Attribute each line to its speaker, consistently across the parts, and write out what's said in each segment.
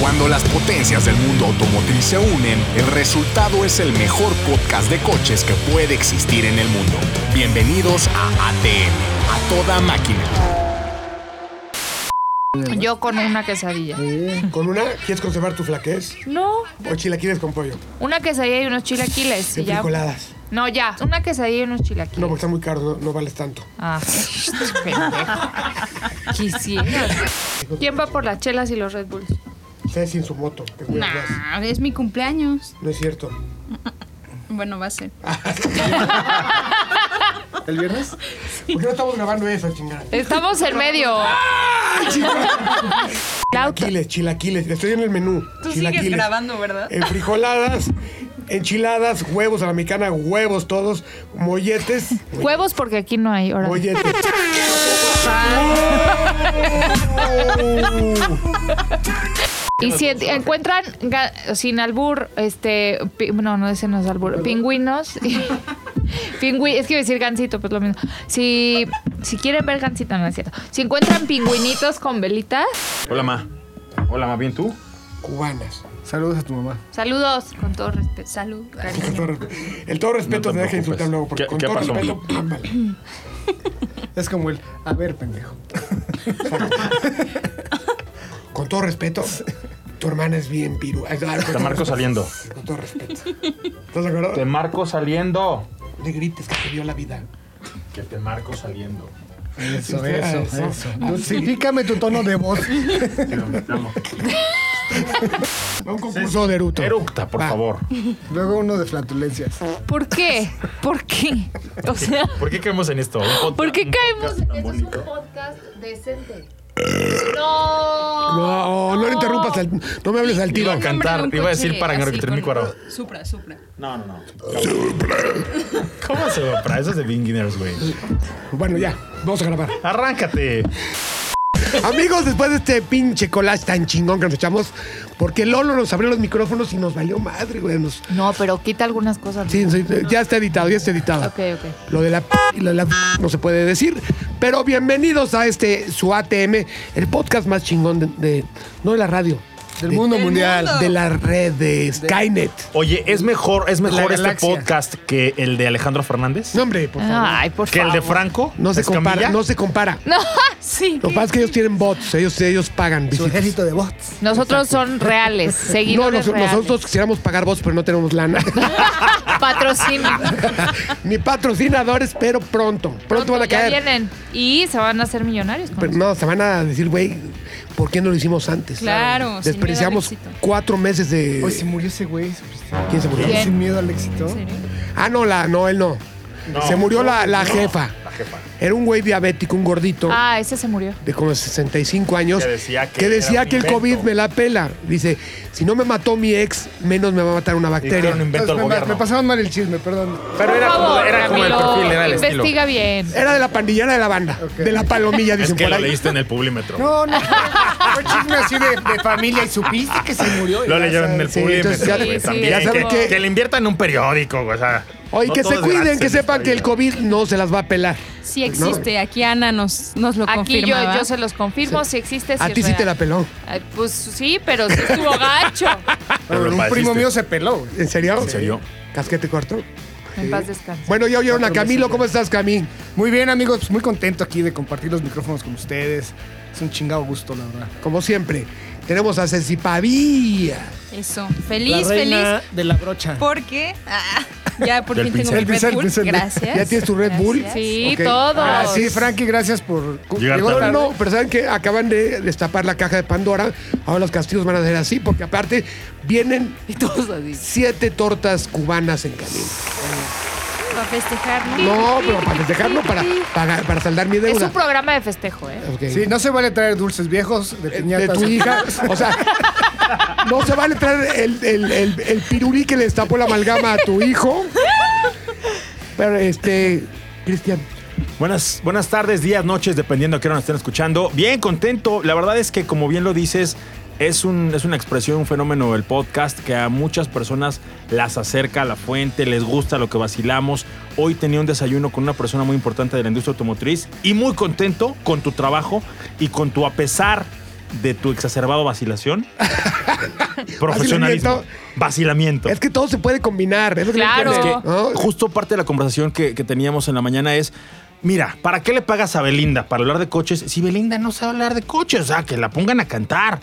Speaker 1: Cuando las potencias del mundo automotriz se unen, el resultado es el mejor podcast de coches que puede existir en el mundo. Bienvenidos a ATM, a toda máquina.
Speaker 2: Yo con una quesadilla.
Speaker 3: Sí. ¿Con una quieres conservar tu flaquez?
Speaker 2: No,
Speaker 3: ¿O chilaquiles con pollo?
Speaker 2: una quesadilla y unos chilaquiles.
Speaker 3: De
Speaker 2: y ya.
Speaker 3: frijoladas.
Speaker 2: No, ya. Una quesadilla y unos chilaquiles.
Speaker 3: No, porque está muy caro, no, no vales tanto.
Speaker 2: Ah, pendejo. Quisieras. ¿Quién va por las chelas y los Red Bulls?
Speaker 3: Ustedes sin su moto, que es muy atrás.
Speaker 4: Nah, Ah, es mi cumpleaños.
Speaker 3: No es cierto. Ah,
Speaker 4: Bueno, va a ser.
Speaker 3: ¿El viernes? ¿Por qué no estamos grabando eso, chingada?
Speaker 2: Estamos en medio. La auto-
Speaker 3: Chilaquiles, chilaquiles. Estoy en el menú.
Speaker 4: Tú
Speaker 3: chilaquiles.
Speaker 4: sigues grabando, ¿verdad?
Speaker 3: En frijoladas, enchiladas, huevos a la mexicana, huevos todos, molletes.
Speaker 2: Huevos porque aquí no hay. Ahora.
Speaker 3: Molletes.
Speaker 2: Y si en- encuentran ga- sin albur, este, pi- no, no ese no es albur, pingüinos. Pingüi, es que iba a decir gansito, pues lo mismo. Si, si quieren ver gansito, no es cierto. Si encuentran pingüinitos con velitas,
Speaker 5: Hola, ma. Hola, ma. ¿Bien tú?
Speaker 3: Cubanas.
Speaker 6: Saludos a tu mamá.
Speaker 2: saludos con todo respeto.
Speaker 4: Salud.
Speaker 3: Con todo respeto. El todo respeto
Speaker 5: No te
Speaker 3: se deja
Speaker 5: preocupes.
Speaker 3: insultar luego, porque
Speaker 5: ¿Qué-
Speaker 3: con
Speaker 5: qué
Speaker 3: todo
Speaker 5: pasó?
Speaker 3: respeto, ámbale.
Speaker 6: Es como el, a ver, pendejo.
Speaker 3: Con todo respeto, tu hermana es bien piru. Ay, claro, con
Speaker 5: Te
Speaker 3: todo
Speaker 5: marco
Speaker 3: respeto.
Speaker 5: saliendo.
Speaker 3: Con todo respeto. ¿Estás de acuerdo?
Speaker 5: Te marco saliendo.
Speaker 3: No le grites que te dio la vida.
Speaker 5: Que te marco saliendo.
Speaker 6: Eso,
Speaker 3: Eso,
Speaker 6: eso,
Speaker 3: eso.
Speaker 6: eso. Dulcifícame tu tono de voz.
Speaker 3: Va un concurso de eruto.
Speaker 5: Eructa, por
Speaker 3: Va.
Speaker 5: favor.
Speaker 6: Luego uno de flatulencias.
Speaker 2: ¿Por qué? ¿Por qué? O sea,
Speaker 5: ¿Por qué caemos en esto? Un podcast-
Speaker 2: ¿por qué
Speaker 5: un
Speaker 2: caemos?
Speaker 5: podcast tan bonito.
Speaker 2: podcast decente. No.
Speaker 3: No, no le interrumpas. al- no me hables al tiro.
Speaker 5: Iba a cantar, iba a decir para ganar
Speaker 4: ganar
Speaker 5: que termine cuadrado.
Speaker 4: Supra, supra.
Speaker 5: No, no, no. ¿Cómo se va para? Eso es de beginners, güey.
Speaker 3: Bueno, ya. Vamos a grabar.
Speaker 5: Arráncate.
Speaker 3: Amigos, después de este pinche collage tan chingón que nos echamos, porque Lolo nos abrió los micrófonos y nos valió madre, güey. Nos-
Speaker 2: No, pero quita algunas cosas.
Speaker 3: sí, sí, ya está editado, ya está editado.
Speaker 2: Ok, ok.
Speaker 3: Lo de la p y lo de la p no se puede decir. Pero bienvenidos a este su ATM, el podcast más chingón de, de- no de la radio.
Speaker 6: Del mundo
Speaker 4: Del
Speaker 6: mundial.
Speaker 4: mundo.
Speaker 3: De la red de Skynet.
Speaker 5: Oye, es mejor, es mejor
Speaker 6: La
Speaker 5: este
Speaker 6: galaxia.
Speaker 5: podcast que el de Alejandro Fernández.
Speaker 3: No, hombre,
Speaker 2: Ah.
Speaker 3: por favor.
Speaker 2: Ay, por
Speaker 5: que
Speaker 2: favor.
Speaker 5: el de Franco.
Speaker 3: No se
Speaker 5: Escamilla.
Speaker 3: compara, no se compara.
Speaker 2: No, sí.
Speaker 3: Lo que pasa es que ellos tienen bots, ellos, ellos pagan
Speaker 6: Su
Speaker 3: visitas.
Speaker 6: ejército de bots.
Speaker 2: Nosotros son reales,
Speaker 3: No,
Speaker 2: seguidores
Speaker 3: nos-
Speaker 2: reales.
Speaker 3: nosotros quisiéramos pagar bots, pero no tenemos lana.
Speaker 2: patrocinio.
Speaker 3: Ni patrocinadores, pero pronto. Pronto, van a
Speaker 2: ya
Speaker 3: caer.
Speaker 2: vienen y se van a hacer millonarios. con
Speaker 3: Pero
Speaker 2: eso.
Speaker 3: no, se van a decir, güey, ¿por qué no lo hicimos antes?
Speaker 4: Claro, sin
Speaker 3: Desperdiciamos
Speaker 4: miedo al éxito.
Speaker 3: cuatro meses de.
Speaker 6: Hoy se murió ese güey. supiste.
Speaker 3: ¿Quién se murió?
Speaker 2: ¿Quién?
Speaker 6: Sin miedo al éxito.
Speaker 3: Ah, no, la, no, él no.
Speaker 5: No.
Speaker 3: se murió la, la
Speaker 5: No,
Speaker 3: jefa.
Speaker 5: la jefa.
Speaker 3: Era un güey diabético, un gordito.
Speaker 2: Ah, ese se murió.
Speaker 3: De como 65 años,
Speaker 5: Que decía que
Speaker 3: decía
Speaker 5: era un
Speaker 3: que el
Speaker 5: invento.
Speaker 3: COVID me la pela. Dice: Si no me mató mi ex, menos me va a matar una
Speaker 5: Y que era
Speaker 3: bacteria.
Speaker 5: un invento
Speaker 6: Entonces,
Speaker 5: del
Speaker 6: me,
Speaker 5: gobierno.
Speaker 6: me pasaron mal el chisme, perdón.
Speaker 5: Pero era
Speaker 2: Por
Speaker 5: como,
Speaker 2: favor,
Speaker 5: era como el
Speaker 2: Camilo,
Speaker 5: perfil, era el estilo.
Speaker 2: Investiga bien.
Speaker 3: Era de la pandillera de la banda,
Speaker 6: Ok.
Speaker 3: de la palomilla,
Speaker 5: Es
Speaker 3: dicen
Speaker 5: que
Speaker 3: por
Speaker 5: lo
Speaker 3: ahí.
Speaker 5: leíste en el Publímetro.
Speaker 6: No, no. Fue chisme así de, de familia y supiste que se murió. y
Speaker 5: Lo
Speaker 6: ya
Speaker 5: leyeron en el
Speaker 6: sabes.
Speaker 3: sí, entonces ya-
Speaker 5: Publímetro, güey,
Speaker 2: sí,
Speaker 5: también.
Speaker 3: ya saben
Speaker 5: que,
Speaker 3: que-
Speaker 5: que le inviertan en un periódico, güey, o sea.
Speaker 3: Oye,
Speaker 5: no
Speaker 3: que se
Speaker 5: todo es
Speaker 3: cuiden,
Speaker 5: gratis
Speaker 3: que
Speaker 5: en esta
Speaker 3: sepan que el
Speaker 5: vida.
Speaker 3: COVID no se las va a pelar.
Speaker 4: Sí existe. Aquí Ana nos, nos lo
Speaker 2: Aquí yo,
Speaker 4: confirma.
Speaker 2: yo se los confirmo si existe. si
Speaker 3: A
Speaker 2: es
Speaker 3: ti sí
Speaker 2: real.
Speaker 3: te la peló.
Speaker 2: Ay, Pues sí, pero sí estuvo gacho.
Speaker 5: Pero
Speaker 6: Pero
Speaker 5: lo
Speaker 6: un primo
Speaker 5: padeciste.
Speaker 6: mío se peló. güey.
Speaker 3: ¿En serio?
Speaker 5: ¿En serio?
Speaker 3: ¿Casquete corto?
Speaker 2: En paz descanse.
Speaker 3: Bueno, ya oyeron a
Speaker 6: Cuatro
Speaker 3: Camilo.
Speaker 6: meses ya.
Speaker 3: ¿Cómo estás, Camil?
Speaker 6: Muy bien, amigos. pues, Muy contento aquí de compartir los micrófonos con ustedes. Es un chingado gusto, la verdad.
Speaker 3: Como siempre, tenemos a Ceci Pavía.
Speaker 4: Eso. Feliz,
Speaker 6: la
Speaker 4: feliz.
Speaker 6: reina de la brocha.
Speaker 4: Porque ah, ya por
Speaker 5: Del
Speaker 4: fin tengo mi
Speaker 5: pincel,
Speaker 4: Red
Speaker 6: pincel,
Speaker 4: Bull.
Speaker 6: pincel.
Speaker 4: Gracias.
Speaker 3: ¿Ya tienes tu Red Bull?
Speaker 2: Sí,
Speaker 3: Ok.
Speaker 2: todos.
Speaker 6: Ah, sí, Frankie, gracias por...
Speaker 5: Llegar
Speaker 6: Llegó
Speaker 5: tarde.
Speaker 3: No,
Speaker 6: tarde.
Speaker 3: no, pero saben que acaban de destapar la caja de Pandora. Ahora los castigos van a ser así, porque aparte vienen
Speaker 2: Y todos así.
Speaker 3: siete tortas cubanas en camino.
Speaker 4: Para festejar.
Speaker 3: No, pero para festejarlo, para, para, para saldar mi
Speaker 2: Es
Speaker 3: deuda.
Speaker 2: un programa de festejo, ¿eh?
Speaker 3: Ok. Eh,
Speaker 6: Sí, no se vale traer dulces viejos de
Speaker 3: de
Speaker 6: piñatas.
Speaker 3: tu hija. O sea, no se vale traer el, el, el, el pirulí que le destapó la amalgama a tu hijo. Pero este, Cristian,
Speaker 5: Buenas, buenas tardes, días, noches, dependiendo a qué hora nos estén escuchando. Bien, contento. La verdad es que, como bien lo dices, es, un, es una expresión, un fenómeno del podcast que a muchas personas las acerca a la fuente, les gusta lo que vacilamos. Hoy tenía un desayuno con una persona muy importante de la industria automotriz y muy contento con tu trabajo y con tu a pesar de tu exacerbado vacilación. Profesionalismo. Vacilamiento.
Speaker 3: Es que todo se puede combinar. Es lo que
Speaker 2: Claro.
Speaker 3: les digo.
Speaker 2: Es que-
Speaker 3: ¿No?
Speaker 5: Justo parte de la conversación que, que teníamos en la mañana es. Mira, ¿para qué le pagas a Belinda? Para hablar de coches. Si Belinda no sabe hablar de coches, o sea, que la pongan a cantar.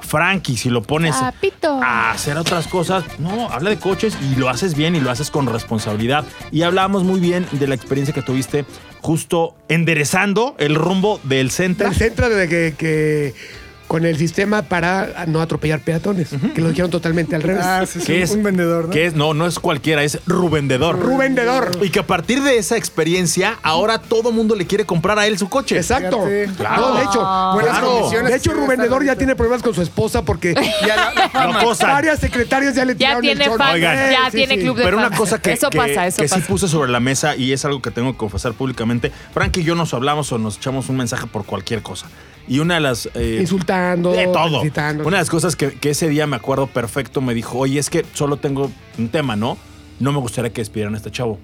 Speaker 5: Frankie, si lo pones
Speaker 2: Ah, pito.
Speaker 5: a hacer otras cosas, no, habla de coches y lo haces bien y lo haces con responsabilidad. Y hablamos muy bien de la experiencia que tuviste justo enderezando el rumbo del centro.
Speaker 3: El centro de que, que- con el sistema para no atropellar peatones, que lo dijeron totalmente al revés.
Speaker 6: Ah, sí, sí,
Speaker 5: que es
Speaker 6: un vendedor, ¿no?
Speaker 5: Que es, no, no es cualquiera, es Rubendedor.
Speaker 3: Rubendedor.
Speaker 5: Y que a partir de esa experiencia, ahora todo mundo le quiere comprar a él su coche.
Speaker 3: Exacto.
Speaker 6: Fíjate.
Speaker 5: Claro.
Speaker 3: No, de hecho,
Speaker 6: Buenas
Speaker 5: Claro.
Speaker 6: condiciones.
Speaker 3: de hecho Rubendedor ya tiene problemas con su esposa porque
Speaker 6: Ya la- la
Speaker 5: Lo
Speaker 6: fama.
Speaker 5: acosan.
Speaker 3: varias secretarias ya le
Speaker 2: Ya
Speaker 3: tiraron
Speaker 2: tiene
Speaker 3: el chorro.
Speaker 2: fans,
Speaker 5: Oigan.
Speaker 2: ya
Speaker 3: Sí,
Speaker 2: tiene
Speaker 3: sí.
Speaker 2: club de
Speaker 5: Pero una
Speaker 2: fans.
Speaker 5: cosa que,
Speaker 2: Eso
Speaker 5: que-
Speaker 2: pasa, eso
Speaker 5: que sí
Speaker 2: pasa.
Speaker 5: puse sobre la mesa y es algo que tengo que confesar públicamente. Frank y yo nos hablamos o nos echamos un mensaje por cualquier cosa. Y una de las... eh,
Speaker 3: Insultando,
Speaker 5: De todo.
Speaker 3: felicitando.
Speaker 5: Una de las cosas que, que ese día me acuerdo perfecto me dijo, oye, es que solo tengo un tema, ¿no? No me gustaría que despidieran a este chavo.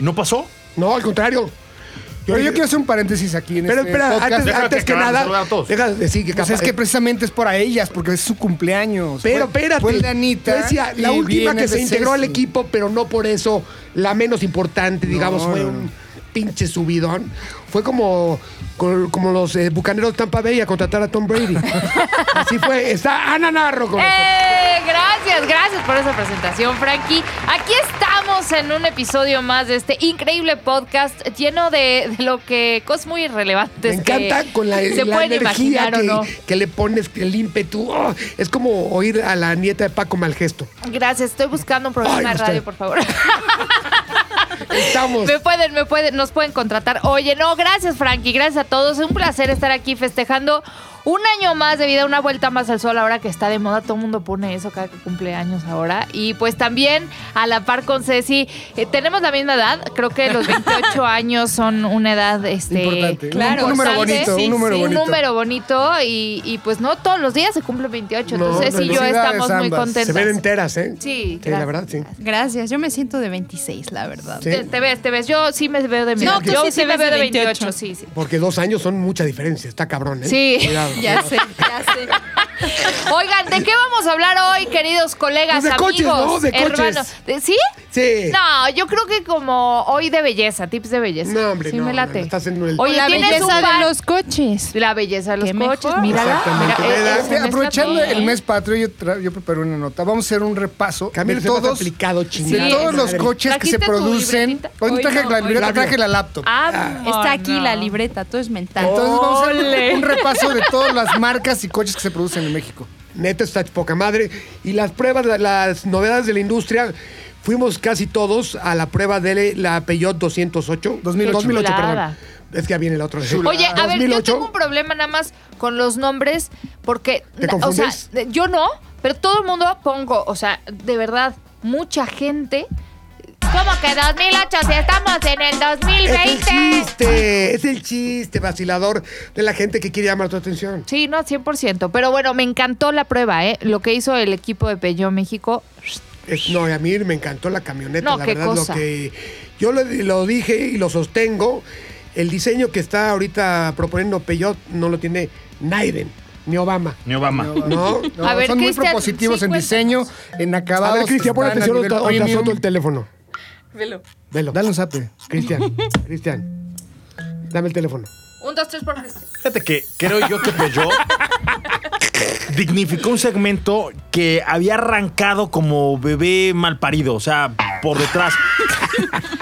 Speaker 5: Y no pasó.
Speaker 3: No, al contrario.
Speaker 6: Pero yo quiero hacer un paréntesis aquí en
Speaker 3: Pero
Speaker 6: este
Speaker 3: espera,
Speaker 6: podcast.
Speaker 3: antes,
Speaker 5: Déjame
Speaker 3: antes que
Speaker 5: acabar de
Speaker 3: nada,
Speaker 5: saludar a todos.
Speaker 3: deja de decir que
Speaker 6: Pues
Speaker 3: capaz-
Speaker 6: es que precisamente es para ellas, porque es su cumpleaños.
Speaker 3: Pero
Speaker 6: Fue-
Speaker 3: espérate,
Speaker 6: Fue el de Anita.
Speaker 3: yo decía, la
Speaker 6: y
Speaker 3: última
Speaker 6: viene
Speaker 3: que se
Speaker 6: de
Speaker 3: integró al
Speaker 6: Ceci.
Speaker 3: equipo, pero no por eso la menos importante, digamos,
Speaker 6: No,
Speaker 3: fue
Speaker 6: no,
Speaker 3: un
Speaker 6: no.
Speaker 3: pinche subidón. Fue como, col- como los eh, bucaneros de Tampa Bay a contratar a Tom Brady. Así fue, está Ana Narro con nosotros.
Speaker 2: ¡Eh! Gracias, gracias por esa presentación, Frankie. Aquí estamos en un episodio más de este increíble podcast lleno de, de lo que cosas muy
Speaker 3: Me
Speaker 2: irrelevantes.
Speaker 3: encanta
Speaker 2: que
Speaker 3: con la,
Speaker 2: se
Speaker 3: la
Speaker 2: pueden
Speaker 3: energía
Speaker 2: imaginar
Speaker 3: que,
Speaker 2: o no.
Speaker 3: que le pones, el ímpetu. Oh, es como oír a la nieta de Paco Malgesto.
Speaker 2: Gracias, estoy buscando un programa
Speaker 3: Ay,
Speaker 2: de
Speaker 3: usted.
Speaker 2: radio, por favor.
Speaker 3: Estamos.
Speaker 2: Me pueden, me pueden, nos pueden contratar. Oye, no, gracias, Frankie, gracias a todos. Un placer estar aquí festejando un año más de vida, una vuelta más al sol, ahora que está de moda. Todo el mundo pone eso cada que cumple años ahora. Y pues también, a la par con Ceci, eh, tenemos la misma edad. Creo que los 28 años son una edad este,
Speaker 6: Importante.
Speaker 4: Claro,
Speaker 6: un, un número
Speaker 2: importante.
Speaker 6: bonito,
Speaker 4: Sí,
Speaker 6: un número
Speaker 4: sí,
Speaker 2: un
Speaker 6: bonito.
Speaker 2: número bonito y, y, pues no todos los días se cumple 28.
Speaker 3: No,
Speaker 2: Entonces,
Speaker 3: no,
Speaker 2: Ceci y
Speaker 3: no.
Speaker 2: yo
Speaker 6: Felicidades
Speaker 2: estamos muy
Speaker 6: ambas.
Speaker 2: contentas.
Speaker 3: Se ven enteras, ¿eh?
Speaker 2: Sí,
Speaker 3: la
Speaker 2: gracias.
Speaker 3: verdad, sí.
Speaker 4: Gracias, yo me siento de 26, la verdad.
Speaker 3: Sí.
Speaker 2: Te, te ves, te ves. Yo sí me veo de mi
Speaker 4: No,
Speaker 2: edad.
Speaker 4: tú
Speaker 2: Yo
Speaker 4: sí te
Speaker 2: sí me
Speaker 4: ves
Speaker 2: veo
Speaker 4: de
Speaker 2: de 28.
Speaker 4: 28.
Speaker 2: sí, sí.
Speaker 3: Porque dos años son mucha diferencia, está cabrón, ¿eh?
Speaker 2: Sí.
Speaker 3: Cuidado.
Speaker 4: Ya sé, ya sé.
Speaker 2: Oigan, ¿de qué vamos a hablar hoy, queridos colegas,
Speaker 3: Pues de
Speaker 2: amigos,
Speaker 3: coches, ¿no? De coches.
Speaker 2: hermanos? ¿De- ¿Sí?
Speaker 3: Sí.
Speaker 2: No, yo creo que como hoy de belleza, tips de belleza.
Speaker 3: No, hombre,
Speaker 2: sí
Speaker 3: no,
Speaker 2: me
Speaker 3: no,
Speaker 2: late.
Speaker 3: no, estás en el-
Speaker 2: Oye,
Speaker 4: la
Speaker 2: ¿tienes
Speaker 4: belleza
Speaker 2: un pan?
Speaker 4: de los coches.
Speaker 2: La belleza de los
Speaker 4: Qué
Speaker 2: coches,
Speaker 4: mejor.
Speaker 2: mírala.
Speaker 3: Exactamente.
Speaker 2: mira,
Speaker 3: Oye,
Speaker 2: eh,
Speaker 3: Dani,
Speaker 2: es una
Speaker 6: Aprovechando
Speaker 2: estatua.
Speaker 6: el mes patrio, yo, tra- yo preparé una nota. Vamos a hacer un repaso
Speaker 3: Camilo
Speaker 6: de
Speaker 3: se todos,
Speaker 6: todos,
Speaker 3: aplicado, chingada.
Speaker 6: de todos los
Speaker 3: madre.
Speaker 6: coches que
Speaker 2: ¿Trajiste
Speaker 6: se
Speaker 2: tu
Speaker 6: producen.
Speaker 2: libretita?
Speaker 6: Hoy no
Speaker 2: Hoy
Speaker 6: traje
Speaker 2: no,
Speaker 6: la
Speaker 2: hoy
Speaker 6: libreta,
Speaker 3: no.
Speaker 6: traje la laptop.
Speaker 2: Ah,
Speaker 4: Está aquí
Speaker 2: no.
Speaker 4: la libreta, todo es mental.
Speaker 6: Entonces vamos a
Speaker 2: Ole.
Speaker 6: hacer un repaso de todas las marcas y coches que se producen en México.
Speaker 3: Neta está poca madre. Y las pruebas, la- las novedades de la industria, fuimos casi todos a la prueba de la Peugeot 208.
Speaker 6: 2008.
Speaker 3: perdón.
Speaker 2: Chulada.
Speaker 3: Es que ya viene la otra.
Speaker 2: Oye, a ver, yo
Speaker 3: 2008.
Speaker 2: tengo un problema nada más con los nombres porque,
Speaker 3: ¿Te
Speaker 2: o sea,
Speaker 3: confundes?
Speaker 2: de- yo no, pero todo el mundo pongo, o sea, de verdad, mucha gente. ¿Cómo que 2008 si estamos en el
Speaker 3: Es
Speaker 2: 2020?
Speaker 3: el chiste, es el chiste vacilador de la gente que quiere llamar tu atención.
Speaker 2: Sí, no, 100%. Pero bueno, me encantó la prueba, ¿eh? Lo que hizo el equipo de Peugeot México.
Speaker 3: Es- no, a mí me encantó la camioneta,
Speaker 2: No,
Speaker 3: la
Speaker 2: qué
Speaker 3: verdad,
Speaker 2: cosa.
Speaker 3: lo que yo lo, lo dije y lo sostengo. El diseño que está ahorita proponiendo Peugeot no lo tiene Naiden, ni Obama.
Speaker 5: Ni Obama.
Speaker 3: No.
Speaker 6: No,
Speaker 2: A ver,
Speaker 6: son muy
Speaker 2: Cristian,
Speaker 6: propositivos
Speaker 2: sí,
Speaker 6: en
Speaker 2: cuéntanos.
Speaker 6: diseño, en
Speaker 3: A
Speaker 6: acabados.
Speaker 3: ver, Cristian, pon
Speaker 6: están a
Speaker 3: atención
Speaker 6: nivel
Speaker 3: a
Speaker 6: premium.
Speaker 3: asunto el teléfono.
Speaker 4: Velo.
Speaker 3: Velo.
Speaker 6: Dale un zape.
Speaker 3: Cristian, Cristian. Dame el teléfono.
Speaker 2: Un, dos, tres, por
Speaker 5: Fíjate que creo yo que Peugeot dignificó un segmento que había arrancado como bebé mal parido, o sea, por detrás.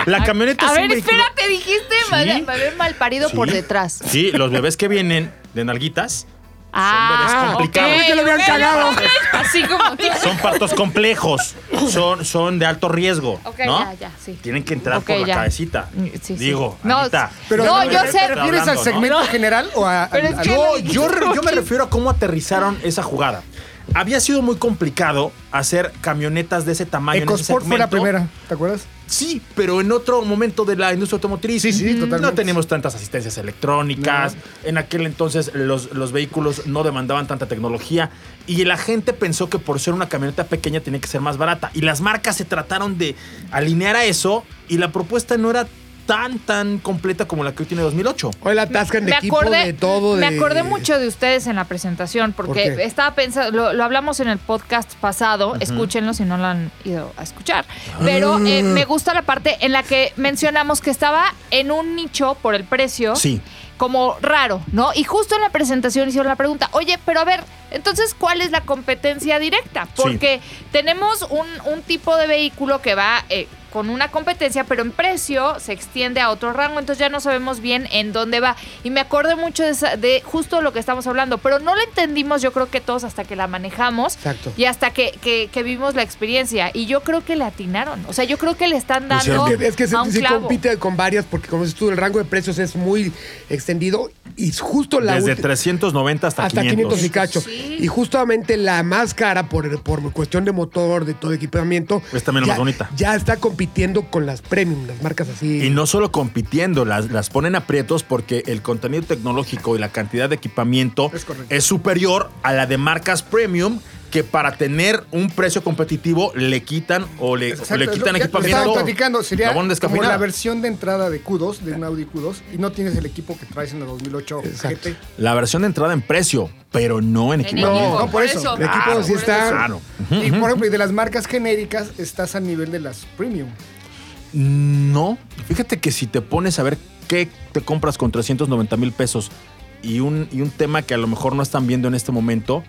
Speaker 5: La camioneta
Speaker 2: A
Speaker 5: es un
Speaker 2: ver,
Speaker 5: vehículo-
Speaker 2: espérate, dijiste,
Speaker 5: Sí.
Speaker 2: mal, bebé mal parido
Speaker 5: Sí.
Speaker 2: por detrás.
Speaker 3: Este
Speaker 5: Sí, los bebés que vienen de nalguitas
Speaker 2: Ah,
Speaker 5: bebés complicados.
Speaker 2: ok,
Speaker 3: Que lo habían
Speaker 2: ok,
Speaker 3: cagado.
Speaker 2: ok.
Speaker 4: Así como tú.
Speaker 5: son partos complejos, son, son de alto riesgo.
Speaker 2: Ok,
Speaker 5: ¿no?
Speaker 2: ya, ya, sí.
Speaker 5: Tienen que entrar
Speaker 2: Ok,
Speaker 5: por la
Speaker 2: ya.
Speaker 5: cabeceta.
Speaker 2: Mm, sí, sí.
Speaker 5: Digo,
Speaker 2: No,
Speaker 5: Anita,
Speaker 2: pero- No, yo sé.
Speaker 6: ¿Te refieres al
Speaker 5: Hablando, ¿no?
Speaker 6: segmento general o a.?
Speaker 2: Pero
Speaker 6: al-
Speaker 2: es
Speaker 6: al-
Speaker 2: que lo-
Speaker 5: Yo, yo re- yo me refiero a cómo aterrizaron esa jugada. Había sido muy complicado hacer camionetas de ese tamaño. en ese
Speaker 6: EcoSport fue la
Speaker 5: segmento.
Speaker 6: primera, ¿te acuerdas?
Speaker 5: Sí, pero en otro momento de la industria automotriz.
Speaker 6: Sí, sí,
Speaker 5: Mm, No
Speaker 6: totalmente.
Speaker 5: teníamos tantas asistencias electrónicas. En aquel entonces los, los vehículos no demandaban tanta tecnología. Y la gente pensó que por ser una camioneta pequeña tenía que ser más barata. Y las marcas se trataron de alinear a eso. Y la propuesta no era tan, tan completa como la que hoy tiene 2008.
Speaker 3: Hoy la atascan de
Speaker 2: me
Speaker 3: equipo,
Speaker 2: acordé,
Speaker 3: de todo.
Speaker 2: me
Speaker 3: de-
Speaker 2: acordé mucho de ustedes en la presentación, porque
Speaker 3: ¿Por qué?
Speaker 2: estaba pensando, lo, lo hablamos en el podcast pasado, escúchenlo si no lo han ido a escuchar.
Speaker 3: Ah.
Speaker 2: Pero eh, me gusta la parte en la que mencionamos que estaba en un nicho por el precio.
Speaker 5: Sí.
Speaker 2: Como raro, ¿no? Y justo en la presentación hicieron la pregunta, oye, pero a ver, entonces, ¿cuál es la competencia directa? Porque tenemos un, un tipo de vehículo que va eh, con una competencia, pero en precio se extiende a otro rango, entonces ya no sabemos bien en dónde va. Y me acordé mucho de, esa- de justo lo que estamos hablando, pero no la entendimos yo creo que todos hasta que la manejamos
Speaker 3: Exacto.
Speaker 2: y hasta que, que, que vimos la experiencia. Y yo creo que le atinaron, o sea, yo creo que le están
Speaker 5: Pues sí,
Speaker 2: dando...
Speaker 5: es
Speaker 3: Que- Es que se,
Speaker 2: a un
Speaker 3: sí
Speaker 2: clavo.
Speaker 3: compite con varias, porque como dices tú, el rango de precios es muy extendido y justo la
Speaker 5: Desde
Speaker 3: ulti-
Speaker 5: 390 hasta,
Speaker 3: hasta 500 y cacho.
Speaker 2: Sí.
Speaker 3: Y justamente la más cara, por, por cuestión de motor, de todo equipamiento,
Speaker 5: Es también la
Speaker 3: ya,
Speaker 5: más bonita.
Speaker 3: ya está compitiendo con las premium, las marcas así.
Speaker 5: Y no solo compitiendo, las, las ponen aprietos porque el contenido tecnológico y la cantidad de equipamiento
Speaker 6: Es correcto.
Speaker 5: es superior a la de marcas premium que para tener un precio competitivo le quitan o le,
Speaker 6: Exacto,
Speaker 5: o le
Speaker 6: es lo
Speaker 5: quitan
Speaker 6: que
Speaker 5: equipamiento.
Speaker 6: estaban platicando, sería
Speaker 5: La van a
Speaker 6: como
Speaker 5: descafeinar.
Speaker 6: la versión de entrada de Q2, de un Audi Q2, y no tienes el equipo que traes en la 2008
Speaker 3: Exacto.
Speaker 6: GT.
Speaker 5: La versión de entrada en precio, pero no en
Speaker 2: En
Speaker 5: equipamiento.
Speaker 6: No,
Speaker 2: equipo,
Speaker 6: por eso.
Speaker 3: El equipo sí
Speaker 2: por
Speaker 3: está-
Speaker 5: Claro.
Speaker 6: Y por ejemplo, y de las marcas genéricas estás al nivel de las premium.
Speaker 5: No, fíjate que si te pones a ver qué te compras con 390 mil pesos y un, y un tema que a lo mejor no están viendo en este momento,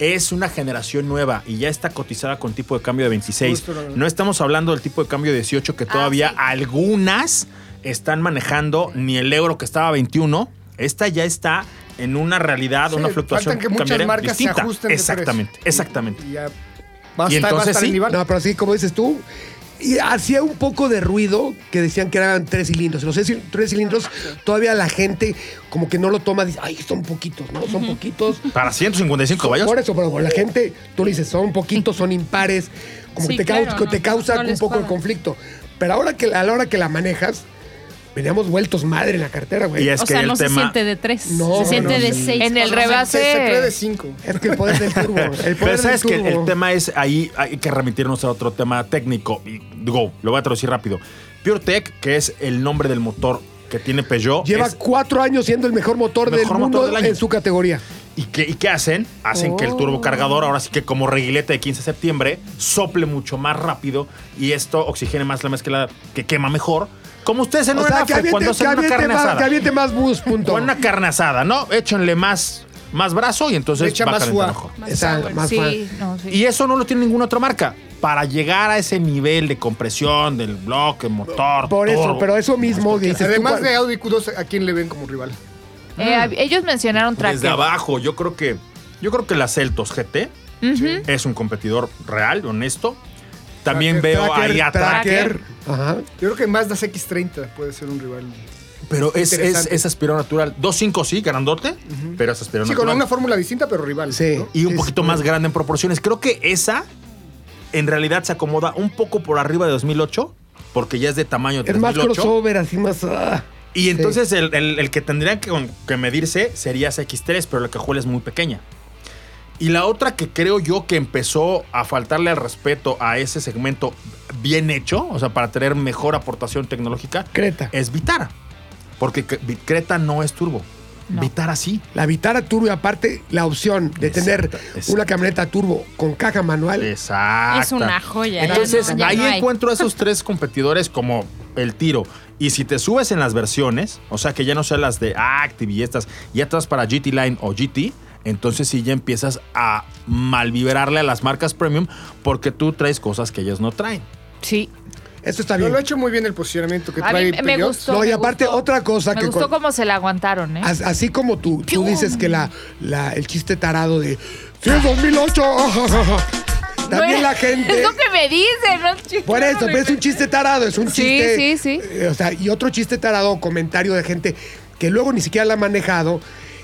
Speaker 5: es una generación nueva y ya está cotizada con tipo de cambio de 26.
Speaker 6: Justo lo Ah, que-
Speaker 5: No estamos hablando del tipo de cambio de 18 que todavía
Speaker 2: sí.
Speaker 5: algunas están manejando, ni el euro que estaba a 21, esta ya está en una realidad,
Speaker 6: Sí,
Speaker 5: una fluctuación
Speaker 6: faltan que muchas
Speaker 5: cambiaria
Speaker 6: marcas se
Speaker 5: distinta.
Speaker 6: ajusten. de precio.
Speaker 5: Exactamente, exactamente.
Speaker 6: Y, y ya va a
Speaker 5: Y
Speaker 6: estar, va a
Speaker 5: entonces
Speaker 6: estar
Speaker 5: sí.
Speaker 6: el nivel.
Speaker 3: No, pero así como dices tú. Y hacía un poco de ruido que decían que eran tres cilindros. Y Los tres- tres
Speaker 2: Ah,
Speaker 3: cilindros todavía la gente como que no lo toma. Dice, ay, son poquitos, ¿no? Son poquitos.
Speaker 5: Para 155 caballos.
Speaker 3: Por eso, pero la gente, tú le dices, son poquitos, son impares, como
Speaker 2: Sí,
Speaker 3: que te, cau-
Speaker 2: claro, no,
Speaker 3: te causa
Speaker 2: no
Speaker 3: un
Speaker 2: les
Speaker 3: poco de
Speaker 2: cuadra.
Speaker 3: conflicto. Pero ahora que, a la hora que la manejas, veníamos vueltos madre en la cartera, güey.
Speaker 5: Y
Speaker 3: Es,
Speaker 5: es
Speaker 4: o
Speaker 5: que
Speaker 4: sea,
Speaker 5: el
Speaker 4: no se
Speaker 5: tema...
Speaker 4: siente de tres.
Speaker 3: No,
Speaker 4: se siente
Speaker 3: no,
Speaker 4: de
Speaker 3: sí.
Speaker 4: seis.
Speaker 2: En el
Speaker 4: por lo menos.
Speaker 2: rebase.
Speaker 6: Se, se cree de 5.
Speaker 3: que el poder del turbo. El poder
Speaker 5: Pero sabes
Speaker 3: del
Speaker 5: que
Speaker 3: turbo.
Speaker 5: el tema es ahí hay que remitirnos a otro tema técnico. Y digo, lo voy a traducir rápido. PureTech, que es el nombre del motor que tiene Peugeot,
Speaker 3: Lleva
Speaker 5: es-
Speaker 3: cuatro años siendo el mejor motor del
Speaker 5: Mejor motor
Speaker 3: mundo
Speaker 5: del año.
Speaker 3: en su categoría.
Speaker 5: ¿y, qué, y qué hacen? Hacen que
Speaker 3: Oh.
Speaker 5: el turbocargador, ahora sí que como reguilete de 15 de septiembre, sople mucho más rápido y esto oxigene más la mezcla que quema mejor. Como ustedes en
Speaker 3: O
Speaker 5: una
Speaker 3: sea, que
Speaker 5: nafre,
Speaker 3: aviente, que
Speaker 5: cuando hacen una
Speaker 3: aviente
Speaker 5: carne
Speaker 3: más, que
Speaker 5: asada.
Speaker 3: aviente más bus, punto.
Speaker 5: Con una carne asada, ¿no? Échenle más, más brazo y entonces
Speaker 6: Le echa
Speaker 5: va a
Speaker 6: más
Speaker 5: calentar
Speaker 6: fua.
Speaker 5: mejor.
Speaker 3: Esa-
Speaker 2: power.
Speaker 3: más
Speaker 2: sí,
Speaker 3: fan.
Speaker 2: no, sí.
Speaker 5: Y eso no lo tiene ninguna otra marca. Para llegar a ese nivel de compresión del bloque, motor.
Speaker 3: Por eso,
Speaker 5: turbo.
Speaker 3: pero eso mismo dices tú,
Speaker 6: Además
Speaker 3: ¿cuál-
Speaker 6: de Audi Q2, ¿a quién le ven como rival?
Speaker 2: Eh,
Speaker 3: Mm.
Speaker 2: hab- Ellos mencionaron tracker.
Speaker 5: Desde abajo, yo creo que. Yo creo que la Celtos GT
Speaker 2: Ujú.
Speaker 5: es un competidor real, honesto. También
Speaker 6: Tracker,
Speaker 5: veo ahí a Tracker.
Speaker 3: tracker. Ajá.
Speaker 6: Yo creo que Mazda CX30 puede ser un rival.
Speaker 5: Pero es, es,
Speaker 6: Interesante.
Speaker 5: es aspirado natural. 2.5, sí, grandote, pero es aspirado
Speaker 6: Sí, con
Speaker 5: natural.
Speaker 6: una fórmula distinta, pero rival.
Speaker 3: Sí.
Speaker 6: ¿no?
Speaker 5: y un
Speaker 3: Es-
Speaker 5: poquito más grande en proporciones. Creo que esa en realidad se acomoda un poco por arriba de 2008, porque ya es de tamaño
Speaker 3: Es más
Speaker 5: 3008.
Speaker 3: crossover, así más. ah.
Speaker 5: Y entonces el, el- el que tendría que, con- que medirse sería X3, pero la cajuela es muy pequeña. Y la otra que creo yo que empezó a faltarle al respeto a ese segmento bien hecho, o sea, para tener mejor aportación tecnológica,
Speaker 3: Creta.
Speaker 5: es Vitara. Porque C- Vi- Creta no es turbo.
Speaker 2: No.
Speaker 5: Vitara sí.
Speaker 3: La Vitara Turbo y aparte la opción de
Speaker 5: Exacto,
Speaker 3: tener
Speaker 5: exacto.
Speaker 3: una camioneta turbo con caja manual.
Speaker 5: Exacto.
Speaker 4: Es una joya. ya
Speaker 5: Entonces,
Speaker 4: no- ya
Speaker 5: ahí
Speaker 4: no hay.
Speaker 5: encuentro a esos tres competidores como el tiro. Y si te subes en las versiones, o sea, que ya no sean las de Active y estas, ya te vas para GT Line o GT, entonces sí ya empiezas a malvibrarle a las marcas premium porque tú traes cosas que ellas no traen.
Speaker 2: Sí.
Speaker 3: Eso está
Speaker 6: Pero
Speaker 3: bien.
Speaker 6: lo ha hecho muy bien el posicionamiento que
Speaker 2: A mí
Speaker 6: trae
Speaker 2: me
Speaker 6: Peugeot.
Speaker 2: gustó.
Speaker 3: No, y
Speaker 2: me
Speaker 3: aparte
Speaker 2: gustó.
Speaker 3: otra cosa
Speaker 2: Me
Speaker 3: que
Speaker 2: gustó
Speaker 3: con-
Speaker 2: cómo se la aguantaron, ¿eh?
Speaker 3: as- así como tú, tú
Speaker 2: ¡Pium!
Speaker 3: dices que la, la- el chiste tarado de ¡Sí, es 2008!
Speaker 2: No,
Speaker 3: También la gente...
Speaker 2: Es lo que me dicen, ¿no? Chico,
Speaker 3: Por eso,
Speaker 2: no,
Speaker 3: pero es un chiste tarado, es un
Speaker 2: Sí,
Speaker 3: chiste...
Speaker 2: sí, sí.
Speaker 3: eh, o sea, y otro chiste tarado o comentario de gente que luego ni siquiera la ha manejado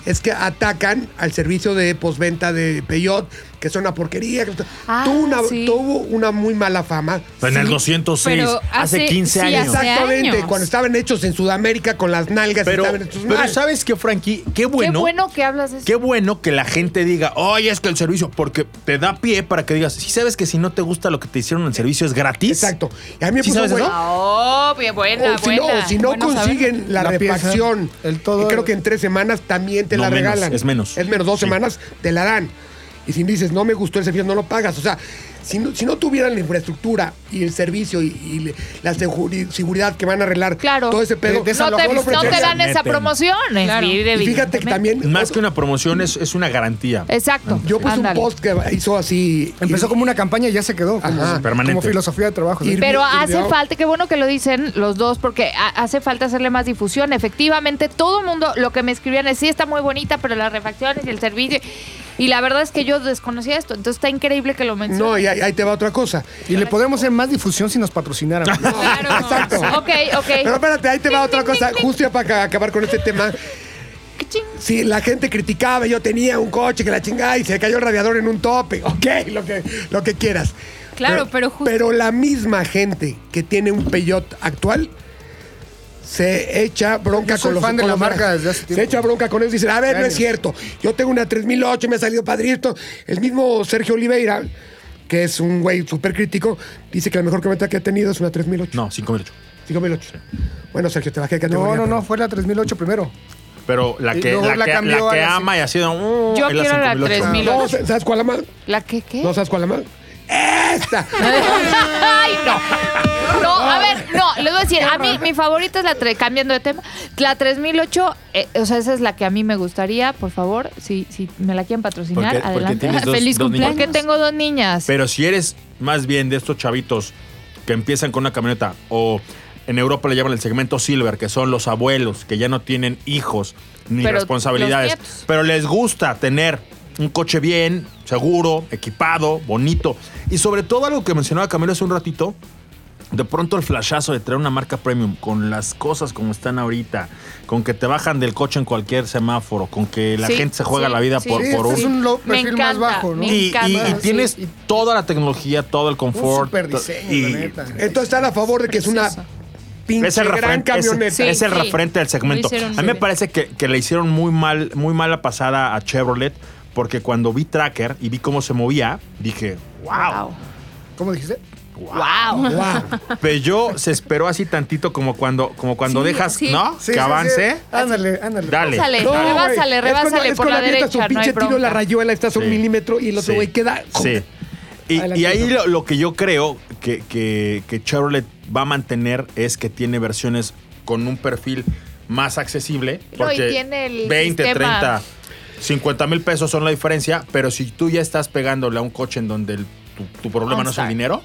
Speaker 3: es que atacan al servicio de posventa de Peyot que son una porquería. que-
Speaker 4: Ah,
Speaker 3: tuvo, una,
Speaker 4: sí.
Speaker 3: tuvo una muy mala fama.
Speaker 5: En el 206,
Speaker 4: pero
Speaker 5: hace
Speaker 4: hace-
Speaker 5: 15
Speaker 4: sí,
Speaker 5: años.
Speaker 4: hace-
Speaker 3: Exactamente,
Speaker 4: años.
Speaker 3: cuando estaban hechos en Sudamérica con las nalgas
Speaker 5: Pero,
Speaker 3: estaban hechos
Speaker 5: pero
Speaker 3: mal.
Speaker 5: ¿sabes qué, Frankie? Qué bueno.
Speaker 2: Qué bueno que hablas de eso.
Speaker 5: Qué bueno que la gente diga, oye, es que el servicio, porque te da pie para que digas, si sabes que si no te gusta lo que te hicieron en el servicio es gratis.
Speaker 3: Exacto. Y a mí me
Speaker 5: ¿Sí
Speaker 3: puso
Speaker 5: sabes
Speaker 3: güey,
Speaker 5: eso?
Speaker 2: Oh, bien buena,
Speaker 3: o si no,
Speaker 2: buena.
Speaker 3: o si no
Speaker 2: Bueno saberlo.
Speaker 3: consiguen la,
Speaker 6: La pieza,
Speaker 3: refacción,
Speaker 6: el todo-
Speaker 3: que creo que en tres semanas también te
Speaker 5: No,
Speaker 3: la
Speaker 5: menos,
Speaker 3: regalan.
Speaker 5: es menos.
Speaker 3: Es menos, dos
Speaker 5: Sí.
Speaker 3: semanas te la dan. Y si dices, no me gustó el servicio, no lo pagas. O sea, si no, si no tuvieran la infraestructura y el servicio y, y le- la seguri- seguridad que van a arreglar
Speaker 2: Claro.
Speaker 3: todo ese pedo,
Speaker 6: De- de esa
Speaker 2: no,
Speaker 6: lo-
Speaker 2: te,
Speaker 6: no lo
Speaker 2: no te
Speaker 6: pretenden.
Speaker 2: dan esa
Speaker 5: Meten.
Speaker 2: promoción. es
Speaker 4: Claro.
Speaker 2: bien,
Speaker 3: y fíjate que
Speaker 2: evidentemente.
Speaker 3: también...
Speaker 5: Más
Speaker 3: otro-
Speaker 5: que una promoción es, es una garantía.
Speaker 2: Exacto.
Speaker 3: Yo puse
Speaker 2: Ándale.
Speaker 3: un post que hizo así...
Speaker 6: Empezó como una campaña y ya se quedó. Como,
Speaker 3: Ajá.
Speaker 6: como
Speaker 5: Permanente.
Speaker 6: filosofía de trabajo. ¿sí?
Speaker 3: Y-
Speaker 2: Pero
Speaker 3: Irving
Speaker 2: hace
Speaker 3: Irving.
Speaker 2: falta, qué bueno que lo dicen los dos, porque ha- hace falta hacerle más difusión. Efectivamente, todo el mundo, lo que me escribían es, sí, está muy bonita, pero las refacciones y el servicio... Y la verdad es que yo desconocía esto, entonces está increíble que lo
Speaker 3: No,
Speaker 2: menciones.
Speaker 3: y ahí, ahí te va otra cosa.
Speaker 6: Y le podemos hacer más difusión si nos patrocinaran.
Speaker 2: claro.
Speaker 3: Exacto.
Speaker 2: Ok, ok.
Speaker 3: Pero espérate, ahí te va otra cosa, justo ya para ca- acabar con este tema.
Speaker 2: Cachín.
Speaker 3: Sí, la gente criticaba, yo tenía un coche que la chingada y se cayó el radiador en un tope. Ok, lo que, lo que quieras.
Speaker 4: Claro, pero justo-
Speaker 3: Pero la misma gente que tiene un Peugeot actual se echa bronca
Speaker 6: Yo soy
Speaker 3: con los
Speaker 6: fan de
Speaker 3: con
Speaker 6: la
Speaker 3: los-
Speaker 6: marca desde hace
Speaker 3: Se
Speaker 6: tiempo.
Speaker 3: echa bronca con ellos y dicen, a ver, no es
Speaker 6: Años.
Speaker 3: cierto. Yo tengo una 3008, me ha salido padrito. El mismo Sergio Oliveira, que es un güey súper crítico, dice que la mejor camioneta que ha tenido es una 3008.
Speaker 5: No, 5008.
Speaker 3: 5008. Bueno, Sergio, te bajé de categoría.
Speaker 6: No, no,
Speaker 3: pero-
Speaker 6: no, fue la 3008 primero.
Speaker 5: Pero la
Speaker 6: Y
Speaker 5: que,
Speaker 6: luego
Speaker 5: la
Speaker 6: Eh, la
Speaker 5: que, la
Speaker 6: cambió a
Speaker 5: que
Speaker 6: la
Speaker 5: ama y ha sido. uh,
Speaker 2: Yo
Speaker 5: es la
Speaker 2: quiero la
Speaker 5: 5008.
Speaker 2: 3000.
Speaker 3: No, ¿sabes cuál ama?
Speaker 2: ¿La que qué?
Speaker 3: ¿No sabes cuál ama? ¡Esta!
Speaker 2: Ay, no. No, a ver, no, les voy a decir, a mí mi favorita es la tre- cambiando de tema, la 3008, eh, o sea, esa es la que a mí me gustaría, por favor, si, si me la quieren
Speaker 5: Porque-
Speaker 2: patrocinar,
Speaker 5: porque
Speaker 2: adelante.
Speaker 5: tienes dos-
Speaker 4: Feliz
Speaker 5: dos niños.
Speaker 4: cumpleaños.
Speaker 2: Porque tengo dos niñas.
Speaker 5: Pero si eres más bien de estos chavitos que empiezan con una camioneta o en Europa le llaman el segmento silver, que son los abuelos que ya no tienen hijos ni
Speaker 2: Pero
Speaker 5: responsabilidades,
Speaker 2: los nietos.
Speaker 5: pero les gusta tener un coche bien, seguro, equipado, bonito y sobre todo algo que mencionaba Camilo hace un ratito, de pronto el flashazo de traer una marca premium con las cosas como están ahorita, con que te bajan del coche en cualquier semáforo, con que la
Speaker 2: Sí,
Speaker 5: gente se juega
Speaker 2: sí,
Speaker 5: la vida
Speaker 2: sí,
Speaker 5: por,
Speaker 6: Sí,
Speaker 5: por
Speaker 6: este es
Speaker 5: un
Speaker 6: un low
Speaker 2: Me
Speaker 6: perfil más
Speaker 2: encanta,
Speaker 6: bajo, ¿no?
Speaker 2: me
Speaker 5: y, y-
Speaker 2: encanta,
Speaker 5: y tienes
Speaker 6: sí.
Speaker 5: toda la tecnología, todo el
Speaker 6: Un
Speaker 5: confort.
Speaker 6: super diseño,
Speaker 5: y
Speaker 6: la neta. Eh,
Speaker 3: Entonces están a favor de que es una pinche
Speaker 5: es el,
Speaker 3: gran
Speaker 5: referente, es-
Speaker 3: camioneta.
Speaker 5: es el
Speaker 4: Sí, sí.
Speaker 5: referente del segmento.
Speaker 4: Lo hicieron
Speaker 5: A
Speaker 4: muy
Speaker 5: mí me
Speaker 4: bien.
Speaker 5: parece que, que le hicieron muy mal, muy mala pasada a Chevrolet, porque cuando vi Tracker y vi cómo se movía, dije, wow.
Speaker 6: ¿Cómo dijiste?
Speaker 2: Wow.
Speaker 5: Pero yo se esperó así tantito como cuando, como cuando
Speaker 4: Sí,
Speaker 5: dejas,
Speaker 4: sí.
Speaker 5: ¿no?
Speaker 6: Sí, sí,
Speaker 5: que avance.
Speaker 6: sí. Ándale, ándale.
Speaker 5: Dale.
Speaker 2: Pásale.
Speaker 5: dale.
Speaker 2: Rebásale,
Speaker 3: güey, es
Speaker 2: rebásale
Speaker 3: cuando- es
Speaker 2: por la
Speaker 3: cuando avientas
Speaker 2: derecha,
Speaker 3: Tu
Speaker 2: no hay
Speaker 3: pinche tiro la
Speaker 2: bronca.
Speaker 3: rayuela, estás a un
Speaker 5: Sí.
Speaker 3: milímetro y el otro
Speaker 5: Sí.
Speaker 3: güey queda.
Speaker 5: Sí. Y, y ahí lo, lo que yo creo que, que- que Chevrolet va a mantener es que tiene versiones con un perfil más accesible.
Speaker 2: No, y
Speaker 5: Porque
Speaker 2: tiene el
Speaker 5: 20,
Speaker 2: sistema.
Speaker 5: 30, 50 mil pesos son la diferencia. Pero si tú ya estás pegándole a un coche en donde el- tu, tu problema no es el
Speaker 2: OnStar.
Speaker 5: dinero,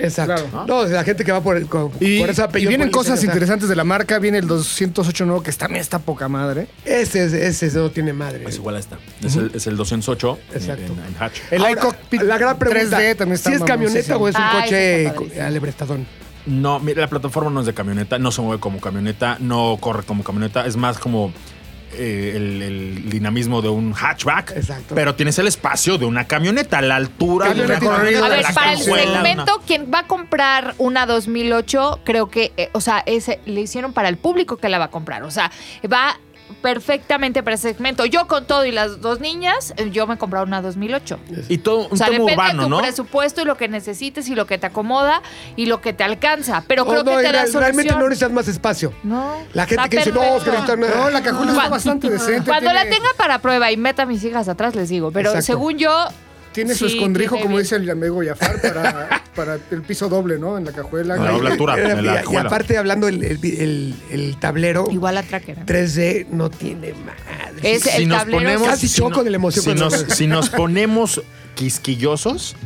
Speaker 3: Exacto.
Speaker 6: Claro.
Speaker 3: No, la gente que va por, el- con-
Speaker 6: Y,
Speaker 3: por ese
Speaker 6: y
Speaker 3: apellido.
Speaker 6: vienen
Speaker 3: por el-
Speaker 6: cosas
Speaker 3: o sea,
Speaker 6: interesantes de la marca. Viene el 208 nuevo, que también está poca madre.
Speaker 3: Ese, es- ese es- no tiene madre.
Speaker 5: es igual a esta. Es, el, es el 208 en-
Speaker 3: Exacto.
Speaker 5: En, en hatch.
Speaker 6: El
Speaker 3: Ahora,
Speaker 6: iCockpit
Speaker 3: la gran pregunta,
Speaker 6: 3D también está
Speaker 3: ¿Si es camioneta
Speaker 6: mamoncísimo.
Speaker 3: o es un
Speaker 2: Ay, sí, está
Speaker 3: coche
Speaker 2: padrísimo.
Speaker 3: alebrestadón?
Speaker 5: No, mira, la plataforma no es de camioneta, no se mueve como camioneta, no corre como camioneta, es más como eh, el, el dinamismo de un hatchback.
Speaker 3: Exacto.
Speaker 5: Pero tienes el espacio de una camioneta, la altura, el
Speaker 6: Camioneta.
Speaker 5: recorrido,
Speaker 2: A
Speaker 6: Para
Speaker 2: ver,
Speaker 5: la
Speaker 2: para el
Speaker 5: cajuela, una-
Speaker 2: segmento, quien va a comprar una 2008, creo que, eh, o sea, ese, le hicieron para el público que la va a comprar. O sea, va perfectamente para ese segmento. Yo con todo y las dos niñas, eh, yo me he comprado una 2008.
Speaker 5: Y todo un
Speaker 2: O sea,
Speaker 5: tema
Speaker 2: depende
Speaker 5: urbano,
Speaker 2: de tu
Speaker 5: ¿no?
Speaker 2: presupuesto y lo que necesites y lo que te acomoda y lo que te alcanza. Pero
Speaker 3: Oh,
Speaker 2: creo
Speaker 3: no,
Speaker 2: que te da
Speaker 3: real- realmente
Speaker 2: solución.
Speaker 3: no necesitas más espacio.
Speaker 2: No,
Speaker 3: La gente
Speaker 2: está
Speaker 3: que dice, no, es que
Speaker 2: perfecto.
Speaker 3: necesitan nada.
Speaker 6: No, la cajuela está
Speaker 2: Cuando-
Speaker 6: bastante decente.
Speaker 2: Cuando la
Speaker 6: tiene-
Speaker 2: tenga para prueba y meta a mis hijas atrás, les digo. Pero
Speaker 3: Exacto.
Speaker 2: según yo.
Speaker 6: Tiene su
Speaker 2: sí,
Speaker 6: escondrijo,
Speaker 2: tiene
Speaker 6: como
Speaker 2: bien.
Speaker 6: dice el amigo Jafar, para, para el piso doble, ¿no? En la cajuela.
Speaker 5: Para la doble altura,
Speaker 3: Y-
Speaker 5: en la
Speaker 3: y,
Speaker 5: cajuela.
Speaker 3: aparte, hablando, el, el- el- el tablero
Speaker 2: Igual Eh, a Tracker.
Speaker 3: 3D no tiene madre.
Speaker 2: Es el tablero.
Speaker 3: Casi choco
Speaker 5: no-
Speaker 3: de la emoción
Speaker 5: Si
Speaker 3: cuando
Speaker 5: nos,
Speaker 3: lo veo.
Speaker 5: si nos ponemos quisquillosos,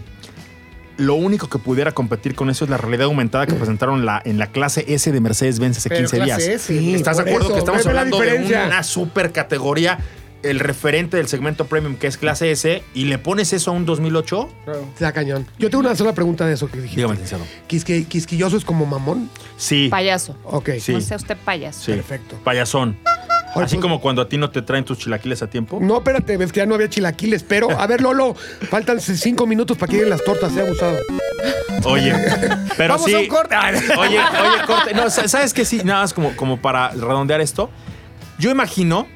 Speaker 5: lo único que pudiera competir con eso es la realidad aumentada que presentaron la, en la clase S de Mercedes-Benz hace
Speaker 6: Pero
Speaker 5: 15 días.
Speaker 6: clase S,
Speaker 3: Sí,
Speaker 5: ¿Estás de
Speaker 3: por
Speaker 5: acuerdo
Speaker 3: eso,
Speaker 5: que estamos
Speaker 3: ve- ve la
Speaker 5: hablando de
Speaker 3: diferencia.
Speaker 5: una super categoría, el referente del segmento premium que es clase S, y le pones eso a un 2008?
Speaker 6: claro.
Speaker 3: Está cañón. Yo tengo una sola pregunta de eso que dijiste.
Speaker 5: Dígame, licenciado.
Speaker 3: Quisque- ¿Quisquilloso es como mamón?
Speaker 5: Sí.
Speaker 2: Payaso.
Speaker 3: Ok.
Speaker 5: Sí.
Speaker 2: No sea usted payaso.
Speaker 5: sí.
Speaker 3: perfecto.
Speaker 5: Payasón.
Speaker 3: Oye,
Speaker 5: Así
Speaker 3: pues-
Speaker 5: como cuando a ti no te traen tus chilaquiles a tiempo.
Speaker 3: No, espérate, ves que ya no había chilaquiles, pero. A ver, Lolo, faltan cinco minutos para que lleguen las tortas, se ha abusado.
Speaker 5: Oye, pero
Speaker 6: Vamos
Speaker 5: sí. Ah,
Speaker 6: a un corte. Ay,
Speaker 5: Oye, oye, corte. No, sa- ¿sabes qué? Sí, nada más como, como para redondear esto. Yo imagino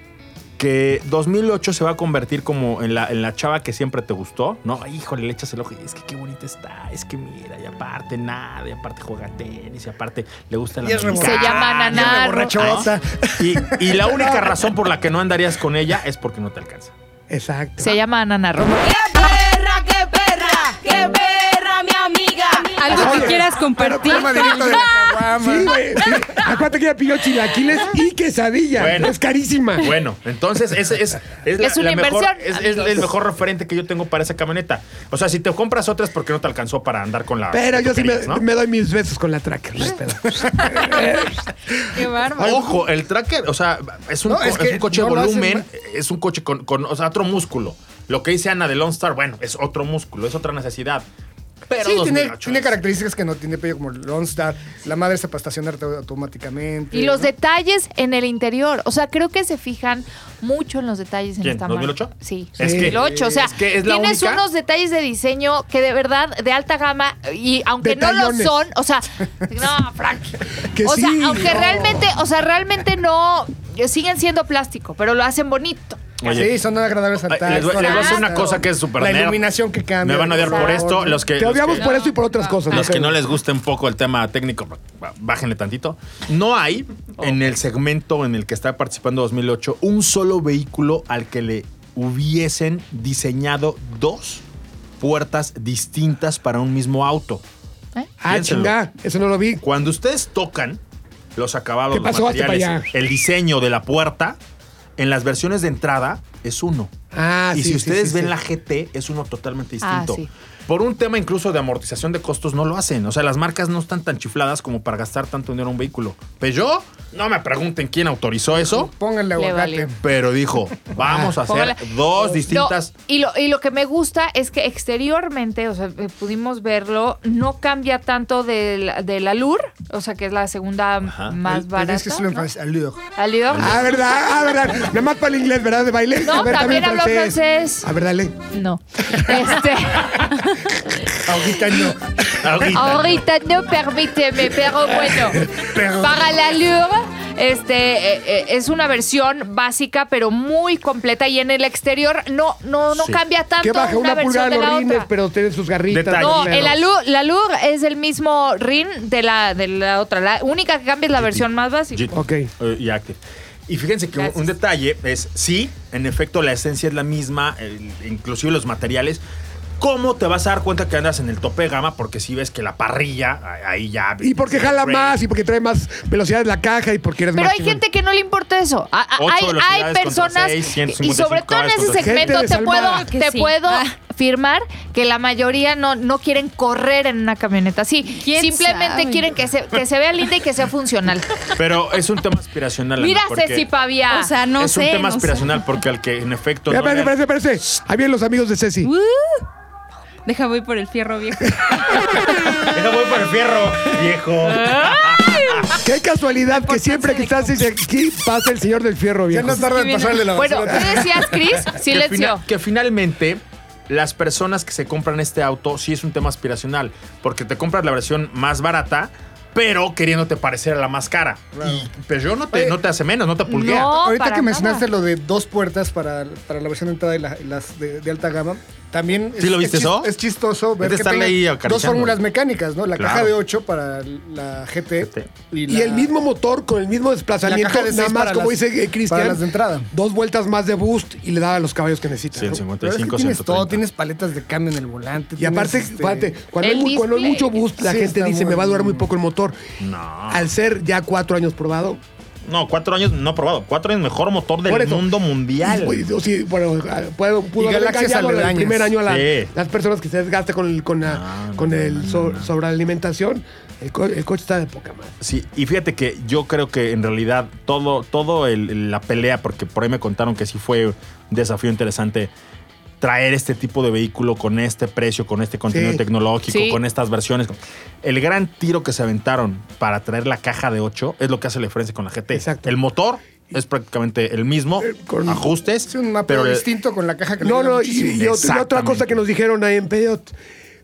Speaker 5: que 2008 se va a convertir como en la, en la chava que siempre te gustó, ¿no? Ay, Híjole, le echas el ojo y es que qué bonita está, es que mira, y aparte nada, y aparte juega tenis, y aparte le gusta la
Speaker 6: Y es
Speaker 5: americana,
Speaker 2: Se llama
Speaker 5: y es
Speaker 2: Naná.
Speaker 5: re-
Speaker 6: borrachota.
Speaker 5: Y, y la única razón por la que no andarías con ella es porque no te alcanza.
Speaker 3: Exacto.
Speaker 2: Se llama Ana
Speaker 7: perra, qué perra, qué perra, mi amiga.
Speaker 4: Algo que
Speaker 6: Oye,
Speaker 4: quieras compartir.
Speaker 6: Palma directa de la caguama.
Speaker 3: Ah, Sí, güey. sí. Acuérdate que ella pidió chilaquiles y quesadilla.
Speaker 5: Bueno.
Speaker 3: Es carísima.
Speaker 5: Bueno, entonces ese es, es, la-
Speaker 2: Es una
Speaker 5: la mejor-
Speaker 2: inversión,
Speaker 5: es- es el mejor referente que yo tengo para esa camioneta. O sea, si te compras otras porque no te alcanzó para andar con la.
Speaker 3: Pero
Speaker 5: que tú
Speaker 3: yo sí me,
Speaker 5: querías, ¿no?
Speaker 3: me doy mis besos con la tracker. no hay pedo. Ah,
Speaker 2: Qué bárbaro.
Speaker 5: Ojo, el tracker, o sea, es un,
Speaker 6: No,
Speaker 5: co-
Speaker 6: es
Speaker 5: es
Speaker 6: que
Speaker 5: un coche
Speaker 6: no
Speaker 5: de
Speaker 6: lo hacen
Speaker 5: volumen,
Speaker 6: mal.
Speaker 5: es un coche con, con, o sea, otro músculo. Lo que dice Ana de Lone Star, bueno, es otro músculo, es otra necesidad. Pero
Speaker 6: Sí, tiene,
Speaker 5: 2008
Speaker 6: tiene
Speaker 5: es-
Speaker 6: características que no tiene pello como el Lonstar. La madre está para estacionar automáticamente.
Speaker 2: Y los
Speaker 6: ¿no?
Speaker 2: detalles en el interior. O sea, creo que se fijan mucho en los detalles en
Speaker 5: ¿Quién?
Speaker 2: esta marca.
Speaker 5: ¿2008?
Speaker 2: Sí.
Speaker 5: Es que-
Speaker 2: 2008. O sea,
Speaker 5: es que es la
Speaker 2: tienes
Speaker 5: única.
Speaker 2: unos detalles de diseño que de verdad, de alta gama, y aunque no lo
Speaker 3: Detallones.
Speaker 2: son, o sea, no, Frank.
Speaker 3: Que
Speaker 2: o sea,
Speaker 3: sí,
Speaker 2: aunque
Speaker 3: no.
Speaker 2: realmente, o sea, realmente no siguen siendo plástico, pero lo hacen bonito.
Speaker 5: Oye.
Speaker 6: sí, son agradables al
Speaker 5: Ay,
Speaker 6: tacto,
Speaker 5: les voy- les voy a hacer una
Speaker 6: al gusto.
Speaker 5: cosa que es súper
Speaker 6: La
Speaker 5: nerd.
Speaker 6: iluminación que cambia.
Speaker 5: Me van a odiar por esto. Los que,
Speaker 3: Te
Speaker 5: los
Speaker 3: odiamos
Speaker 5: que-
Speaker 3: por eso y por otras cosas.
Speaker 5: Los que
Speaker 3: pero-
Speaker 5: no les guste un poco el tema técnico, b- bájenle tantito. No hay en el segmento en el que está participando 2008 un solo vehículo al que le hubiesen diseñado dos puertas distintas para un mismo auto.
Speaker 3: Ah,
Speaker 5: piénselo.
Speaker 3: chingá, eso no lo vi.
Speaker 5: Cuando ustedes tocan los acabados,
Speaker 3: ¿Qué
Speaker 5: los
Speaker 3: pasó? Hazte para
Speaker 5: materiales,
Speaker 3: allá.
Speaker 5: el diseño de la puerta, en las versiones de entrada es uno.
Speaker 3: Ah,
Speaker 5: y
Speaker 3: sí,
Speaker 5: si
Speaker 3: sí,
Speaker 5: ustedes
Speaker 3: sí,
Speaker 5: ven
Speaker 3: sí.
Speaker 5: la GT, es uno totalmente
Speaker 2: Ah,
Speaker 5: distinto.
Speaker 2: sí.
Speaker 5: Por un tema incluso de amortización de costos, no lo hacen. O sea, las marcas no están tan chifladas como para gastar tanto dinero en un vehículo. Peugeot, no me pregunten quién autorizó eso,
Speaker 6: Pónganle
Speaker 2: Le
Speaker 6: aguacate.
Speaker 2: valió.
Speaker 5: pero dijo, vamos a hacer
Speaker 2: Póngala.
Speaker 5: dos distintas.
Speaker 2: No, y, lo, y lo que me gusta es que exteriormente, o sea, eh, pudimos verlo, no cambia tanto del, del Alur, o sea, que es la segunda
Speaker 5: Ajá.
Speaker 2: más barata.
Speaker 6: Es que es un
Speaker 2: Ah, ¿no?
Speaker 6: enfance- allure.
Speaker 2: Allure.
Speaker 3: Ah, ¿verdad? Ah, ¿verdad? Nada más para el inglés, ¿verdad? De baile.
Speaker 2: No,
Speaker 3: A ver,
Speaker 2: también habló francés.
Speaker 3: A ver, dale.
Speaker 2: No. Este,
Speaker 6: Ahorita no.
Speaker 2: ahorita no permíteme, pero bueno.
Speaker 6: Pero-
Speaker 2: Para la Allure, este, eh, eh, es una versión básica, pero muy completa. Y en el exterior no, no, no
Speaker 5: Sí.
Speaker 2: cambia tanto
Speaker 3: Que baja una,
Speaker 2: versión
Speaker 3: pulgada de
Speaker 2: de la
Speaker 3: los rines,
Speaker 2: otra.
Speaker 3: pero tiene sus garritas.
Speaker 5: Detalle.
Speaker 2: No,
Speaker 3: pero-
Speaker 2: el Alur, la Alur es el mismo RIN de la, de la otra. La única que cambia es la versión más básica.
Speaker 5: Jeep.
Speaker 3: Ok.
Speaker 5: Eh, y Active. Y fíjense que un,
Speaker 2: Gracias.
Speaker 5: un detalle es, sí, en efecto la esencia es la misma, el- inclusive los materiales. ¿Cómo te vas a dar cuenta que andas en el tope de gama? Porque si ves que la parrilla, a- ahí ya...
Speaker 3: Y porque jala más, y porque trae más velocidad en la caja, y porque eres
Speaker 2: Pero
Speaker 3: más
Speaker 2: hay
Speaker 3: chingón.
Speaker 2: gente que no le importa eso. A- a-
Speaker 5: Ocho
Speaker 2: hay,
Speaker 5: velocidades
Speaker 2: hay
Speaker 5: contra
Speaker 2: personas
Speaker 5: seis,
Speaker 2: y
Speaker 5: 155
Speaker 2: sobre todo en
Speaker 5: horas
Speaker 2: ese
Speaker 5: contra
Speaker 2: segmento
Speaker 3: Gente
Speaker 2: te puedo,
Speaker 3: desalmada.
Speaker 2: te
Speaker 4: Que sí.
Speaker 2: puedo
Speaker 4: Ah.
Speaker 2: firmar que la mayoría no, no quieren correr en una camioneta. Sí,
Speaker 4: ¿Quién
Speaker 2: simplemente
Speaker 4: sabe?
Speaker 2: quieren que se, que se vea linda y que sea funcional.
Speaker 5: Pero es un tema aspiracional. Ana,
Speaker 2: Mira,
Speaker 5: porque
Speaker 2: Ceci Pavia.
Speaker 4: O sea, no
Speaker 5: es
Speaker 4: sé.
Speaker 5: un tema
Speaker 4: no sé.
Speaker 5: aspiracional porque al que en efecto...
Speaker 3: Ya,
Speaker 5: no le-
Speaker 3: Espérate, espérate, espérate. Ahí vienen los amigos de Ceci.
Speaker 4: Uh, deja voy por el fierro viejo.
Speaker 5: Deja, voy por el fierro, viejo.
Speaker 3: Qué casualidad que siempre que estás
Speaker 4: importancia
Speaker 3: aquí pasa el señor del fierro,
Speaker 6: Ya
Speaker 3: viejo.
Speaker 6: no tarda en
Speaker 4: viene-
Speaker 6: pasarle la
Speaker 2: bueno,
Speaker 6: basura.
Speaker 2: ¿qué decías, Cris?
Speaker 5: que, fina-
Speaker 2: Silencio.
Speaker 5: que finalmente las personas que se compran este auto sí es un tema aspiracional, porque te compras la versión más barata, pero queriéndote parecer a la más cara. Y Peugeot no te,
Speaker 6: Oye.
Speaker 5: no te hace menos, no te pulguea.
Speaker 2: No,
Speaker 6: Ahorita
Speaker 2: para
Speaker 6: que mencionaste
Speaker 2: nada.
Speaker 6: lo de dos puertas para, para la versión de entrada y, la- y las de, de alta gama, también
Speaker 5: ¿Sí lo viste
Speaker 6: es,
Speaker 5: eso?
Speaker 6: es chistoso ver
Speaker 5: Es de
Speaker 6: que
Speaker 5: estarle
Speaker 6: tengan
Speaker 5: ahí
Speaker 6: dos
Speaker 5: acariciando.
Speaker 6: fórmulas mecánicas, ¿no? La caja
Speaker 5: Claro.
Speaker 6: de 8 para la GT,
Speaker 5: GT.
Speaker 3: Y el mismo motor con el mismo
Speaker 6: La
Speaker 3: desplazamiento,
Speaker 6: caja de seis
Speaker 3: nada más
Speaker 6: para
Speaker 3: como
Speaker 6: las-
Speaker 3: dice eh, Cristian.
Speaker 6: para las de entrada.
Speaker 3: Dos vueltas más de boost y le daba los caballos que necesita.
Speaker 5: Sí, el
Speaker 3: ¿no?
Speaker 5: 50.
Speaker 6: Pero es que
Speaker 5: 35,
Speaker 6: tienes todo,
Speaker 5: 130.
Speaker 6: tienes paletas de cambio en el volante.
Speaker 3: Y aparte,
Speaker 6: tienes, este,
Speaker 3: fíjate, cuando, hay,
Speaker 2: El
Speaker 3: mu- cuando hay
Speaker 2: display.
Speaker 3: mucho boost, la
Speaker 6: Sí,
Speaker 3: gente
Speaker 6: está
Speaker 3: dice,
Speaker 6: muy-
Speaker 3: me va a durar muy poco el motor.
Speaker 5: No.
Speaker 3: Al ser ya cuatro años probado,
Speaker 5: No, cuatro años, no probado. Cuatro años mejor motor
Speaker 3: Por
Speaker 5: del
Speaker 3: eso.
Speaker 5: mundo mundial.
Speaker 3: Uy, o sí, bueno, ah, puedo- pudo
Speaker 6: Y
Speaker 3: haber
Speaker 6: galaxias
Speaker 3: engañado el
Speaker 6: aledañas.
Speaker 3: primer año a la-
Speaker 5: Sí.
Speaker 3: las personas que se desgastan con el, con la,
Speaker 5: No, no,
Speaker 3: con
Speaker 5: no,
Speaker 3: el
Speaker 5: no,
Speaker 3: so-
Speaker 5: no.
Speaker 3: sobrealimentación. El, co- el coche está de poca madre.
Speaker 5: Sí, y fíjate que yo creo que en realidad todo, todo el- el- la pelea, porque por ahí me contaron que sí fue un desafío interesante traer este tipo de vehículo con este precio, con este contenido
Speaker 3: Sí.
Speaker 5: tecnológico,
Speaker 2: Sí.
Speaker 5: con estas versiones. El gran tiro que se aventaron para traer la caja de 8 es lo que hace la diferencia con la GT.
Speaker 3: Exacto. Eh,
Speaker 5: El motor es prácticamente el mismo,
Speaker 6: con-
Speaker 5: ajustes,
Speaker 6: Es un mapa
Speaker 5: pero eh, le-
Speaker 6: distinto con la caja que le
Speaker 3: No,
Speaker 6: dieron
Speaker 3: no, y,
Speaker 6: muchísimo.
Speaker 3: y ot- y otra cosa
Speaker 5: Exactamente.
Speaker 3: que nos dijeron ahí en Peyot,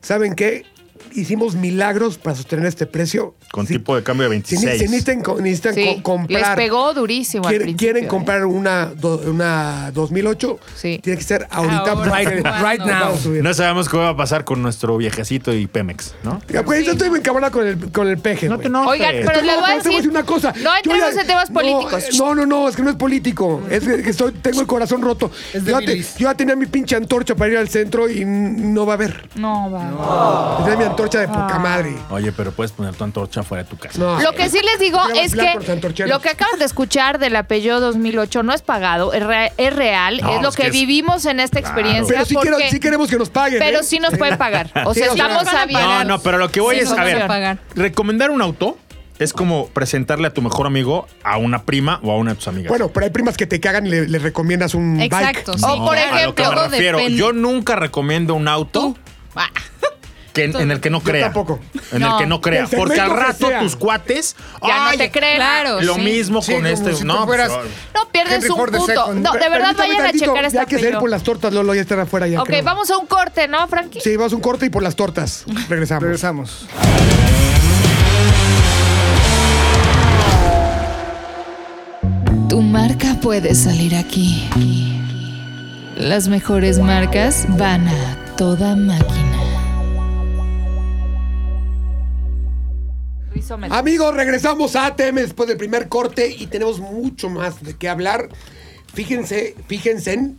Speaker 3: ¿saben qué? Hicimos milagros para sostener este precio.
Speaker 5: con
Speaker 3: Si-
Speaker 5: tipo de cambio de
Speaker 3: si
Speaker 5: 26.
Speaker 3: ne- si necesitan, co- necesitan
Speaker 2: Sí,
Speaker 3: co- comprar.
Speaker 2: les pegó durísimo al
Speaker 3: Quieren,
Speaker 2: principio,
Speaker 3: quieren
Speaker 2: ¿eh?
Speaker 3: comprar una, do- una 2008,
Speaker 2: Sí.
Speaker 3: tiene que ser ahorita.
Speaker 4: Ahora,
Speaker 3: porque-
Speaker 4: right- right
Speaker 3: nos vamos a
Speaker 6: now.
Speaker 3: subir.
Speaker 5: no sabemos qué va a pasar con nuestro viejecito y Pemex, ¿no?
Speaker 3: Ya, güey, pues, yo estoy bien cabrona con el, con el peje.
Speaker 5: No
Speaker 3: güey.
Speaker 5: te enojes.
Speaker 2: Oigan, pero
Speaker 3: Estoy
Speaker 2: les voy a
Speaker 3: loco, te
Speaker 2: decir.
Speaker 3: una cosa.
Speaker 2: No
Speaker 3: Yo
Speaker 2: entremos
Speaker 3: ya-
Speaker 2: en temas
Speaker 3: no,
Speaker 2: políticos.
Speaker 3: eh, No, no, no, es que no es político. Es que que estoy, tengo el corazón roto.
Speaker 6: Es de
Speaker 3: yo, ya te-
Speaker 6: bilis.
Speaker 3: yo ya tenía mi pinche antorcha para ir al centro y n- no va a haber.
Speaker 2: No, va.
Speaker 3: Tenía mi antorcha de poca madre.
Speaker 5: Oye, pero puedes poner tu antorcha fuera de tu casa.
Speaker 3: No.
Speaker 2: Ah. Lo que sí les digo
Speaker 3: Quiero
Speaker 2: es
Speaker 3: bailar
Speaker 2: que
Speaker 3: con los antorcheros.
Speaker 2: lo que acaban de escuchar del apellido 2008 no es pagado, es, re- es real,
Speaker 5: No,
Speaker 2: es lo
Speaker 5: es
Speaker 2: que
Speaker 5: que es-
Speaker 2: vivimos en esta experiencia.
Speaker 3: Pero sí,
Speaker 2: porque-
Speaker 3: quiero- sí queremos que nos paguen.
Speaker 2: pero
Speaker 3: ¿eh?
Speaker 2: sí nos pueden pagar. O
Speaker 3: Sí,
Speaker 2: sea,
Speaker 3: o sea,
Speaker 2: estamos
Speaker 4: van a
Speaker 2: abiertos.
Speaker 4: pagar.
Speaker 5: No, no, pero lo que voy
Speaker 4: Sí,
Speaker 5: es,
Speaker 4: nos
Speaker 5: a
Speaker 4: van a
Speaker 5: ver,
Speaker 4: pagar.
Speaker 5: recomendar un auto es como presentarle a tu mejor amigo a una prima o a una de tus amigas.
Speaker 3: Bueno, pero hay primas que te cagan y le, le recomiendas un
Speaker 4: Exacto.
Speaker 3: bike.
Speaker 4: sí.
Speaker 2: O por
Speaker 5: a lo que
Speaker 2: ejemplo,
Speaker 5: me
Speaker 4: todo
Speaker 5: refiero,
Speaker 4: depende.
Speaker 5: yo nunca recomiendo un auto
Speaker 4: Tú. Ah,
Speaker 5: que, en el que no crea.
Speaker 3: tampoco.
Speaker 5: En el
Speaker 4: No.
Speaker 5: que no crea.
Speaker 3: Del segmento
Speaker 5: Porque al
Speaker 3: que
Speaker 5: rato
Speaker 3: sea.
Speaker 5: tus cuates.
Speaker 2: Ya
Speaker 5: "Ay,
Speaker 2: no te creen.
Speaker 4: claro.
Speaker 5: Lo
Speaker 4: sí.
Speaker 5: mismo
Speaker 6: Sí,
Speaker 5: con
Speaker 6: como
Speaker 5: este.
Speaker 6: si
Speaker 5: no,
Speaker 6: tú fueras-
Speaker 5: pues,
Speaker 2: No pierden
Speaker 6: Henry
Speaker 2: su
Speaker 6: Ford de
Speaker 2: punto.
Speaker 6: second.
Speaker 2: No, de verdad
Speaker 3: Permítame
Speaker 2: vayan a
Speaker 3: tantito,
Speaker 2: checar esta
Speaker 3: Ya que se ir por
Speaker 2: apellido.
Speaker 3: las tortas, Lolo, ya están afuera. Ya,
Speaker 2: Ok,
Speaker 3: creo.
Speaker 2: vamos a un corte, ¿no, Frankie?
Speaker 3: Sí, vamos a un corte y por las tortas. Regresamos.
Speaker 6: Regresamos.
Speaker 8: Tu marca puede salir aquí. Las mejores marcas van a toda máquina.
Speaker 2: Rizómetro.
Speaker 3: Amigos, regresamos a ATM después del primer corte y tenemos mucho más de qué hablar. Fíjense, fíjense en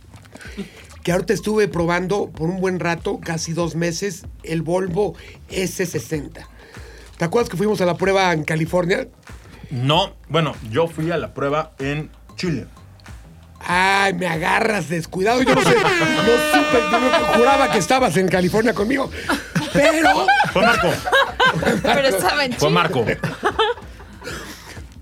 Speaker 3: que ahorita estuve probando por un buen rato, casi dos meses, el Volvo S60. ¿Te acuerdas que fuimos a la prueba en California?
Speaker 5: no, bueno, yo fui a la prueba en Chile.
Speaker 3: Ay, me agarras descuidado. Yo no sé, no supe, yo no- juraba que estabas en California conmigo. Pero,
Speaker 5: Fue Marco.
Speaker 4: Pero estaba en
Speaker 5: Fue
Speaker 4: Chile.
Speaker 5: Marco.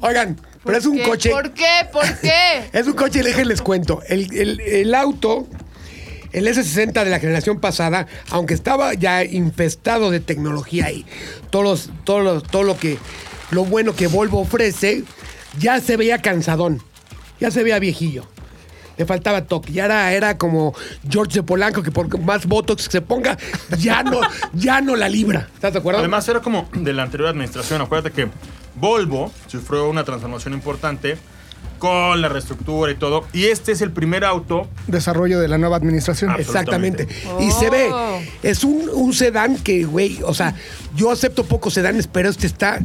Speaker 3: oigan, pero es un
Speaker 2: ¿Qué?
Speaker 3: coche.
Speaker 2: ¿Por qué? ¿Por qué?
Speaker 3: Es un coche, déjenles cuento. El, el- el auto, el S60 de la generación pasada, aunque estaba ya infestado de tecnología y todos los- todos los- todo lo que lo bueno que Volvo ofrece, ya se veía cansadón, ya se veía viejillo. Le faltaba toque. Ya era, era como George de Polanco, que por más botox que se ponga, ya no, ya no la libra. ¿Estás de acuerdo?
Speaker 5: Además, era como de la anterior administración. Acuérdate que Volvo sufrió una transformación importante con la reestructura y todo. Y este es el primer auto.
Speaker 6: Desarrollo de la nueva administración.
Speaker 5: Ah,
Speaker 3: Exactamente. Y se ve,
Speaker 6: Oh.
Speaker 3: es un, un sedán que, güey, o sea, yo acepto pocos sedanes, pero este está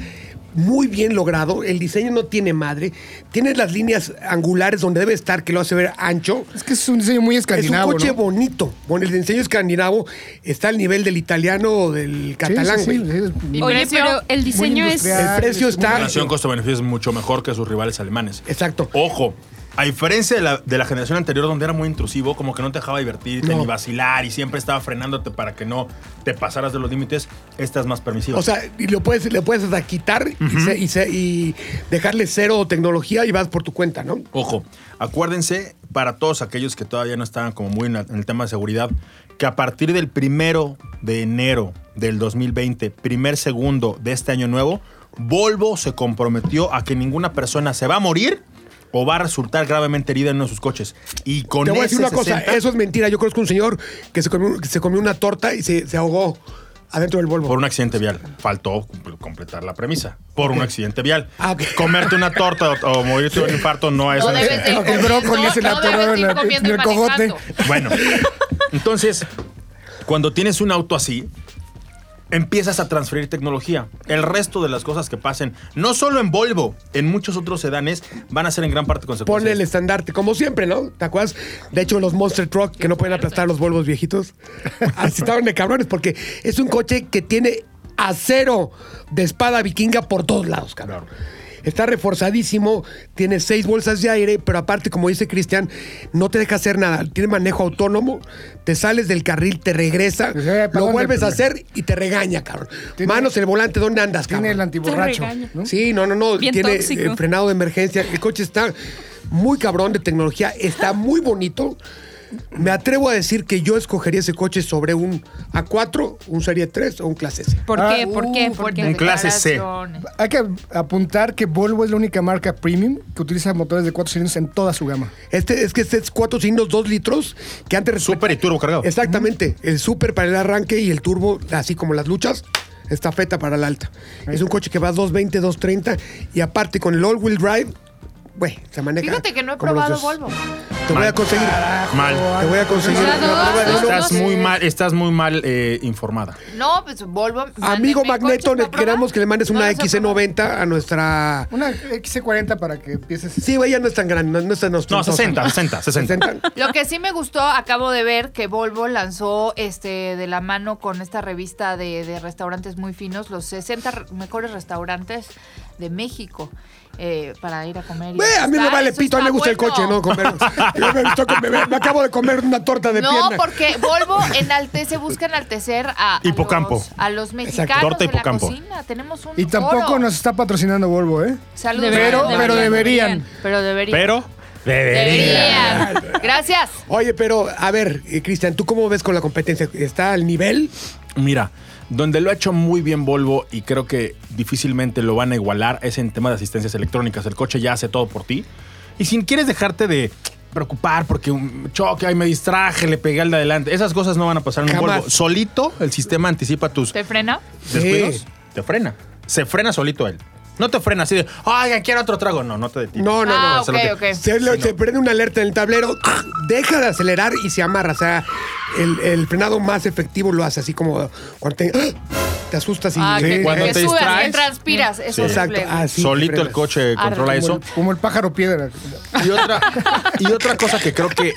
Speaker 3: muy bien logrado. El diseño no tiene madre. Tiene las líneas angulares donde debe estar, que lo hace ver ancho.
Speaker 6: Es que es un diseño muy
Speaker 3: Es un
Speaker 6: escandinavo.
Speaker 3: coche
Speaker 6: ¿no?
Speaker 3: bonito. Bueno, el diseño escandinavo está al nivel del italiano o del
Speaker 6: Sí,
Speaker 3: catalán,
Speaker 6: sí,
Speaker 3: güey.
Speaker 6: sí, sí, es
Speaker 4: Oye, pero el diseño es.
Speaker 6: industrial.
Speaker 3: El precio
Speaker 6: Es muy
Speaker 5: La
Speaker 3: está.
Speaker 5: relación costo-beneficio es mucho mejor que sus rivales alemanes.
Speaker 3: Exacto.
Speaker 5: Ojo, a diferencia de la, de la generación anterior donde era muy intrusivo, como que no te dejaba divertirte
Speaker 3: No.
Speaker 5: ni vacilar y siempre estaba frenándote para que no te pasaras de los límites, esta es más permisiva.
Speaker 3: O sea, y lo puedes, le puedes hasta quitar y se- y, se- y dejarle cero tecnología y vas por tu cuenta, ¿no?
Speaker 5: Ojo, acuérdense para todos aquellos que todavía no estaban como muy en la- en el tema de seguridad, que a partir del primero de enero del 2020, primer segundo de este año nuevo, Volvo se comprometió a que ninguna persona se va a morir o va a resultar gravemente herida en uno de sus coches. Y con
Speaker 3: Te voy a decir una cosa,
Speaker 5: S60
Speaker 3: eso es mentira. Yo conozco un señor que se comió, que se comió una torta y se, se ahogó adentro del Volvo.
Speaker 5: Por un accidente vial. Faltó cumpl- completar la premisa. Por un accidente vial.
Speaker 3: Ah, ok.
Speaker 5: Comerte una torta o, o morirte de un infarto no es
Speaker 2: No
Speaker 5: un
Speaker 2: debes de ir
Speaker 5: accidente.
Speaker 6: El
Speaker 2: comiendo,
Speaker 6: brócoli se le
Speaker 2: no
Speaker 6: atoró
Speaker 2: debes de
Speaker 6: en
Speaker 2: ir
Speaker 6: la-
Speaker 2: comiendo y
Speaker 6: en el cogote.
Speaker 2: manejando.
Speaker 5: Bueno, entonces, cuando tienes un auto así, empiezas a transferir tecnología. El resto de las cosas que pasen, no solo en Volvo, en muchos otros sedanes, van a ser en gran parte consecuencias.
Speaker 3: Pone el estandarte, como siempre, ¿no? ¿Te acuerdas? De hecho, los Monster Truck que no pueden aplastar a los Volvos viejitos. Así estaban de cabrones, porque es un coche que tiene acero de espada vikinga por todos lados, cabrón. Está reforzadísimo, tiene seis bolsas de aire, pero aparte, como dice Cristian, no te deja hacer nada. Tiene manejo autónomo, te sales del carril, te regresa,
Speaker 6: Pues, eh,
Speaker 3: lo
Speaker 6: ¿para dónde,
Speaker 3: vuelves a
Speaker 6: primer?
Speaker 3: hacer y te regaña, cabrón.
Speaker 6: Tiene-
Speaker 3: Manos en el volante, ¿dónde andas, cabrón?
Speaker 6: Tiene el antiborracho.
Speaker 4: Te regaña.
Speaker 6: ¿no?
Speaker 3: Sí, no, no, no.
Speaker 4: Bien
Speaker 3: tiene
Speaker 4: tóxico.
Speaker 3: eh, frenado de emergencia. El coche está muy cabrón de tecnología. Está muy bonito. Me atrevo a decir que yo escogería ese coche sobre un A4, un Serie 3 o un Clase S.
Speaker 2: ¿Por
Speaker 6: Ah,
Speaker 2: qué? ¿Por qué?
Speaker 6: uh,
Speaker 2: ¿Por qué?
Speaker 5: un clase C.
Speaker 2: Declaraciones.
Speaker 6: Hay que apuntar que Volvo es la única marca premium que utiliza motores de cuatro cilindros en toda su gama.
Speaker 3: Este es que este es cuatro cilindros, dos litros, que antes resulta-
Speaker 5: Súper y turbo cargado.
Speaker 3: Exactamente, el super para el arranque y el turbo, así como las luchas, estafeta para la alta. Es un coche que va a 220, 230 y aparte con el all-wheel drive, güey, se maneja.
Speaker 2: Fíjate que no he
Speaker 3: como los
Speaker 2: probado
Speaker 3: dioses.
Speaker 2: Volvo.
Speaker 3: Te voy a conseguir,
Speaker 5: Mal.
Speaker 3: te voy a conseguir.
Speaker 2: O sea,
Speaker 3: una
Speaker 2: dos,
Speaker 3: prueba de
Speaker 2: dos,
Speaker 3: uno.
Speaker 5: Estás muy mal, estás muy mal eh, informada.
Speaker 2: No, pues Volvo. mándenme
Speaker 3: Amigo Magneto,
Speaker 2: coches
Speaker 3: le
Speaker 2: para probar.
Speaker 3: queramos que le mandes
Speaker 2: No
Speaker 3: una
Speaker 2: los he probado.
Speaker 3: XC90 a nuestra...
Speaker 6: Una XC40 para que empieces.
Speaker 3: Sí, güey, ya no es tan grande, no, no es tan
Speaker 5: No,
Speaker 3: ostentosa.
Speaker 5: 60, 60, 60.
Speaker 2: Lo que sí me gustó, acabo de ver que Volvo lanzó este de la mano con esta revista de, de restaurantes muy finos, los 60 re- mejores restaurantes de México eh, para ir a comer. y
Speaker 3: Güey, a mí me
Speaker 2: degustar.
Speaker 3: vale
Speaker 2: Eso
Speaker 3: pito, a mí me gusta
Speaker 2: está
Speaker 3: el coche,
Speaker 2: bueno.
Speaker 3: no comer. Yo me, gustó comer- me- me acabo de comer una torta de
Speaker 2: no,
Speaker 3: pierna.
Speaker 2: porque Volvo enaltece, busca enaltecer a, a
Speaker 5: Hipocampo.
Speaker 2: los, a los mexicanos
Speaker 5: Torta
Speaker 2: en la
Speaker 5: hipocampo.
Speaker 2: cocina. Tenemos un
Speaker 6: Y tampoco
Speaker 2: foro.
Speaker 6: nos está patrocinando Volvo, ¿eh?
Speaker 2: Saludos.
Speaker 6: Pero- pero deberían.
Speaker 2: Pero deberían.
Speaker 5: Pero debería.
Speaker 2: deberían. Gracias.
Speaker 3: Oye, pero a ver, eh, Cristian, ¿tú cómo ves con la competencia? ¿Está al nivel?
Speaker 5: Mira, donde lo ha hecho muy bien Volvo y creo que difícilmente lo van a igualar es en tema de asistencias electrónicas. El coche ya hace todo por ti. Y si quieres dejarte de preocupar porque un choque, ay, me distraje, le pegué al de adelante. Esas cosas no van a pasar en un
Speaker 3: Jamás.
Speaker 5: Volvo. Solito el sistema anticipa tus
Speaker 2: ¿Te frena?
Speaker 5: descuidos.
Speaker 3: Sí.
Speaker 5: Te frena. Se frena solito él. No te frena así de, ay, quiero otro trago. No, no te detiene.
Speaker 3: No, no,
Speaker 2: ah,
Speaker 3: no.
Speaker 2: ok, ok.
Speaker 3: Se, le- se prende una alerta en el tablero, deja de acelerar y se amarra. O sea, el, el frenado más efectivo lo hace así como cuando te, te asustas y.
Speaker 2: Ah, que,
Speaker 5: Cuando
Speaker 2: que
Speaker 5: te
Speaker 2: subes, que
Speaker 5: distraes.
Speaker 2: transpiras. Es
Speaker 5: Sí. Ah,
Speaker 2: horrible.
Speaker 3: Exacto, así.
Speaker 5: Solito el
Speaker 3: frenas.
Speaker 5: coche
Speaker 2: Arre.
Speaker 5: controla
Speaker 2: Como
Speaker 5: eso.
Speaker 6: Como el pájaro piedra.
Speaker 5: Y otra, y otra cosa que creo que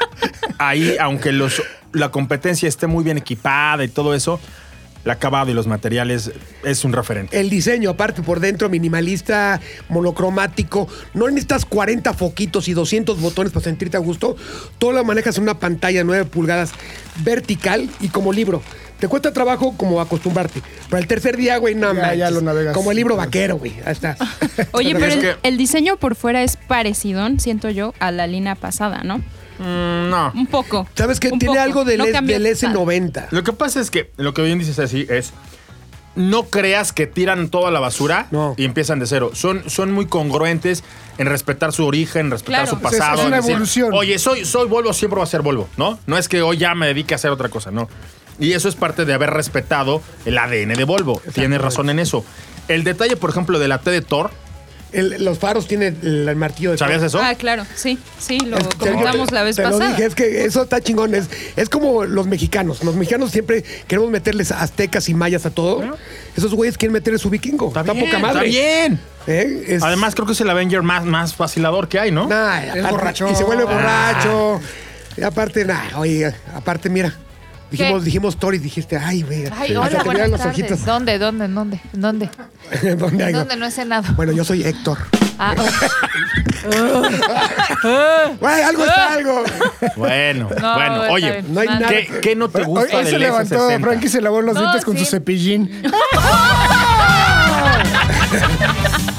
Speaker 5: ahí, aunque los, la competencia esté muy bien equipada y todo eso, el acabado y los materiales es un referente.
Speaker 3: El diseño, aparte por dentro, minimalista, monocromático. No necesitas 40 foquitos y 200 botones para sentirte a gusto. Todo lo manejas en una pantalla de 9 pulgadas vertical y como libro. Te cuesta trabajo como acostumbrarte. Pero el tercer día, güey, nada
Speaker 6: Ya,
Speaker 3: más.
Speaker 6: ya lo navegas.
Speaker 3: Como el libro vaquero, güey. Ahí está.
Speaker 4: Oye, pero
Speaker 5: Es
Speaker 4: el,
Speaker 5: que-
Speaker 4: el diseño por fuera es parecidón, siento yo, a la línea pasada, ¿no?
Speaker 5: no.
Speaker 4: Un poco.
Speaker 3: ¿Sabes qué?
Speaker 4: un
Speaker 3: Tiene
Speaker 4: poco.
Speaker 3: algo del,
Speaker 4: No Ah.
Speaker 3: S-
Speaker 4: cambió
Speaker 3: del
Speaker 4: tanto.
Speaker 3: S90.
Speaker 5: Lo que pasa es que lo que bien dices así es. No creas que tiran toda la basura
Speaker 3: No.
Speaker 5: y empiezan de cero. Son, son muy congruentes en respetar su origen, en respetar
Speaker 4: Claro.
Speaker 5: su
Speaker 6: Es- es
Speaker 5: pasado.
Speaker 6: una
Speaker 5: en decir,
Speaker 6: evolución.
Speaker 5: Oye, soy, soy Volvo, siempre va a ser Volvo, ¿no? No es que hoy ya me dedique a hacer otra cosa, no. Y eso es parte de haber respetado el ADN de Volvo. Tienes razón en eso. El detalle, por ejemplo, de la T de Thor,
Speaker 3: El- los faros tienen el, el martillo de.
Speaker 5: ¿sabías eso?
Speaker 4: Ah, claro, sí, sí, lo
Speaker 3: Es- te-
Speaker 4: comentamos la vez
Speaker 3: te
Speaker 4: pasada.
Speaker 3: Lo dije, es que eso está chingón. Es, es como los mexicanos. Los mexicanos siempre queremos meterles aztecas y mayas a todo. Esos güeyes quieren meterle su vikingo. Está,
Speaker 5: bien,
Speaker 3: poca madre.
Speaker 5: Está bien.
Speaker 3: ¿Eh? Es-
Speaker 5: Además, creo que es el Avenger más, más vacilador que hay, ¿no?
Speaker 3: nah,
Speaker 6: es
Speaker 3: aparte-
Speaker 6: borracho.
Speaker 3: Y se vuelve
Speaker 5: Ah.
Speaker 3: borracho. Y aparte, nah, oye, aparte, mira. Dijimos,
Speaker 2: ¿Qué?
Speaker 3: dijimos Tori, dijiste, ay, güey.
Speaker 2: Ay,
Speaker 3: hasta
Speaker 2: hola,
Speaker 3: te miran
Speaker 2: buenas
Speaker 3: los ojitos.
Speaker 2: tardes. ¿Dónde, dónde, dónde, dónde?
Speaker 3: ¿Dónde hay?
Speaker 2: ¿Dónde no he cenado?
Speaker 3: Bueno, yo soy Héctor.
Speaker 2: Ah, oh.
Speaker 3: Güey, algo es algo.
Speaker 5: Bueno,
Speaker 2: No,
Speaker 5: bueno,
Speaker 2: está
Speaker 5: oye,
Speaker 2: bien.
Speaker 3: No hay
Speaker 2: Mal.
Speaker 3: nada.
Speaker 5: ¿qué, qué no te
Speaker 6: Hoy,
Speaker 5: gusta
Speaker 6: hoy se
Speaker 5: del
Speaker 6: levantó
Speaker 5: S60?
Speaker 6: Frankie se lavó los
Speaker 2: No,
Speaker 6: dientes con
Speaker 2: sí.
Speaker 6: su cepillín.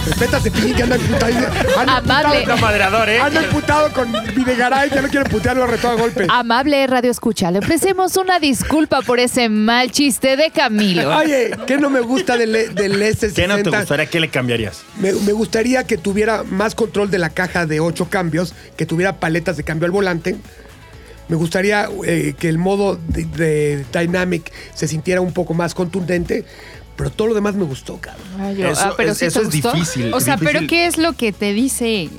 Speaker 3: Respeta a Cepillín que anda emputado. Anda
Speaker 2: Amable.
Speaker 3: emputado.
Speaker 5: Madreador, ¿eh?
Speaker 3: Anda emputado con Videgaray, ya no quiere putearlo, retó a golpe.
Speaker 2: Amable Radio Escucha, le ofrecemos una disculpa por ese mal chiste de Camilo.
Speaker 3: Oye, ¿qué no me gusta del, E, del S60?
Speaker 5: ¿Qué no te gustaría? ¿Qué le cambiarías?
Speaker 3: Me, me gustaría que tuviera más control de la caja de ocho cambios, que tuviera paletas de cambio al volante. Me gustaría eh, que el modo de, de Dynamic se sintiera un poco más contundente, pero todo lo demás me gustó, cabrón.
Speaker 2: Ay, yo-
Speaker 5: Eso
Speaker 2: ah, pero
Speaker 5: es-
Speaker 2: sí te
Speaker 5: eso es
Speaker 2: gustó.
Speaker 5: difícil.
Speaker 4: O sea, pero
Speaker 5: difícil.
Speaker 4: ¿qué es lo que te dice,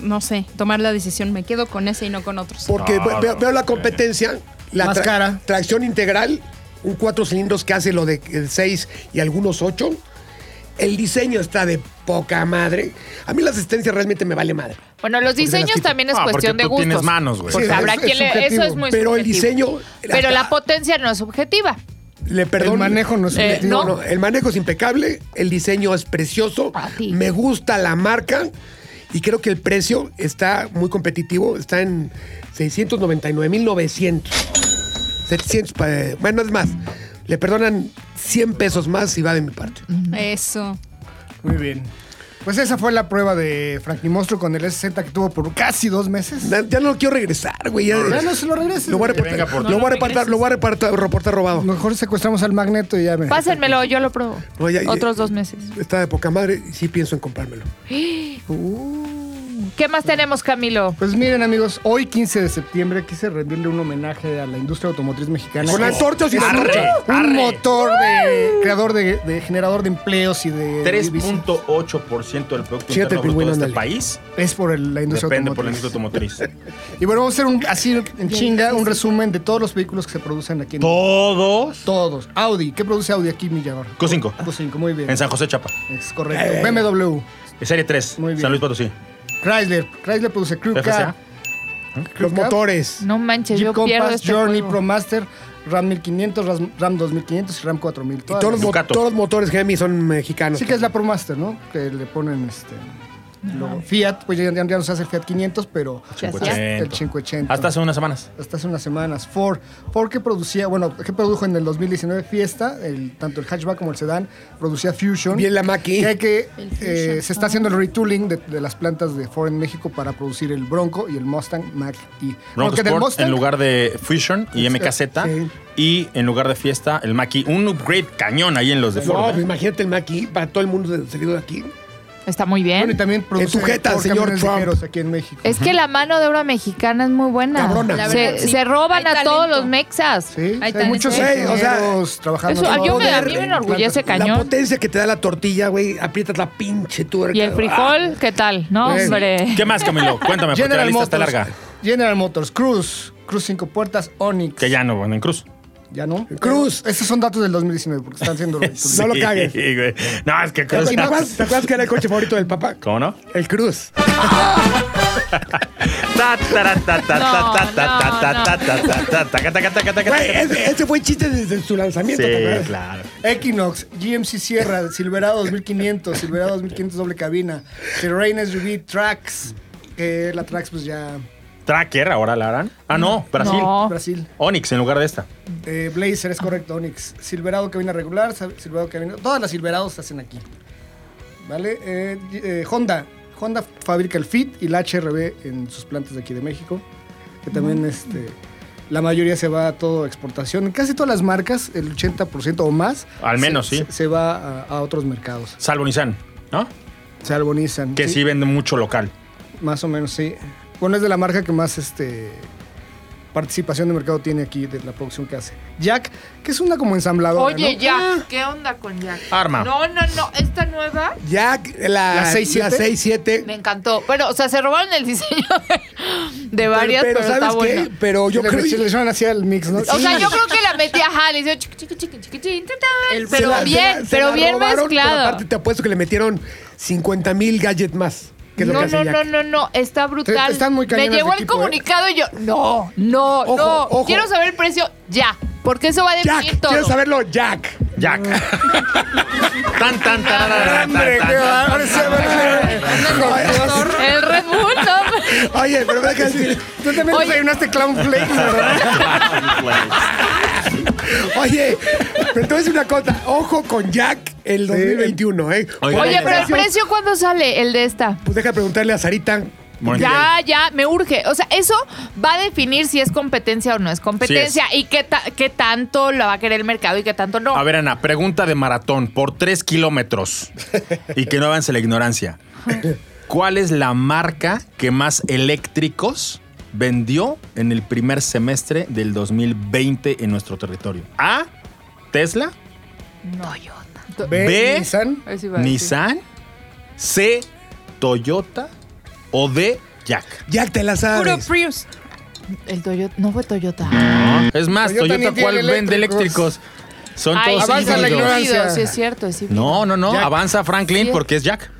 Speaker 4: no sé, tomar la decisión? Me quedo con ese y no con otros.
Speaker 3: Porque pues,
Speaker 5: Claro.
Speaker 3: veo, veo la competencia, la
Speaker 6: Más
Speaker 3: tra-
Speaker 6: cara.
Speaker 3: tracción integral, un cuatro cilindros que hace lo de 6 y algunos 8. El diseño está de poca madre. A mí la asistencia realmente me vale madre.
Speaker 2: Bueno, los diseños
Speaker 3: quito.
Speaker 2: también es
Speaker 5: Ah,
Speaker 2: cuestión
Speaker 5: porque
Speaker 2: de
Speaker 5: tú
Speaker 2: gustos.
Speaker 5: tienes manos, güey.
Speaker 2: Porque
Speaker 6: Sí,
Speaker 2: habrá
Speaker 6: es- es
Speaker 2: quien le- eso
Speaker 6: subjetivo.
Speaker 2: es muy
Speaker 3: Pero el
Speaker 2: subjetivo.
Speaker 3: diseño-
Speaker 2: Pero la potencia no es subjetiva.
Speaker 3: Le perdono.
Speaker 6: El manejo no es
Speaker 2: Eh,
Speaker 6: subjetivo.
Speaker 3: No, no, el manejo es impecable, el diseño es precioso,
Speaker 2: A ti.
Speaker 3: me gusta la marca y creo que el precio está muy competitivo, está en 699.900. 700, pa- eh, bueno, es más,
Speaker 2: Mm.
Speaker 3: le perdonan 100 pesos más si va de mi parte.
Speaker 4: Eso.
Speaker 6: Muy bien. Pues esa fue la prueba de Frankie Monstruo con el S60 que tuvo por casi dos meses.
Speaker 3: Na- Ya no lo quiero regresar, güey. Ya,
Speaker 6: Ya no se lo regreses.
Speaker 3: lo voy a
Speaker 6: güey.
Speaker 3: reportar.
Speaker 5: venga por
Speaker 3: lo,
Speaker 5: ti.
Speaker 3: voy a reportar lo voy a reportar, reportar robado.
Speaker 6: Mejor secuestramos al magneto y ya me.
Speaker 2: Pásenmelo, yo lo pruebo.
Speaker 3: No, ya- ya-
Speaker 2: Otros dos meses.
Speaker 3: Está de poca madre y sí pienso en comprármelo.
Speaker 2: ¿Qué más tenemos, Camilo?
Speaker 6: Pues miren, amigos, hoy 15 de septiembre quise rendirle un homenaje a la industria automotriz mexicana.
Speaker 3: Con
Speaker 6: Que-
Speaker 3: antorchas y la antorcha.
Speaker 6: Un motor de creador de, de generador de empleos y de. de-
Speaker 5: 3.8% del Producto
Speaker 3: Fíjate el
Speaker 5: Interno Bruto
Speaker 3: pingüino,
Speaker 5: de este
Speaker 3: ándale.
Speaker 5: país
Speaker 6: Es por el- la industria
Speaker 5: depende
Speaker 6: automotriz.
Speaker 5: por la industria automotriz.
Speaker 6: Y bueno, vamos a hacer un, así en chinga un resumen de todos los vehículos que se producen aquí en
Speaker 5: Todos.
Speaker 6: Todos. Audi. ¿Qué produce Audi aquí, Millador?
Speaker 5: Q5.
Speaker 6: Q5, muy bien.
Speaker 5: En San José, Chapa.
Speaker 6: Es correcto. BMW.
Speaker 5: Serie 3.
Speaker 6: Muy bien.
Speaker 5: San Luis Potosí.
Speaker 6: Chrysler. Chrysler produce Crew
Speaker 5: FCA.
Speaker 6: Cab.
Speaker 3: Los motores.
Speaker 2: No manches,
Speaker 6: Jeep
Speaker 2: yo pierdo
Speaker 6: Compass,
Speaker 2: este
Speaker 6: Journey,
Speaker 2: juego.
Speaker 6: ProMaster, RAM 1500, Ram- RAM 2500 y RAM 4000.
Speaker 3: Y
Speaker 6: Todas
Speaker 3: todos los,
Speaker 6: las-
Speaker 3: mo-
Speaker 5: Ducato.
Speaker 3: todos los motores Gemi son mexicanos.
Speaker 6: Sí que es la ProMaster, ¿no? Que le ponen este... logo. Fiat, pues ya, ya nos hace el Fiat 500, pero... El 580.
Speaker 5: Hasta hace unas semanas.
Speaker 6: Hasta hace unas semanas. Ford. Ford que producía, bueno, que produjo en el 2019 Fiesta, el, tanto el hatchback como el sedán, producía Fusion.
Speaker 3: Bien la Maki.
Speaker 6: Que hay que,
Speaker 4: El
Speaker 6: eh,
Speaker 4: Fusion,
Speaker 6: se está
Speaker 4: ah.
Speaker 6: haciendo el retooling de, de las plantas de Ford en México para producir el Bronco y el Mustang Mach E.
Speaker 5: Bronco
Speaker 6: Aunque del
Speaker 5: Sport
Speaker 6: Mustang-
Speaker 5: en lugar de Fusion y MKZ
Speaker 6: sí.
Speaker 5: y en lugar de Fiesta el Maki. Un upgrade cañón ahí en los de
Speaker 3: No,
Speaker 5: Ford.
Speaker 3: pues imagínate el Maki para todo el mundo de- salido de aquí.
Speaker 2: Está muy
Speaker 6: Bueno, y
Speaker 2: bien.
Speaker 6: también produce
Speaker 3: sujeta,
Speaker 6: Ford
Speaker 3: señor
Speaker 6: camiones
Speaker 3: Trump.
Speaker 6: ligeros aquí en México.
Speaker 2: Es que la mano de obra mexicana es muy buena.
Speaker 3: Cabrona. La
Speaker 2: Se,
Speaker 4: verdad, sí.
Speaker 2: se roban
Speaker 4: Hay
Speaker 2: a todos
Speaker 4: talento.
Speaker 2: los mexas.
Speaker 6: Sí,
Speaker 4: Hay
Speaker 6: hay, muchos
Speaker 4: talento.
Speaker 3: Sí, o sea,
Speaker 6: ingenieros trabajando.
Speaker 2: Eso,
Speaker 6: en
Speaker 2: yo me, a
Speaker 6: poder,
Speaker 2: mí me
Speaker 6: en
Speaker 2: enorgullece
Speaker 3: La
Speaker 6: plantas.
Speaker 2: cañón.
Speaker 3: potencia que te da la tortilla, güey, aprietas la pinche tuerca. Ah,
Speaker 2: Y el frijol, ¿qué tal? No,
Speaker 3: Bueno.
Speaker 2: hombre.
Speaker 5: ¿Qué más, Camilo? Cuéntame, porque pues la
Speaker 6: General
Speaker 5: lista
Speaker 6: Motors,
Speaker 5: está larga.
Speaker 6: General Motors, Cruz, Cruz 5 puertas, Onix.
Speaker 5: Que ya no, bueno, en Cruz.
Speaker 6: ¿Ya no?
Speaker 3: Cruz.
Speaker 6: Estos son datos del 2019 porque están siendo retooling.
Speaker 3: No lo
Speaker 5: Sí,
Speaker 3: cagues.
Speaker 5: güey. No, es que
Speaker 3: ¿Te
Speaker 5: Cruz.
Speaker 3: acuerdas, te acuerdas que era el coche favorito del papá?
Speaker 5: ¿Cómo no?
Speaker 3: El Cruz.
Speaker 5: Ta, tara, ta, ta,
Speaker 2: No,
Speaker 5: ta, ta, ta,
Speaker 2: no,
Speaker 5: ta,
Speaker 2: no.
Speaker 5: ta, ta, ta, ta, taca, taca, taca, taca,
Speaker 3: Güey,
Speaker 5: taca.
Speaker 3: ese, ese fue chiste desde su lanzamiento. ¿te
Speaker 5: Sí,
Speaker 3: acuerdas?
Speaker 5: claro.
Speaker 6: Equinox, GMC Sierra, Silverado 2500, Silverado 2500 doble cabina, Terrain SUV, Trax, que la Trax pues ya
Speaker 5: Tracker, ahora la harán. Ah, no, Brasil.
Speaker 2: No.
Speaker 6: Brasil.
Speaker 5: Onix en lugar de esta.
Speaker 6: Eh, Blazer es correcto, Onix. Silverado cabina regular, sa- Silverado cabina... Todas las Silverados se hacen aquí. ¿Vale? Eh, eh, Honda. Honda fabrica el Fit y la HRB en sus plantas de aquí de México. Que también este... La mayoría se va a todo exportación. En casi todas las marcas, el 80% o más.
Speaker 5: Al
Speaker 6: se-
Speaker 5: menos, sí.
Speaker 6: Se, se va a, a otros mercados.
Speaker 5: Salvo Nissan, ¿no?
Speaker 6: Se albonizan.
Speaker 5: Que sí vende mucho local.
Speaker 6: Más o menos, sí. Bueno, es de la marca que más este, participación de mercado tiene aquí, de la producción que hace. Jack, que es una como ensambladora.
Speaker 2: Oye,
Speaker 6: ¿no?
Speaker 2: Jack, ¿qué onda con Jack?
Speaker 5: Arma.
Speaker 2: No, no, no, esta nueva
Speaker 3: Jack, la,
Speaker 6: ¿La 6-7?
Speaker 3: 6-7.
Speaker 2: me encantó. Pero, o sea, se robaron el diseño de, de varias, pero, está
Speaker 3: ¿sabes qué?
Speaker 2: bueno.
Speaker 3: Pero yo
Speaker 6: Yo le,
Speaker 3: creo
Speaker 6: se le suena así al mix, ¿no?
Speaker 2: O sea,
Speaker 6: Sí.
Speaker 2: yo creo que la metí ajá, le hizo chiqui, chiqui, chiqui, chiqui, chiqui, ta, ta,
Speaker 3: se
Speaker 2: pero
Speaker 3: la- se
Speaker 2: bien,
Speaker 3: la- se
Speaker 2: pero
Speaker 3: la
Speaker 2: bien
Speaker 3: robaron, pero
Speaker 2: mezclado.
Speaker 3: aparte te apuesto que le metieron 50 mil gadgets más. Que es lo
Speaker 2: no,
Speaker 3: que hace
Speaker 2: no,
Speaker 3: Jack.
Speaker 2: no, no, no, está brutal.
Speaker 6: Te- están muy
Speaker 2: Me
Speaker 6: cañones
Speaker 2: llegó
Speaker 6: de
Speaker 2: el
Speaker 6: equipo, ¿eh?
Speaker 2: comunicado y yo, no, no,
Speaker 3: Ojo,
Speaker 2: no.
Speaker 3: ojo.
Speaker 2: Quiero saber el precio ya, porque eso va a definir
Speaker 3: Jack,
Speaker 2: todo.
Speaker 3: ¿quieres saberlo? Jack.
Speaker 5: Jack. tan, tan, tararara, tan,
Speaker 6: Hombre,
Speaker 5: tan,
Speaker 6: qué
Speaker 5: tan.
Speaker 6: bárbaro, ese bárbaro.
Speaker 3: ¿eh?
Speaker 2: El Red Bull, no.
Speaker 3: Oye, pero me deja decir.
Speaker 6: Tú también
Speaker 2: Oye.
Speaker 6: desayunaste Clown Flakes, ¿verdad?
Speaker 3: Oye, pero te voy a decir una cosa. Ojo con Jack el 2021, ¿eh?
Speaker 5: Oiga,
Speaker 2: Oye,
Speaker 5: Oigan,
Speaker 2: pero el precio, ¿cuándo sale el de esta?
Speaker 3: Pues deja de preguntarle a Sarita.
Speaker 5: Bueno,
Speaker 2: Ya, ya, me urge. O sea, eso va a definir si es competencia o no es competencia y qué, ta- qué tanto la va a querer el mercado y qué tanto no.
Speaker 5: A ver, Ana, pregunta de maratón por tres kilómetros y que no avance la ignorancia. ¿Cuál es la marca que más eléctricos vendió en el primer semestre del 2020 en nuestro territorio? A. Tesla.
Speaker 6: Ve,
Speaker 5: Ve.
Speaker 6: Nissan.
Speaker 2: Eso iba a decir.
Speaker 5: Nissan. C. Toyota. O D. Jack.
Speaker 3: Jack te la sabes.
Speaker 4: Prius.
Speaker 2: El Toyota, no fue Toyota.
Speaker 5: Es más,
Speaker 6: Toyota
Speaker 5: Toyota,
Speaker 6: ni tiene
Speaker 5: ¿cuál vende
Speaker 6: eléctricos.
Speaker 5: eléctricos? Son
Speaker 2: Ay,
Speaker 5: todos
Speaker 2: sí,
Speaker 6: Avanza
Speaker 2: sí,
Speaker 6: la
Speaker 2: sí,
Speaker 5: híbridos.
Speaker 6: ignorancia.
Speaker 2: sí, es cierto, es híbrido.
Speaker 5: No, no, no.
Speaker 6: Jack.
Speaker 5: Avanza Franklin
Speaker 2: Sí.
Speaker 5: porque es Jack.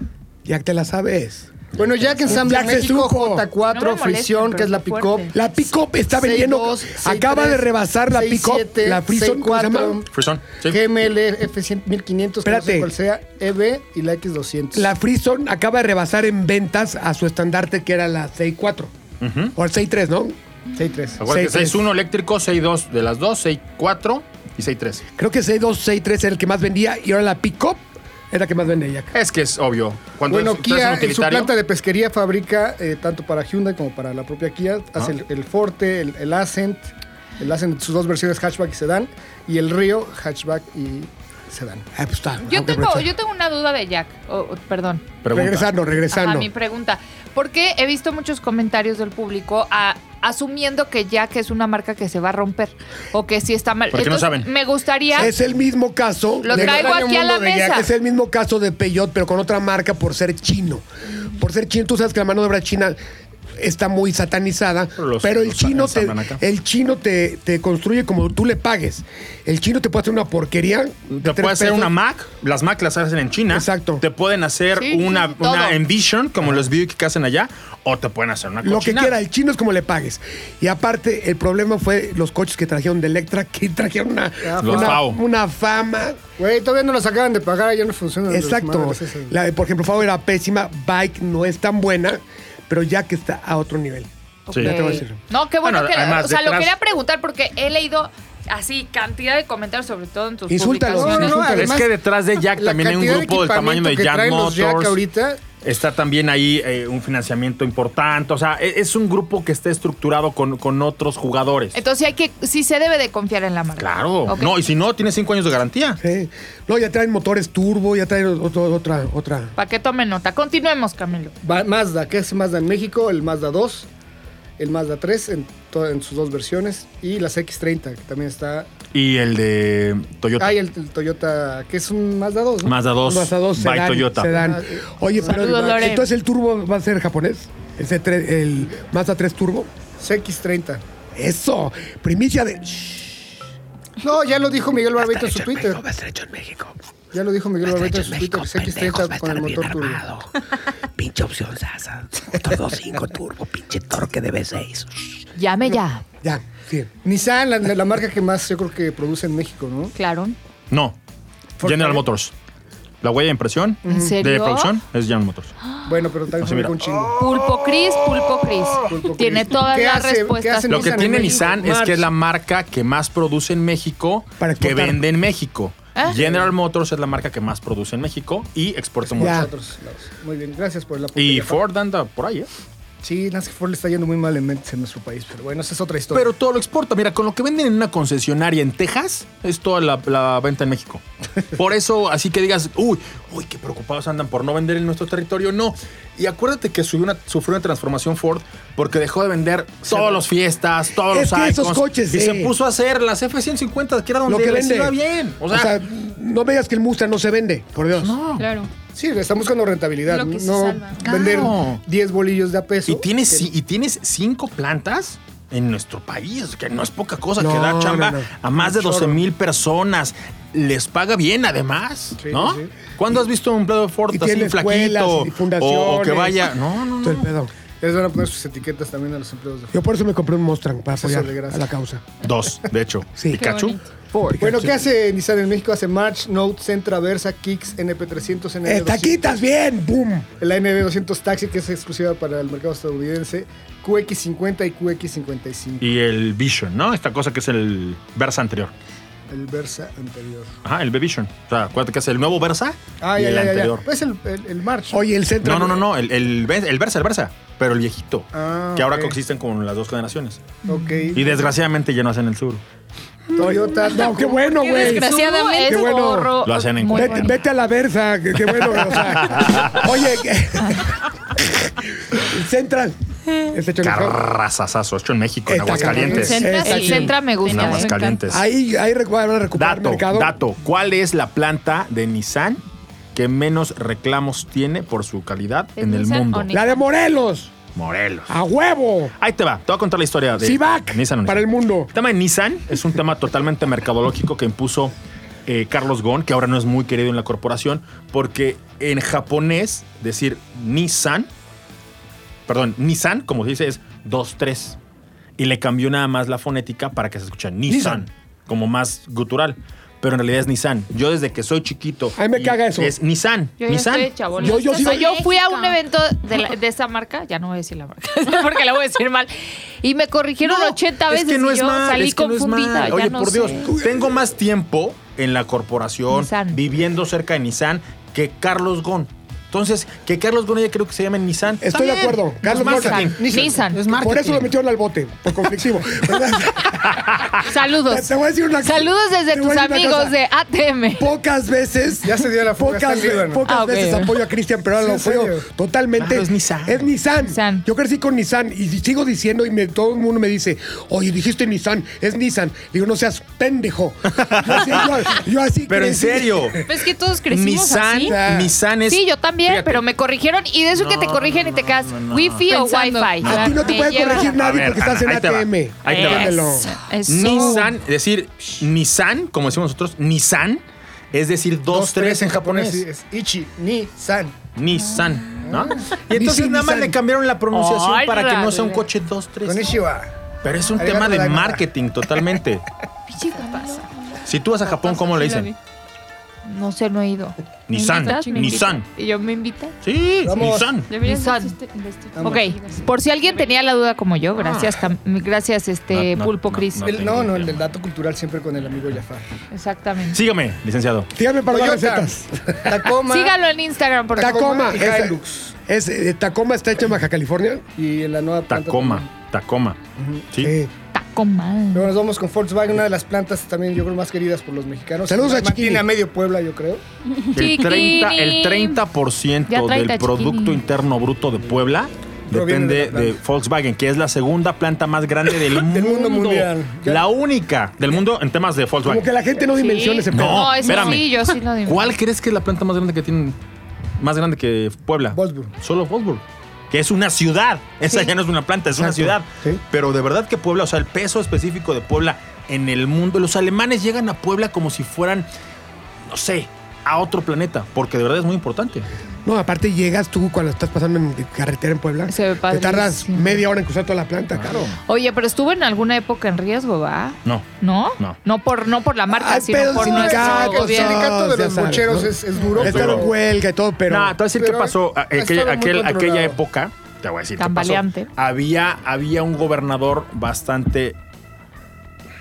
Speaker 3: Jack te la sabes.
Speaker 6: Bueno, Jack Ensamble
Speaker 3: Jack se
Speaker 6: México,
Speaker 3: supo.
Speaker 6: J4,
Speaker 2: No me molestan,
Speaker 6: Frisión, que
Speaker 2: pero
Speaker 6: es la
Speaker 2: qué
Speaker 6: pick-up.
Speaker 2: fuerte.
Speaker 3: La pick-up está vendiendo.
Speaker 6: 6-2, 6-3,
Speaker 3: acaba de rebasar la
Speaker 6: 6-7,
Speaker 3: pick-up. La Frison, ¿cómo se
Speaker 6: 6-4.
Speaker 3: llama?
Speaker 5: Frison. Sí.
Speaker 6: GML F1500,
Speaker 3: Espérate.
Speaker 6: no sé cuál sea, EB y la X200.
Speaker 3: La Frison acaba de rebasar en ventas a su estandarte que era la 6.4. O el 6.3, ¿no?
Speaker 6: 63.
Speaker 5: Acuérdate,
Speaker 3: Seis,
Speaker 5: 6-1 eléctrico, 6-2 de las dos, 6-4 y 6-3.
Speaker 3: Creo que 6.2, 6.3 era el que más vendía y ahora la pick-up Es la que más vende Jack.
Speaker 5: Es que es obvio. Cuando
Speaker 6: Bueno,
Speaker 5: es, tú eres
Speaker 6: Kia
Speaker 5: un
Speaker 6: en su
Speaker 5: utilitario,
Speaker 6: planta de pesquería fabrica eh, tanto para Hyundai como para la propia Kia.
Speaker 5: Ah.
Speaker 6: Hace el, el Forte, el, el Ascent, el Ascent, sus dos versiones, hatchback y sedán, y el Río, hatchback y sedán.
Speaker 3: Ah, pues está.
Speaker 2: Yo
Speaker 3: hay que
Speaker 2: tengo,
Speaker 3: aprovechar.
Speaker 2: yo tengo una duda de Jack. Oh, oh, perdón.
Speaker 5: pregunta.
Speaker 3: Regresando,
Speaker 2: Ajá,
Speaker 3: regresando.
Speaker 2: mi pregunta. Porque he visto muchos comentarios del público a- asumiendo que Jack es una marca que se va a romper o que sí está mal.
Speaker 5: Porque no saben.
Speaker 2: Me gustaría.
Speaker 3: Es el mismo caso.
Speaker 2: Lo
Speaker 3: de-
Speaker 2: traigo aquí a la
Speaker 3: de Jack.
Speaker 2: mesa.
Speaker 3: Es el mismo caso de Peugeot, pero con otra marca por ser chino. Por ser chino, tú sabes que la mano de obra china está muy satanizada, pero,
Speaker 5: Pero los-
Speaker 3: el
Speaker 5: los
Speaker 3: chino te,
Speaker 5: ensamblan acá.
Speaker 3: el chino te, te construye como tú le pagues. El chino te puede hacer una porquería. de
Speaker 5: Te
Speaker 3: tres
Speaker 5: puede hacer
Speaker 3: pesos.
Speaker 5: una Mac, las Mac las hacen en China.
Speaker 3: Exacto.
Speaker 5: Te pueden hacer
Speaker 2: Sí,
Speaker 5: una,
Speaker 2: sí, todo.
Speaker 5: una Envision, como los Buick que hacen allá, o te pueden hacer una
Speaker 3: Lo que
Speaker 5: cochinada.
Speaker 3: quiera, el chino es como le pagues. Y aparte, el problema fue los coches que trajeron de Electra, que trajeron una,
Speaker 5: Los
Speaker 3: una-
Speaker 5: FAO.
Speaker 3: una fama.
Speaker 6: Güey, todavía no los acaban de pagar, ya no funcionan. los
Speaker 3: Exacto.
Speaker 6: madres esas.
Speaker 3: La de, por ejemplo, Favo era pésima, Bike no es tan buena, pero ya que está a otro nivel.
Speaker 5: Sí.
Speaker 3: Ya te voy a
Speaker 2: Ok.
Speaker 3: decir.
Speaker 2: No, qué bueno,
Speaker 5: Bueno,
Speaker 2: que.
Speaker 5: además,
Speaker 2: o sea, lo
Speaker 5: detrás-
Speaker 2: quería preguntar porque he leído así cantidad de comentarios, sobre todo en tus
Speaker 3: Insúltalos,
Speaker 2: publicaciones.
Speaker 3: no,
Speaker 6: además,
Speaker 5: es que detrás de Jack
Speaker 6: la
Speaker 5: también hay un
Speaker 6: cantidad de
Speaker 5: grupo del tamaño de
Speaker 6: equipamiento que
Speaker 5: Jack
Speaker 6: traen los Jack
Speaker 5: Motors.
Speaker 6: ahorita.
Speaker 5: Está también ahí eh, un financiamiento importante. O sea, e- es un grupo que está estructurado con, con otros jugadores.
Speaker 6: Eh,
Speaker 2: Entonces sí hay que, sí se debe de confiar en la marca.
Speaker 5: claro.
Speaker 2: Ok.
Speaker 5: No, y si no, tiene cinco años de garantía.
Speaker 3: Sí. ¿eh? No, ya traen motores turbo, ya traen otro- otra, otra.
Speaker 2: Para que tomen nota. Continuemos, Camilo.
Speaker 6: Va- Mazda, que es Mazda en México, el Mazda 2, el Mazda 3 en, to- en sus dos versiones, y las X30, que también está.
Speaker 5: Y el de Toyota.
Speaker 6: Ah, y el, el Toyota, que es un Mazda 2, ¿no?
Speaker 5: Mazda 2.
Speaker 3: Mazda dos
Speaker 5: by
Speaker 3: sedán,
Speaker 5: Toyota.
Speaker 6: Ah,
Speaker 3: sedán. Oye, pero
Speaker 2: Saludos, Lore.
Speaker 3: entonces el turbo va a ser japonés, el, C3, el Mazda 3 turbo.
Speaker 6: CX30.
Speaker 3: Eso, primicia de.
Speaker 6: No, ya lo dijo Miguel Barbeito en su Twitter. Ya lo dijo Miguel Barbeito en su Twitter, que CX30 con el motor turbo.
Speaker 2: Llame ya.
Speaker 3: Ya, sí.
Speaker 6: Nissan, la, la marca que más yo creo que produce en México, ¿no?
Speaker 2: Claro.
Speaker 5: No. General Motors. La huella de impresión
Speaker 2: ¿En
Speaker 5: de
Speaker 2: serio?
Speaker 5: producción es General Motors.
Speaker 3: Ah,
Speaker 6: Bueno, pero también
Speaker 5: Así, Ah, mira. Oh.
Speaker 6: fabrica un chingo.
Speaker 2: Pulpo Cris, Pulpo Cris.
Speaker 6: Pulpo
Speaker 2: Tiene
Speaker 6: Cris.
Speaker 2: todas
Speaker 6: ¿Qué
Speaker 2: las
Speaker 6: hace- qué
Speaker 2: respuestas.
Speaker 6: hace
Speaker 5: Lo que
Speaker 6: Nissan en
Speaker 5: tiene
Speaker 6: México?
Speaker 5: Nissan es
Speaker 6: March.
Speaker 5: que es la marca que más produce en México,
Speaker 3: Para
Speaker 5: que
Speaker 3: exportar.
Speaker 5: vende en México.
Speaker 2: Ah.
Speaker 5: General Motors es la marca que más produce en México y exporta mucho.
Speaker 3: Ya.
Speaker 6: Otros lados. Muy bien, gracias por la
Speaker 5: Y Ford anda por ahí, ¿eh?
Speaker 6: Sí, Nancy Ford le está yendo muy mal en mentes en nuestro país, pero bueno, esa es otra historia.
Speaker 5: Pero todo lo exporta. Mira, con lo que venden en una concesionaria en Texas, es toda la, la venta en México. Por eso, así que digas, uy, uy, qué preocupados andan por no vender en nuestro territorio. No. Y acuérdate que sufrió una, sufrió una transformación Ford porque dejó de vender todos los fiestas, todos
Speaker 3: Es
Speaker 5: los
Speaker 3: que esos
Speaker 5: Icons,
Speaker 3: coches,
Speaker 5: Y
Speaker 3: sí.
Speaker 5: se puso a hacer las F-150, que era donde
Speaker 3: Lo que
Speaker 5: les
Speaker 3: vende.
Speaker 5: iba bien. O sea,
Speaker 3: no me digas que el Mustang no se vende, por Dios.
Speaker 5: no.
Speaker 4: Claro.
Speaker 6: Sí, estamos buscando rentabilidad,
Speaker 4: Lo que se
Speaker 6: no
Speaker 4: salva.
Speaker 6: vender
Speaker 5: Claro.
Speaker 6: 10 bolillos de a peso.
Speaker 5: Y tienes, ci- y tienes cinco plantas en nuestro país, que no es poca cosa,
Speaker 3: No,
Speaker 5: que da
Speaker 3: no,
Speaker 5: chamba
Speaker 3: no.
Speaker 5: a más de 12 mil personas. Les paga bien, además,
Speaker 6: Sí,
Speaker 5: ¿no?
Speaker 6: sí.
Speaker 5: ¿Cuándo has visto un empleado de Ford
Speaker 3: Y
Speaker 5: así
Speaker 3: tiene escuelas, y
Speaker 5: flaquito? o, o que
Speaker 3: fundaciones.
Speaker 5: vaya... No, no,
Speaker 3: Todo el
Speaker 5: no.
Speaker 3: pedo.
Speaker 6: Les van a poner sus etiquetas también a los empleados de Ford.
Speaker 3: Yo por eso me compré un Mustang para
Speaker 6: Exceso
Speaker 3: apoyar
Speaker 6: de grasa.
Speaker 3: a la causa.
Speaker 5: Dos, de hecho.
Speaker 3: Sí.
Speaker 5: Pikachu.
Speaker 6: Bueno, ¿qué hace Nissan en México? Hace March, Note, Sentra, Versa, Kicks, NP300, NB200.
Speaker 3: Estaquitas Eh, bien, boom.
Speaker 6: La NB200 Taxi, que es exclusiva para el mercado estadounidense. QX50 y QX55.
Speaker 5: Y el Vision, ¿no? Esta cosa que es el Versa anterior.
Speaker 6: El Versa anterior.
Speaker 5: Ajá, el B-Vision. O sea, acuérdate que es el nuevo Versa
Speaker 6: Ah,
Speaker 5: y
Speaker 6: ya,
Speaker 5: el
Speaker 6: ya, ya, ya.
Speaker 5: anterior.
Speaker 6: Es el, el, el March.
Speaker 3: Oye, el centro.
Speaker 5: No, no, no, no. El, el, Ve- el Versa, el Versa. Pero el viejito.
Speaker 6: Ah,
Speaker 5: que ahora
Speaker 6: ok.
Speaker 5: coexisten con las dos generaciones.
Speaker 6: Ok.
Speaker 5: Y desgraciadamente ya no hacen el sur.
Speaker 6: Toyota.
Speaker 3: No, qué bueno, güey.
Speaker 4: desgracia. Desgraciadamente,
Speaker 2: Qué
Speaker 3: bueno.
Speaker 2: gorro.
Speaker 5: Lo hacen en
Speaker 2: Muy
Speaker 5: Cuernavaca.
Speaker 2: bueno.
Speaker 3: Vete, vete a la versa, qué qué bueno. o sea. oye, que- el Central. Es hecho en el-
Speaker 5: Carrazazazo, hecho en México, en
Speaker 3: Está
Speaker 5: Aguascalientes.
Speaker 3: cabrón.
Speaker 4: Centra,
Speaker 3: Está
Speaker 2: El
Speaker 4: sí.
Speaker 3: chido.
Speaker 2: Centra me
Speaker 5: En
Speaker 2: gusta.
Speaker 4: Nada más.
Speaker 2: ¿eh?
Speaker 5: Aguascalientes.
Speaker 3: Ahí, ahí recu- van a recuperar
Speaker 5: Dato,
Speaker 3: mercado.
Speaker 5: dato. ¿Cuál es la planta de Nissan que menos reclamos tiene por su calidad
Speaker 2: ¿De
Speaker 5: en el
Speaker 2: Nissan o
Speaker 5: mundo?
Speaker 2: Nissan?
Speaker 3: La de Morelos.
Speaker 5: Morelos.
Speaker 3: A huevo.
Speaker 5: Ahí te va, te voy a contar la historia de
Speaker 3: Cibac.
Speaker 5: Nissan. o
Speaker 3: Para el
Speaker 5: Nissan.
Speaker 3: mundo.
Speaker 5: El tema de Nissan es un tema totalmente mercadológico que impuso eh, Carlos Ghosn, que ahora no es muy querido en la corporación, porque en japonés decir Nissan, perdón, Nissan, como se dice, es 2-3. Y le cambió nada más la fonética para que se escuche Nissan,
Speaker 3: Nissan.
Speaker 5: como más gutural. Pero en realidad es Nissan. Yo desde que soy chiquito.
Speaker 3: A mí me
Speaker 5: y
Speaker 3: caga eso.
Speaker 5: Es Nissan.
Speaker 2: Yo ya
Speaker 5: Nissan.
Speaker 2: estoy chabón.
Speaker 3: Yo- yo
Speaker 2: O
Speaker 3: sí-
Speaker 2: sea, yo fui a un
Speaker 4: México.
Speaker 2: evento de, la- de esa marca, ya no voy a decir la marca, porque la voy a decir mal, y me corrigieron 80 veces
Speaker 5: Es que no
Speaker 2: y
Speaker 5: es
Speaker 2: yo
Speaker 5: mal,
Speaker 2: salí
Speaker 5: es que no es
Speaker 2: confundida.
Speaker 5: mal.
Speaker 2: ya
Speaker 5: Oye,
Speaker 2: no
Speaker 5: por Dios,
Speaker 2: sé.
Speaker 5: tengo más tiempo en la corporación,
Speaker 2: Nissan.
Speaker 5: viviendo cerca de Nissan, que Carlos Gon. Entonces, que Carlos Gon ya creo que se llama Nissan.
Speaker 3: Estoy de acuerdo. Carlos
Speaker 5: Nissan.
Speaker 3: Gon.
Speaker 2: Nissan. Nissan.
Speaker 3: Es marketing. Por eso lo metieron al bote, por conflictivo. ¿Verdad?
Speaker 2: Saludos.
Speaker 3: Te voy a decir una cosa.
Speaker 2: Saludos desde
Speaker 3: Te voy
Speaker 2: tus
Speaker 3: a decir una
Speaker 2: amigos
Speaker 3: cosa.
Speaker 2: de ATM.
Speaker 3: Pocas veces.
Speaker 6: Ya se dio la fuga,
Speaker 3: Pocas,
Speaker 6: está en
Speaker 3: ve-
Speaker 6: Líbano.
Speaker 3: pocas
Speaker 2: Ah, ok.
Speaker 3: veces apoyo a Cristian, pero ahora
Speaker 6: Sí,
Speaker 3: lo
Speaker 6: en serio.
Speaker 3: apoyo totalmente.
Speaker 5: Claro, es Nissan.
Speaker 3: Es Nissan.
Speaker 2: Nissan.
Speaker 3: Yo crecí con Nissan y sigo diciendo, y me- todo el mundo me dice, oye, dijiste Nissan, es Nissan. Digo, no seas pendejo. Yo así, yo- yo así
Speaker 5: Pero en
Speaker 3: crecí.
Speaker 5: serio.
Speaker 4: Pues que todos crecimos
Speaker 5: Nissan,
Speaker 4: así.
Speaker 5: Nissan es.
Speaker 2: Sí, yo también,
Speaker 5: Fíjate.
Speaker 2: pero me corrigieron y de eso que te
Speaker 5: No,
Speaker 2: corrigen
Speaker 5: no,
Speaker 2: y te quedas
Speaker 5: no, no.
Speaker 2: wifi o
Speaker 4: Pensando.
Speaker 2: wifi.
Speaker 3: A ti no te
Speaker 2: Me
Speaker 3: puede
Speaker 2: lleva-
Speaker 3: corregir
Speaker 5: A
Speaker 3: nadie
Speaker 5: ver,
Speaker 3: porque estás en
Speaker 5: ahí te va.
Speaker 3: ATM.
Speaker 5: Ahí te va.
Speaker 3: Entiéndelo.
Speaker 4: Eso.
Speaker 5: Nissan, es decir, Nissan, como decimos nosotros, Nissan, es decir, dos, tres, en japonés.
Speaker 6: sí, es Ichi, Ni, San.
Speaker 5: Nissan, ¿no? Y entonces
Speaker 3: Nissan,
Speaker 5: nada más
Speaker 3: Nissan.
Speaker 5: le cambiaron la pronunciación
Speaker 2: Ay,
Speaker 5: para que no sea un
Speaker 2: rale.
Speaker 5: coche dos, tres.
Speaker 6: Konnichiwa.
Speaker 5: Pero es un
Speaker 6: Arigato
Speaker 5: tema de
Speaker 6: gozaimasu.
Speaker 5: marketing totalmente. Si tú vas a Japón, ¿cómo le dicen?
Speaker 2: No sé, no he ido. ¿Me
Speaker 5: Nissan,
Speaker 2: invitas? ¿Me invitas?
Speaker 5: Nissan.
Speaker 2: ¿Y yo me invita?
Speaker 5: Sí,
Speaker 6: Vamos.
Speaker 5: Nissan.
Speaker 2: Nissan. Ok, por si alguien tenía la duda como yo, gracias, tam- gracias este
Speaker 5: No, no,
Speaker 2: Pulpo
Speaker 5: no,
Speaker 2: Cris.
Speaker 5: no.
Speaker 6: El- no, no, el del dato cultural siempre con el amigo Jafar.
Speaker 2: Exactamente.
Speaker 5: Sígame, licenciado.
Speaker 3: Dígame para las
Speaker 6: Toyota,
Speaker 3: recetas.
Speaker 6: Tacoma.
Speaker 2: Sígalo en Instagram, por favor.
Speaker 3: Tacoma.
Speaker 6: y
Speaker 3: esa-
Speaker 6: Hilux.
Speaker 3: Es, eh, Tacoma está hecho en Baja California.
Speaker 6: Y la nueva planta. también.
Speaker 5: Tacoma, Tacoma. Sí.
Speaker 3: Eh,
Speaker 2: Tacoma.
Speaker 6: Luego nos vamos con Volkswagen, una de las plantas también, yo creo, más queridas por los mexicanos.
Speaker 3: Saludos a
Speaker 6: Además,
Speaker 3: Chiquini.
Speaker 6: Tiene a medio Puebla, yo creo.
Speaker 5: El 30%, el 30%
Speaker 2: Ya trae
Speaker 5: del
Speaker 2: tachiquini.
Speaker 5: Producto Interno Bruto de Puebla
Speaker 6: Proviene
Speaker 5: depende
Speaker 6: de la
Speaker 5: de
Speaker 6: planta.
Speaker 5: Volkswagen, que es la segunda planta más grande del,
Speaker 6: Del mundo mundial.
Speaker 5: La única del mundo en temas de
Speaker 3: como que
Speaker 5: Volkswagen.
Speaker 3: la gente no dimensiona ese pedo.
Speaker 5: No,
Speaker 2: No, eso
Speaker 5: espérame.
Speaker 2: sí, yo sí lo digo.
Speaker 5: ¿Cuál crees que es la planta más grande que tienen? Más grande que Puebla.
Speaker 6: Wolfsburg.
Speaker 5: Solo Wolfsburg. Que es una ciudad. Esa ya no es una planta, es una ciudad.
Speaker 6: Sí.
Speaker 5: Pero de verdad que Puebla, o sea, el peso específico de Puebla en el mundo. Los alemanes llegan a Puebla como si fueran, no sé, a otro planeta. Porque de verdad es muy importante.
Speaker 3: No, aparte llegas tú cuando estás pasando en carretera en Puebla.
Speaker 2: Se ve
Speaker 3: te tardas
Speaker 2: padrísimo.
Speaker 3: media hora en cruzar toda la planta, claro.
Speaker 2: Oye, pero estuvo en alguna época en riesgo, ¿va?
Speaker 5: No.
Speaker 2: ¿no,
Speaker 5: No.
Speaker 2: por no por la marca,
Speaker 3: Ay,
Speaker 2: sino
Speaker 3: pero
Speaker 2: por
Speaker 3: sí,
Speaker 2: nuestro
Speaker 3: gatos,
Speaker 6: El
Speaker 2: gobierno.
Speaker 6: sindicato de
Speaker 3: ya
Speaker 6: los
Speaker 3: sabes,
Speaker 6: bocheros
Speaker 3: ¿no?
Speaker 6: es, es duro.
Speaker 3: Están
Speaker 6: pero-
Speaker 3: en huelga y todo, pero.
Speaker 5: No, te voy a decir qué
Speaker 6: pero
Speaker 5: pasó. a-
Speaker 6: ha
Speaker 5: Aquella,
Speaker 6: estado muy
Speaker 5: aquel- aquella
Speaker 6: controlado.
Speaker 5: época, te voy a decir qué pasó.
Speaker 2: Tambaleante.
Speaker 5: Había, había un gobernador bastante,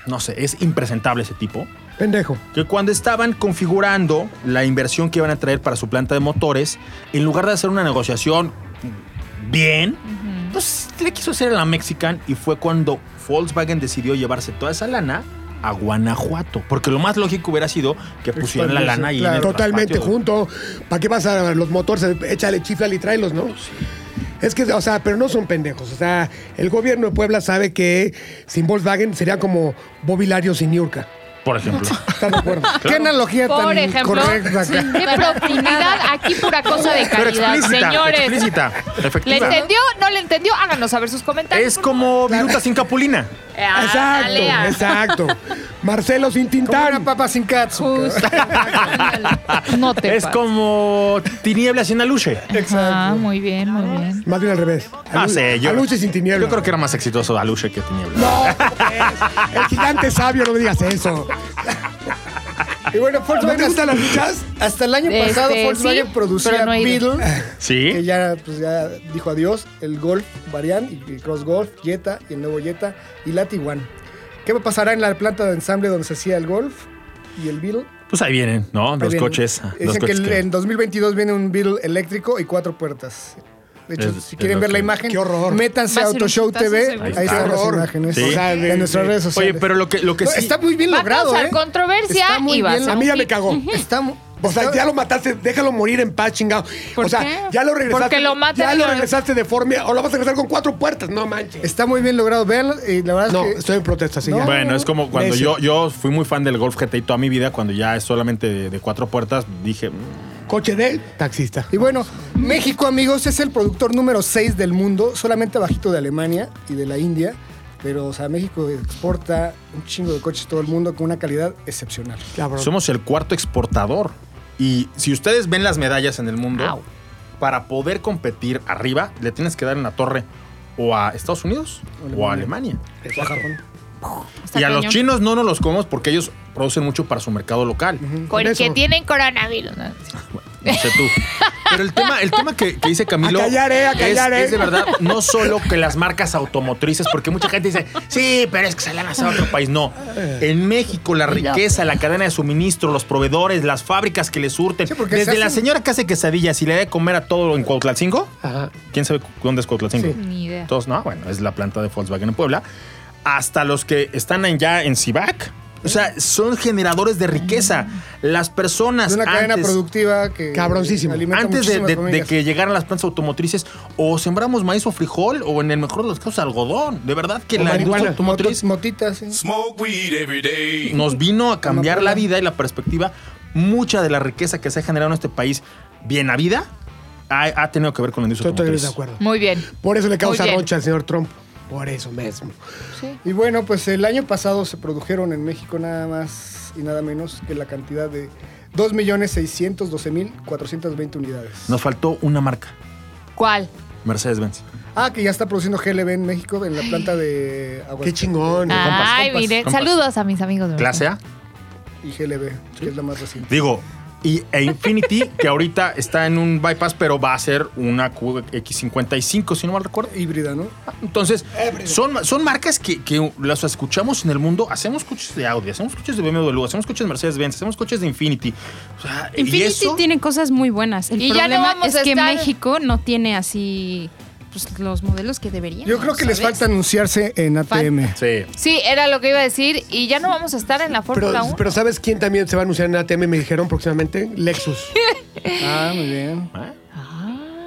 Speaker 5: no sé, es impresentable ese tipo.
Speaker 3: Pendejo.
Speaker 5: que cuando estaban configurando la inversión que iban a traer para su planta de motores, en lugar de hacer una negociación bien, pues le quiso hacer a la Mexican y fue cuando Volkswagen decidió llevarse toda esa lana a Guanajuato, porque lo más lógico hubiera sido que pusieran la lana ahí. en
Speaker 6: Claro.
Speaker 5: el
Speaker 3: Totalmente
Speaker 5: traspatio.
Speaker 3: junto. ¿Para qué vas a los motores? Échale, chiflale y tráelos, ¿no? Es que, o sea, pero no son pendejos. O sea, el gobierno de Puebla sabe que sin Volkswagen sería como Bobilario sin Niurka.
Speaker 5: Por ejemplo.
Speaker 3: ¿Estás de acuerdo?
Speaker 6: Qué analogía tan
Speaker 2: Por ejemplo,
Speaker 6: correcta.
Speaker 2: qué profundidad, aquí pura cosa de
Speaker 5: Pero
Speaker 2: calidad,
Speaker 5: explícita,
Speaker 2: señores.
Speaker 5: explícita,
Speaker 2: ¿Le
Speaker 5: efectiva.
Speaker 2: entendió? ¿No le entendió? Háganos saber sus comentarios.
Speaker 5: Es como viruta sin capulina.
Speaker 2: Eh, ah,
Speaker 3: exacto,
Speaker 2: dale, ah.
Speaker 3: exacto. Marcelo sin
Speaker 6: Como
Speaker 3: Tintán.
Speaker 6: una papa sin katsu.
Speaker 2: Justo. No te
Speaker 5: Es
Speaker 2: pases.
Speaker 5: como tiniebla sin aluche.
Speaker 2: Ah, muy bien, muy bien.
Speaker 3: Más bien al revés.
Speaker 5: No sé, yo.
Speaker 3: Aluche sin tinieblas.
Speaker 5: Yo creo que era más exitoso Aluche que Tiniebla.
Speaker 3: No, pues, el gigante sabio, no me digas eso.
Speaker 6: Y bueno,
Speaker 3: ¿No te
Speaker 6: Volkswagen
Speaker 3: gustan las luchas?
Speaker 6: Hasta el año
Speaker 2: Este,
Speaker 6: pasado Volkswagen
Speaker 2: sí, pero
Speaker 6: producía
Speaker 2: no he ido.
Speaker 6: Beetle,
Speaker 5: ¿Sí?
Speaker 6: que ya, pues, ya dijo adiós, el Golf Variant, y el Cross Golf, Jetta y el nuevo Jetta y la Tiguan. ¿Qué pasará en la planta de ensamble donde se hacía el Golf y el Beetle?
Speaker 5: Pues ahí vienen, ¿no?
Speaker 6: Ahí
Speaker 5: Los
Speaker 6: viene.
Speaker 5: coches. ah, Los
Speaker 6: Dicen que,
Speaker 5: coches
Speaker 6: el-
Speaker 5: que-
Speaker 6: en 2022 viene un Beetle eléctrico y cuatro puertas. De hecho,
Speaker 5: Es-
Speaker 6: si
Speaker 5: es
Speaker 6: quieren
Speaker 5: lo
Speaker 6: ver la
Speaker 5: que-
Speaker 6: imagen,
Speaker 3: Qué horror.
Speaker 6: métanse
Speaker 4: Va
Speaker 6: a
Speaker 4: a ser un
Speaker 6: Autoshow
Speaker 4: putazo
Speaker 6: TV.
Speaker 4: seguro.
Speaker 6: Ahí
Speaker 5: Ahí está.
Speaker 6: están las
Speaker 3: Horror.
Speaker 6: imágenes.
Speaker 5: Sí.
Speaker 6: O sea,
Speaker 3: de-
Speaker 6: en nuestras
Speaker 3: de-
Speaker 6: redes sociales.
Speaker 5: Oye, pero lo que, lo que
Speaker 6: No,
Speaker 5: sí.
Speaker 6: Pues, Está muy bien
Speaker 2: Vamos
Speaker 6: logrado,
Speaker 2: a
Speaker 6: ¿eh?
Speaker 2: controversia
Speaker 6: Está muy
Speaker 2: y vas
Speaker 6: bien
Speaker 2: a-
Speaker 3: A mí ya me cagó.
Speaker 6: Está, mu-
Speaker 3: O sea,
Speaker 6: está-
Speaker 3: ya lo mataste, déjalo morir en paz, chingado.
Speaker 4: ¿Por
Speaker 3: o sea,
Speaker 4: qué?
Speaker 3: ya lo regresaste.
Speaker 2: Porque lo matan
Speaker 3: Ya
Speaker 2: y
Speaker 3: lo
Speaker 2: lo-
Speaker 3: regresaste deforme o lo vas a regresar con cuatro puertas. No manches.
Speaker 6: Está muy bien logrado, véanlo. Y la verdad
Speaker 3: No,
Speaker 6: es que
Speaker 3: estoy en protesta, sí,
Speaker 6: No.
Speaker 3: ya.
Speaker 5: Bueno, es como cuando
Speaker 3: Necio.
Speaker 5: yo, yo fui muy fan del Golf GTI toda mi vida, cuando ya es solamente de, de cuatro puertas, dije. mm,
Speaker 3: Coche de taxista.
Speaker 6: Y bueno, México, amigos, es el productor número 6 del mundo, solamente bajito de Alemania y de la India. Pero, o sea, México exporta un chingo de coches todo el mundo con una calidad excepcional.
Speaker 3: Cabrón.
Speaker 5: Somos el cuarto exportador. Y si ustedes ven las medallas en el mundo,
Speaker 2: Au.
Speaker 5: para poder competir arriba, le tienes que dar en la torre o a Estados Unidos o a Alemania.
Speaker 6: Exacto. Japón.
Speaker 4: Está
Speaker 5: y a los
Speaker 4: cañón.
Speaker 5: chinos no nos los comemos porque ellos producen mucho para su mercado local.
Speaker 2: Con
Speaker 3: Por
Speaker 2: que
Speaker 3: eso.
Speaker 2: tienen coronavirus.
Speaker 5: No sé tú. Pero el tema, el tema que, que dice Camilo
Speaker 3: A callar, eh, a
Speaker 5: es-
Speaker 3: callar, eh.
Speaker 5: es, de verdad no solo que las marcas automotrices, porque mucha gente dice, sí, pero es que se la han a otro país. No. En México, la riqueza, la cadena de suministro, los proveedores, las fábricas que le surten.
Speaker 6: Sí, porque se
Speaker 5: Desde la
Speaker 6: hacen-
Speaker 5: señora que hace quesadillas y le da de comer a todo en Cuautlatcingo.
Speaker 3: Ajá.
Speaker 5: ¿Quién sabe cu- dónde es Cuautlatcingo?
Speaker 3: Sí.
Speaker 2: Ni idea.
Speaker 5: Todos, no, bueno, es la planta de Volkswagen en Puebla. Hasta los que están en- ya en Cibac. O sea, son generadores de riqueza.
Speaker 3: Mm.
Speaker 5: Las personas
Speaker 6: Es una cadena
Speaker 5: antes,
Speaker 6: productiva que.
Speaker 3: Cabroncísimo.
Speaker 6: alimenta
Speaker 5: antes de,
Speaker 6: muchísimas
Speaker 5: de- de
Speaker 6: familias.
Speaker 5: que llegaran las plantas automotrices, o sembramos maíz o frijol, o en el mejor de los casos, algodón. De verdad que
Speaker 3: O
Speaker 5: la industria
Speaker 3: marihuana.
Speaker 5: automotriz
Speaker 6: Motos- motitas, sí.
Speaker 5: nos vino a cambiar la
Speaker 6: Amapola.
Speaker 5: vida y la perspectiva. Mucha de la riqueza que se ha generado en este país, bien a vida, ha, ha tenido que ver con la industria
Speaker 3: Estoy totalmente
Speaker 5: automotriz.
Speaker 3: de acuerdo.
Speaker 2: Muy bien.
Speaker 3: Por eso le causa
Speaker 2: Muy bien.
Speaker 3: roncha al señor Trump. Por eso mismo.
Speaker 2: Sí.
Speaker 6: Y bueno, pues el año pasado se produjeron en México nada más y nada menos que la cantidad de 2.612.420 unidades.
Speaker 5: Nos faltó una marca,
Speaker 2: ¿Cuál?
Speaker 5: Mercedes-Benz.
Speaker 6: Ah, que ya está produciendo GLB en México en la planta de
Speaker 3: Qué
Speaker 6: Aguascalientes.
Speaker 3: chingón.
Speaker 2: Ay,
Speaker 5: compas,
Speaker 2: mire.
Speaker 5: compas.
Speaker 2: Saludos a mis amigos de
Speaker 5: Clase A.
Speaker 6: Y GLB, que es la más reciente.
Speaker 5: Digo, y, e Infinity, que ahorita está en un bypass, pero va a ser una QX55, si no mal recuerdo.
Speaker 6: Híbrida, ¿no?
Speaker 5: Entonces, son, son marcas que, que las escuchamos en el mundo. Hacemos coches de Audi, hacemos coches de BMW, hacemos coches de Mercedes-Benz, hacemos coches de Infinity. O sea, y
Speaker 4: Infinity
Speaker 5: eso,
Speaker 4: tiene cosas muy buenas. El
Speaker 2: Y ya no
Speaker 4: problema
Speaker 2: vamos
Speaker 4: es
Speaker 2: a
Speaker 4: que
Speaker 2: estar-
Speaker 4: México no tiene así pues, los modelos que deberían.
Speaker 6: Yo creo que
Speaker 2: pues,
Speaker 6: les
Speaker 4: ¿sabes?
Speaker 6: falta anunciarse en ATM.
Speaker 5: Sí.
Speaker 2: Sí, era lo que iba a decir. Y ya no vamos a estar en la Fórmula
Speaker 3: Pero,
Speaker 2: 1.
Speaker 3: pero ¿sabes quién también se va a anunciar en ATM? Me dijeron próximamente. Lexus.
Speaker 6: Ah, muy bien.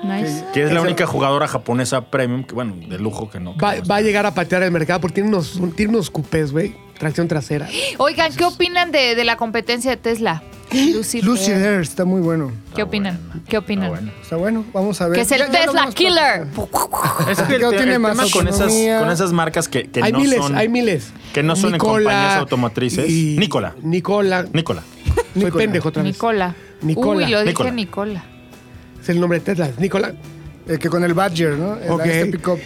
Speaker 4: Nice.
Speaker 5: Que es la única jugadora japonesa premium, que bueno, de lujo que no. que
Speaker 3: Va,
Speaker 5: no
Speaker 3: va a llegar a patear el mercado porque tiene unos, un- tiene unos cupés, güey. Tracción trasera.
Speaker 2: Oigan, ¿qué opinan de, de la competencia de Tesla? Lucid.
Speaker 6: Lucy Air,
Speaker 2: pues.
Speaker 6: está muy bueno.
Speaker 2: ¿Qué opinan? ¿Qué opinan?
Speaker 5: Ah, bueno. Pues
Speaker 6: Está bueno, vamos a ver.
Speaker 2: Que es el
Speaker 6: Ya- ya lo
Speaker 2: Tesla
Speaker 6: vamos
Speaker 2: Killer.
Speaker 6: platicando.
Speaker 5: Es que el,
Speaker 6: Yo
Speaker 5: te-
Speaker 6: tiene
Speaker 5: el
Speaker 6: más
Speaker 5: tema con esas,
Speaker 6: autonomía.
Speaker 5: con esas marcas que, que
Speaker 3: hay
Speaker 5: no
Speaker 3: miles,
Speaker 5: son.
Speaker 3: hay miles.
Speaker 5: que no son en compañías automotrices. Nicola.
Speaker 3: Nicola.
Speaker 5: Nicola.
Speaker 3: Soy
Speaker 6: Nicola.
Speaker 3: pendejo otra vez.
Speaker 2: Nicola.
Speaker 3: Nicola.
Speaker 2: Uy, lo
Speaker 5: Nicola.
Speaker 2: dije Nicola.
Speaker 3: Es el nombre de Tesla. es Nicola.
Speaker 6: El Eh, que con el Badger, ¿no? El-
Speaker 3: Ok.
Speaker 6: Este pickup.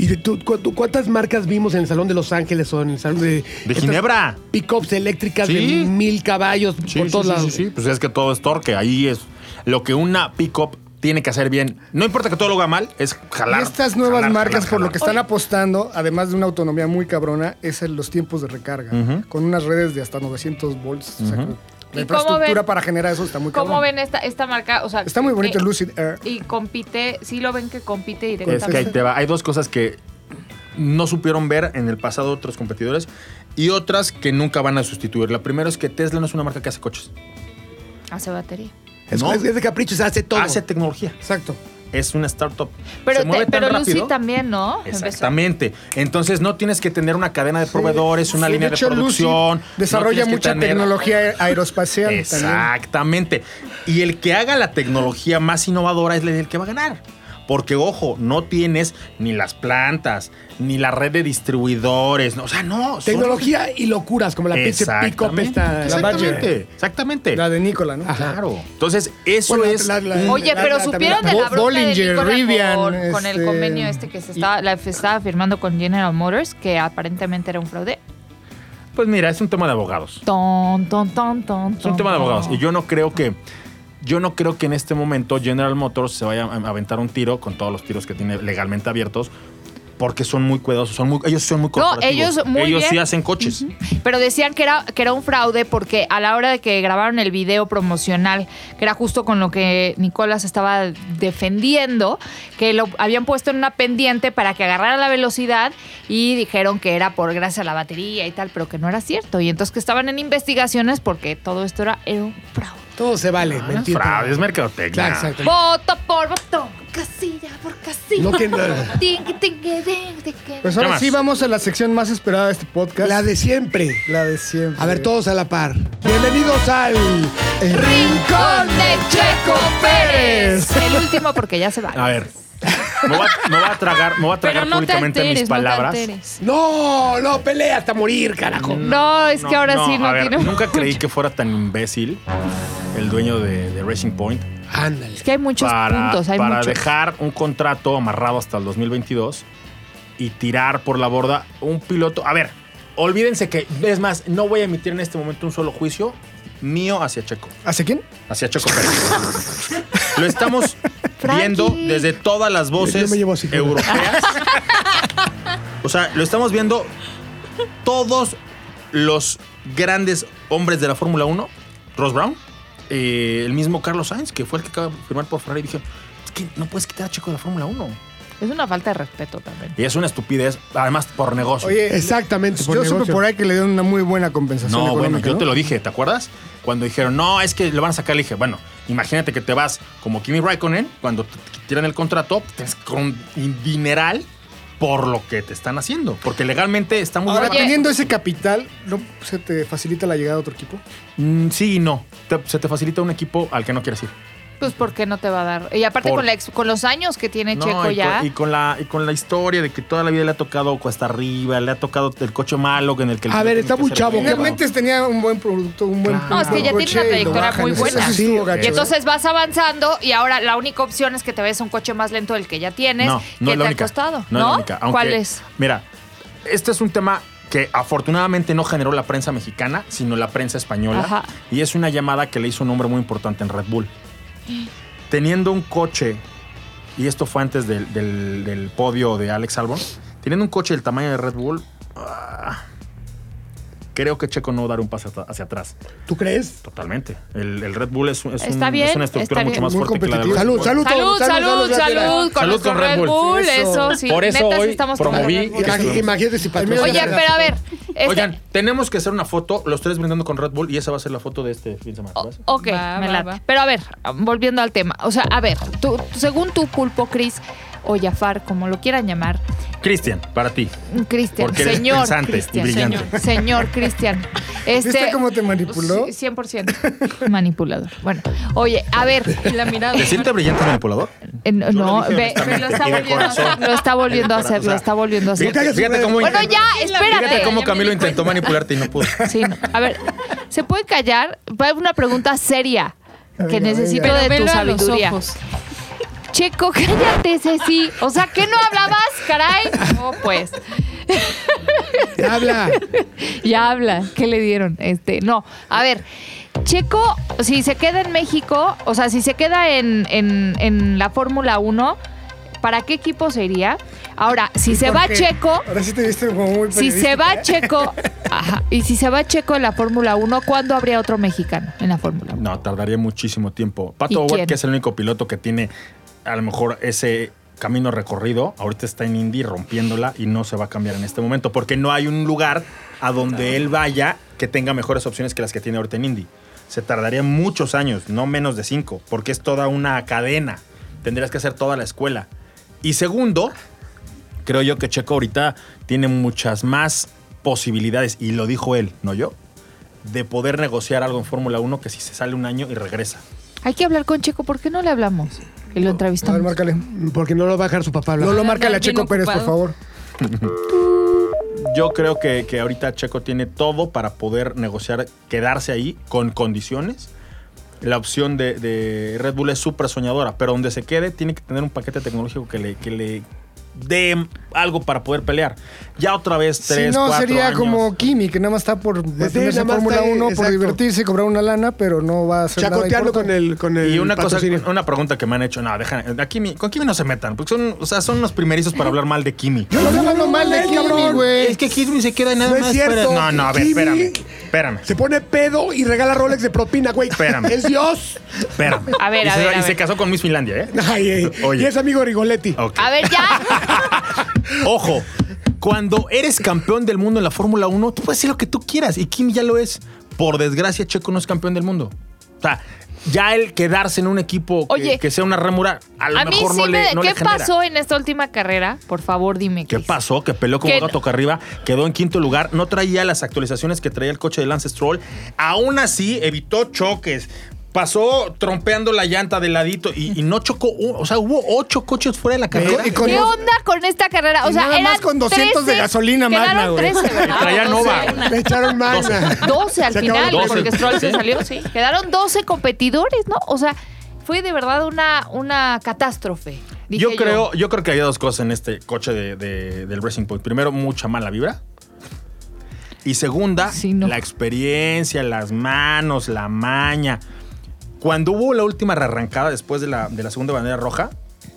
Speaker 3: ¿Y de tú, cu- tú cuántas marcas vimos en el Salón de Los Ángeles o en el Salón de...
Speaker 5: De
Speaker 3: estas
Speaker 5: Ginebra.
Speaker 3: Pickups eléctricas
Speaker 5: Sí.
Speaker 3: de mil caballos
Speaker 5: Sí,
Speaker 3: por
Speaker 5: sí,
Speaker 3: todos
Speaker 5: sí,
Speaker 3: lados.
Speaker 5: sí, sí. Pues es que todo es torque. Ahí es lo que una pickup tiene que hacer bien. No importa que todo lo haga mal, es jalar.
Speaker 6: Y estas nuevas
Speaker 5: jalar,
Speaker 6: marcas
Speaker 5: jalar,
Speaker 6: por lo
Speaker 5: jalar.
Speaker 6: que están apostando, además de una autonomía muy cabrona, es en los tiempos de recarga, con unas redes de hasta 900 volts. o sea, que la
Speaker 2: ¿Y cómo
Speaker 6: infraestructura
Speaker 2: ven?
Speaker 6: para generar eso está muy cabrona.
Speaker 2: ¿Cómo ven esta, esta marca? O sea,
Speaker 6: Está muy bonito
Speaker 2: eh,
Speaker 6: el Lucid Air.
Speaker 2: Y compite, sí lo ven que compite
Speaker 5: Es que ahí
Speaker 2: directamente.
Speaker 5: te va. Hay dos cosas que no supieron ver en el pasado otros competidores y otras que nunca van a sustituir. La primera es que Tesla no es una marca que hace coches.
Speaker 2: Hace batería.
Speaker 3: Es,
Speaker 5: No.
Speaker 3: es- es de capricho, se hace todo.
Speaker 5: Hace tecnología.
Speaker 3: Exacto.
Speaker 5: Es una startup.
Speaker 2: Pero,
Speaker 5: Se mueve
Speaker 2: te-
Speaker 5: tan
Speaker 2: pero
Speaker 5: rápido.
Speaker 2: Lucy también, ¿no? Empezó-
Speaker 5: Exactamente. Entonces no tienes que tener una cadena de proveedores, una
Speaker 6: Sí,
Speaker 5: línea de,
Speaker 6: hecho,
Speaker 5: producción.
Speaker 6: Lucid
Speaker 5: no tienes
Speaker 6: desarrolla
Speaker 5: que
Speaker 6: mucha
Speaker 5: tener-
Speaker 6: tecnología aeroespacial también.
Speaker 5: Exactamente. Y el que haga la tecnología más innovadora es el que va a ganar. Porque, ojo, no tienes ni las plantas, ni la red de distribuidores. no, o sea, no. son-
Speaker 3: Tecnología y locuras, como la pinche pick-up
Speaker 5: Exactamente.
Speaker 3: esta...
Speaker 6: La Badger.
Speaker 5: Exactamente. Exactamente.
Speaker 6: La de Nicola, ¿no?
Speaker 5: Claro. Entonces, eso
Speaker 3: Bueno,
Speaker 5: es.
Speaker 3: la- la-
Speaker 5: un-
Speaker 2: Oye,
Speaker 6: La-
Speaker 2: pero
Speaker 6: la-
Speaker 2: supieron de
Speaker 6: también-
Speaker 2: la bronca de
Speaker 6: Bollinger,
Speaker 2: Nicola
Speaker 6: Rivian,
Speaker 2: con, con el
Speaker 6: este,
Speaker 2: convenio este que se estaba, la, se estaba firmando con General Motors, que aparentemente era un fraude.
Speaker 5: Pues mira, es un tema de abogados.
Speaker 2: Ton, ton, ton, ton,
Speaker 5: Es un
Speaker 2: ton,
Speaker 5: tema de
Speaker 2: ton.
Speaker 5: abogados. Y yo no creo que. Yo no creo que en este momento General Motors se vaya a aventar un tiro con todos los tiros que tiene legalmente abiertos, porque son muy cuidadosos, son muy, ellos son muy corporativos.
Speaker 2: ellos muy bien.
Speaker 5: sí hacen coches.
Speaker 2: Pero decían que era, que era un fraude porque a la hora de que grabaron el video promocional, que era justo con lo que Nicolás estaba defendiendo, que lo habían puesto en una pendiente para que agarrara la velocidad y dijeron que era por gracias a la batería y tal, pero que no era cierto. Y entonces que estaban en investigaciones porque todo esto era, era un fraude.
Speaker 3: Todo se vale,
Speaker 5: No es
Speaker 3: mentira.
Speaker 5: Ah, fraude, es mercadotecnia.
Speaker 3: Claro, exacto.
Speaker 2: Voto por voto, casilla por casilla.
Speaker 3: No que nada.
Speaker 2: Tingui, tingui, ding, tingui.
Speaker 6: Pues
Speaker 5: ¿Qué
Speaker 6: ahora
Speaker 5: más?
Speaker 6: sí vamos a la sección más esperada de este podcast.
Speaker 3: La de siempre.
Speaker 6: La de siempre.
Speaker 3: A ver, todos a la par. Bienvenidos al... eh,
Speaker 2: Rincón de Checo Pérez. El último porque ya se va.
Speaker 5: A ver, me voy a, me voy a tragar, me voy a
Speaker 4: Pero
Speaker 5: tragar
Speaker 4: no te
Speaker 5: públicamente
Speaker 4: alteres,
Speaker 5: mis
Speaker 4: no
Speaker 5: palabras. Mm,
Speaker 4: te alteres.
Speaker 3: No, no, pelea hasta morir, carajo.
Speaker 2: No, es que ahora sí no
Speaker 5: a ver,
Speaker 2: tiene.
Speaker 5: Nunca creí que fuera tan imbécil el dueño de, de Racing Point
Speaker 3: Ándale.
Speaker 2: Es que hay muchos
Speaker 5: para,
Speaker 2: puntos, hay
Speaker 5: para
Speaker 2: muchos.
Speaker 5: dejar un contrato amarrado hasta el 2022 y tirar por la borda un piloto. A ver, olvídense que, es más, no voy a emitir en este momento un solo juicio mío hacia Checo,
Speaker 6: ¿Hacia quién?
Speaker 5: hacia Checo Pérez. Lo estamos
Speaker 2: Frankie.
Speaker 5: viendo desde todas las
Speaker 3: Yo
Speaker 5: voces
Speaker 3: me llevo así, joder.
Speaker 5: europeas. o sea, lo estamos viendo todos los grandes hombres de la Fórmula 1, Ross Brown, eh, el mismo Carlos Sainz, que fue el que acaba de firmar por Ferrari, dijo, es que no puedes quitar a Checo de la Fórmula 1.
Speaker 2: Es una falta de respeto también.
Speaker 5: Y es una estupidez, además por negocio.
Speaker 6: Oye,
Speaker 3: Exactamente, por
Speaker 6: Pues yo supe
Speaker 3: negocio.
Speaker 6: por ahí que le dieron una muy buena compensación.
Speaker 5: No, bueno,
Speaker 6: económica,
Speaker 5: yo
Speaker 6: ¿no?
Speaker 5: te lo dije, ¿te acuerdas? Cuando dijeron, no, es que lo van a sacar, le dije, bueno, imagínate que te vas como Kimi Raikkonen, cuando te tiran el contrato, te tienes con un dineral por lo que te están haciendo, porque legalmente está muy
Speaker 6: Ahora,
Speaker 5: barato.
Speaker 6: teniendo ese capital, ¿no se te facilita la llegada a otro equipo?
Speaker 5: Mm, sí y no, Te- se te facilita un equipo al que no quieres ir.
Speaker 2: Pues porque no te va a dar. Y aparte
Speaker 5: Por-
Speaker 2: con, la ex- con los años que tiene
Speaker 5: No,
Speaker 2: Checo
Speaker 5: y,
Speaker 2: ya.
Speaker 5: Con, y con la, y con la historia de que toda la vida le ha tocado cuesta arriba, le ha tocado el coche malo en el que...
Speaker 3: A ver, está muy chavo, ¿qué
Speaker 6: Finalmente tenía un buen producto, un buen
Speaker 5: Claro.
Speaker 2: No, es que ya
Speaker 6: coche
Speaker 2: tiene una
Speaker 6: y lo
Speaker 2: trayectoria
Speaker 6: bajan,
Speaker 2: muy
Speaker 6: eso-
Speaker 2: buena.
Speaker 6: eso estuvo
Speaker 3: Sí,
Speaker 6: gacho,
Speaker 2: Y
Speaker 6: ¿eh?
Speaker 2: entonces vas avanzando y ahora la única opción es que te ves un coche más lento del que ya tienes,
Speaker 5: No, no
Speaker 2: que
Speaker 5: es la
Speaker 2: te
Speaker 5: única.
Speaker 2: ha costado.
Speaker 5: No, es la única. Aunque,
Speaker 2: ¿Cuál es?
Speaker 5: Mira, este es un tema que afortunadamente no generó la prensa mexicana, sino la prensa española.
Speaker 2: Ajá.
Speaker 5: Y es una llamada que le hizo un hombre muy importante en Red Bull. Teniendo un coche, y esto fue antes del, del- del podio de Alex Albon, teniendo un coche del tamaño de Red Bull, ah, creo que Checo no va a dar un paso hacia atrás.
Speaker 3: ¿Tú crees?
Speaker 5: Totalmente. El, el Red Bull es, un- es
Speaker 2: Está
Speaker 5: un-
Speaker 2: bien,
Speaker 5: es una estructura
Speaker 2: está
Speaker 5: mucho
Speaker 2: bien.
Speaker 5: más
Speaker 6: Muy
Speaker 5: fuerte que la de Red
Speaker 6: competitiva.
Speaker 3: Salud,
Speaker 5: Bull.
Speaker 3: salud,
Speaker 2: Salud,
Speaker 3: todos,
Speaker 2: salud, salud. Con
Speaker 5: Salud
Speaker 2: nuestro
Speaker 5: con Red
Speaker 2: Red
Speaker 5: Bull.
Speaker 2: Bull,
Speaker 6: Eso.
Speaker 2: eso sí.
Speaker 5: Por eso
Speaker 2: Neta, sí
Speaker 5: hoy
Speaker 2: estamos tomando
Speaker 5: promoví
Speaker 2: Red Bull.
Speaker 5: que-
Speaker 3: Imag- Imagínate si patrocinas.
Speaker 2: Oye, pero a ver. este-
Speaker 5: Oigan, tenemos que hacer una foto, los tres brindando con Red Bull, y esa va a ser la foto de este fin de semana. ¿vas?
Speaker 2: Ok,
Speaker 4: Va,
Speaker 2: me
Speaker 4: va,
Speaker 2: late.
Speaker 4: va.
Speaker 2: Pero a ver, volviendo al tema. O sea, a ver, tú, según tu pulpo, Cris, o Jafar, como lo quieran llamar,
Speaker 5: Cristian, para ti.
Speaker 2: Cristian,
Speaker 5: Porque eres
Speaker 2: señor
Speaker 5: pensante y
Speaker 2: Cristian,
Speaker 5: brillante.
Speaker 2: señor, señor Cristian. Este,
Speaker 6: ¿Viste cómo te manipuló?
Speaker 2: Sí, 100% manipulador. Bueno, oye, a ver,
Speaker 4: La mirada.
Speaker 5: ¿Te sientes brillante manipulador?
Speaker 2: eh, no,
Speaker 5: lo dije
Speaker 2: ve,
Speaker 5: honestamente,
Speaker 4: lo
Speaker 5: y
Speaker 4: está
Speaker 5: de
Speaker 4: volviendo a hacer.
Speaker 5: corazón.
Speaker 2: lo está volviendo a
Speaker 5: De corazón,
Speaker 2: hacer,
Speaker 5: o sea,
Speaker 2: lo está volviendo a hacer.
Speaker 5: ah. Fíjate, fíjate cómo,
Speaker 2: Bueno,
Speaker 5: intentó-
Speaker 2: ya,
Speaker 5: fíjate
Speaker 2: espérate.
Speaker 5: cómo Camilo intentó manipularte y no pudo.
Speaker 2: Sí, no. a ver, ¿se puede callar? Va una pregunta seria que necesito
Speaker 4: Pero
Speaker 2: de tu
Speaker 4: velo a los
Speaker 2: sabiduría.
Speaker 4: ojos.
Speaker 2: Checo, cállate, Ceci. O sea, ¿qué no hablabas, caray? No, pues.
Speaker 3: Habla.
Speaker 2: Ya habla. ¿Qué le dieron? Este, no. A ver, Checo, si se queda en México, o sea, si se queda en, en- en la Fórmula 1, ¿para qué equipo se iría? Ahora, si se va
Speaker 6: Porque
Speaker 2: Checo,
Speaker 6: Ahora sí te viste como muy
Speaker 2: si se va
Speaker 6: periodística, ¿eh?
Speaker 2: Checo, ajá, y si se va Checo en la Fórmula 1, ¿cuándo habría otro mexicano en la Fórmula 1?
Speaker 5: No, tardaría muchísimo tiempo.
Speaker 2: ¿Y
Speaker 5: Pato Howard,
Speaker 2: quién?
Speaker 5: que es el único piloto que tiene a lo mejor ese camino recorrido, ahorita está en Indy rompiéndola y no se va a cambiar en este momento porque no hay un lugar a donde él vaya que tenga mejores opciones que las que tiene ahorita en Indy. Se tardaría muchos años, no menos de cinco, porque es toda una cadena. Tendrías que hacer toda la escuela. Y segundo, creo yo que Checo ahorita tiene muchas más posibilidades, y lo dijo él, no yo, de poder negociar algo en Fórmula 1 que si se sale un año y regresa.
Speaker 2: Hay que hablar con Checo, ¿por qué no le hablamos? Y lo
Speaker 6: A ver,
Speaker 2: entrevistamos.
Speaker 6: márcale.
Speaker 3: Porque no lo va a dejar su papá hablar.
Speaker 6: Lolo,
Speaker 4: Anda
Speaker 6: márcale a
Speaker 4: bien
Speaker 6: Checo Pérez, por
Speaker 4: ocupado.
Speaker 6: favor.
Speaker 5: Yo creo que, que ahorita Checo tiene todo para poder negociar, quedarse ahí con condiciones. La opción de, de Red Bull es súper soñadora, pero donde se quede tiene que tener un paquete tecnológico que le, que le dé algo para poder pelear. Ya otra vez,
Speaker 6: Si
Speaker 5: tres,
Speaker 6: no,
Speaker 5: cuatro
Speaker 6: sería
Speaker 5: años.
Speaker 6: como Kimi, que nada más está por meterse
Speaker 3: nada
Speaker 6: en
Speaker 3: más
Speaker 6: Fórmula
Speaker 3: está ahí,
Speaker 6: 1, por
Speaker 3: exacto.
Speaker 6: divertirse, cobrar una lana, pero no va a hacer nada.
Speaker 3: Chacoteando con
Speaker 6: importante.
Speaker 3: el, con el
Speaker 5: Y una cosa,
Speaker 3: patrocinio.
Speaker 5: una pregunta que me han hecho, no, dejan, a Kimi- con Kimi no se metan, porque son, o sea, son los primerizos para hablar mal de Kimi.
Speaker 6: Yo no estoy hablando mal de
Speaker 3: eh.
Speaker 6: Kimi, güey.
Speaker 5: Es que Kimi se queda nada
Speaker 3: No es
Speaker 5: más
Speaker 3: cierto.
Speaker 5: para- No, no, a ver,
Speaker 3: Kimi-
Speaker 5: espérame, espérame.
Speaker 3: Se pone pedo y regala Rolex de propina, güey.
Speaker 5: Espérame.
Speaker 3: Es Dios.
Speaker 5: Espérame.
Speaker 2: A ver,
Speaker 5: y
Speaker 2: a
Speaker 5: se,
Speaker 2: ver,
Speaker 5: y
Speaker 2: a
Speaker 5: se
Speaker 2: ver.
Speaker 5: casó con Miss Finlandia, ¿eh?
Speaker 3: Ay, ey.
Speaker 5: Oye. Oh.
Speaker 3: Y es amigo de Rigoletti.
Speaker 5: Ok.
Speaker 2: A ver, ya.
Speaker 5: Ojo, cuando eres campeón del mundo en la Fórmula 1, tú puedes hacer lo que tú quieras. Y Kimi ya lo es. Por desgracia, Checo no es campeón del mundo. O sea, ya el quedarse en un equipo que,
Speaker 2: Oye.
Speaker 5: que sea una rémora, a lo
Speaker 2: A mí
Speaker 5: mejor
Speaker 2: sí
Speaker 5: no,
Speaker 2: me.
Speaker 5: le, no le
Speaker 2: ¿Qué
Speaker 5: genera.
Speaker 2: pasó en esta última carrera? Por favor, dime.
Speaker 5: ¿Qué
Speaker 2: Cris.
Speaker 5: pasó? Que peleó como
Speaker 2: Que-
Speaker 5: gato que arriba, quedó en quinto lugar, no traía las actualizaciones que traía el coche de Lance Stroll. Aún así, evitó choques. Pasó trompeando la llanta de ladito y, y no chocó. un- O sea, hubo ocho coches fuera de la carrera.
Speaker 6: y con-
Speaker 2: ¿Qué
Speaker 6: dos-
Speaker 2: onda con esta carrera? O
Speaker 6: y
Speaker 2: sea,
Speaker 6: nada más
Speaker 2: eran
Speaker 6: con 200 de
Speaker 2: 13,
Speaker 6: gasolina
Speaker 2: quedaron
Speaker 6: magna, güey.
Speaker 2: 13, ¿verdad?
Speaker 5: Traía
Speaker 2: O
Speaker 5: Nova.
Speaker 2: sea,
Speaker 3: Le echaron magna.
Speaker 2: 12 al
Speaker 3: Se acabaron
Speaker 2: final,
Speaker 5: 12.
Speaker 2: porque Stroll se
Speaker 5: Sí.
Speaker 2: salió, sí. Quedaron 12 competidores, ¿no? O sea, fue de verdad una, una catástrofe. dije
Speaker 5: yo creo, yo. creo que había dos cosas en este coche de- de- del Racing Point. Primero, mucha mala vibra. Y segunda,
Speaker 2: Sí, no.
Speaker 5: la experiencia, las manos, la maña. Cuando hubo la última arrancada después de la, de la segunda bandera roja,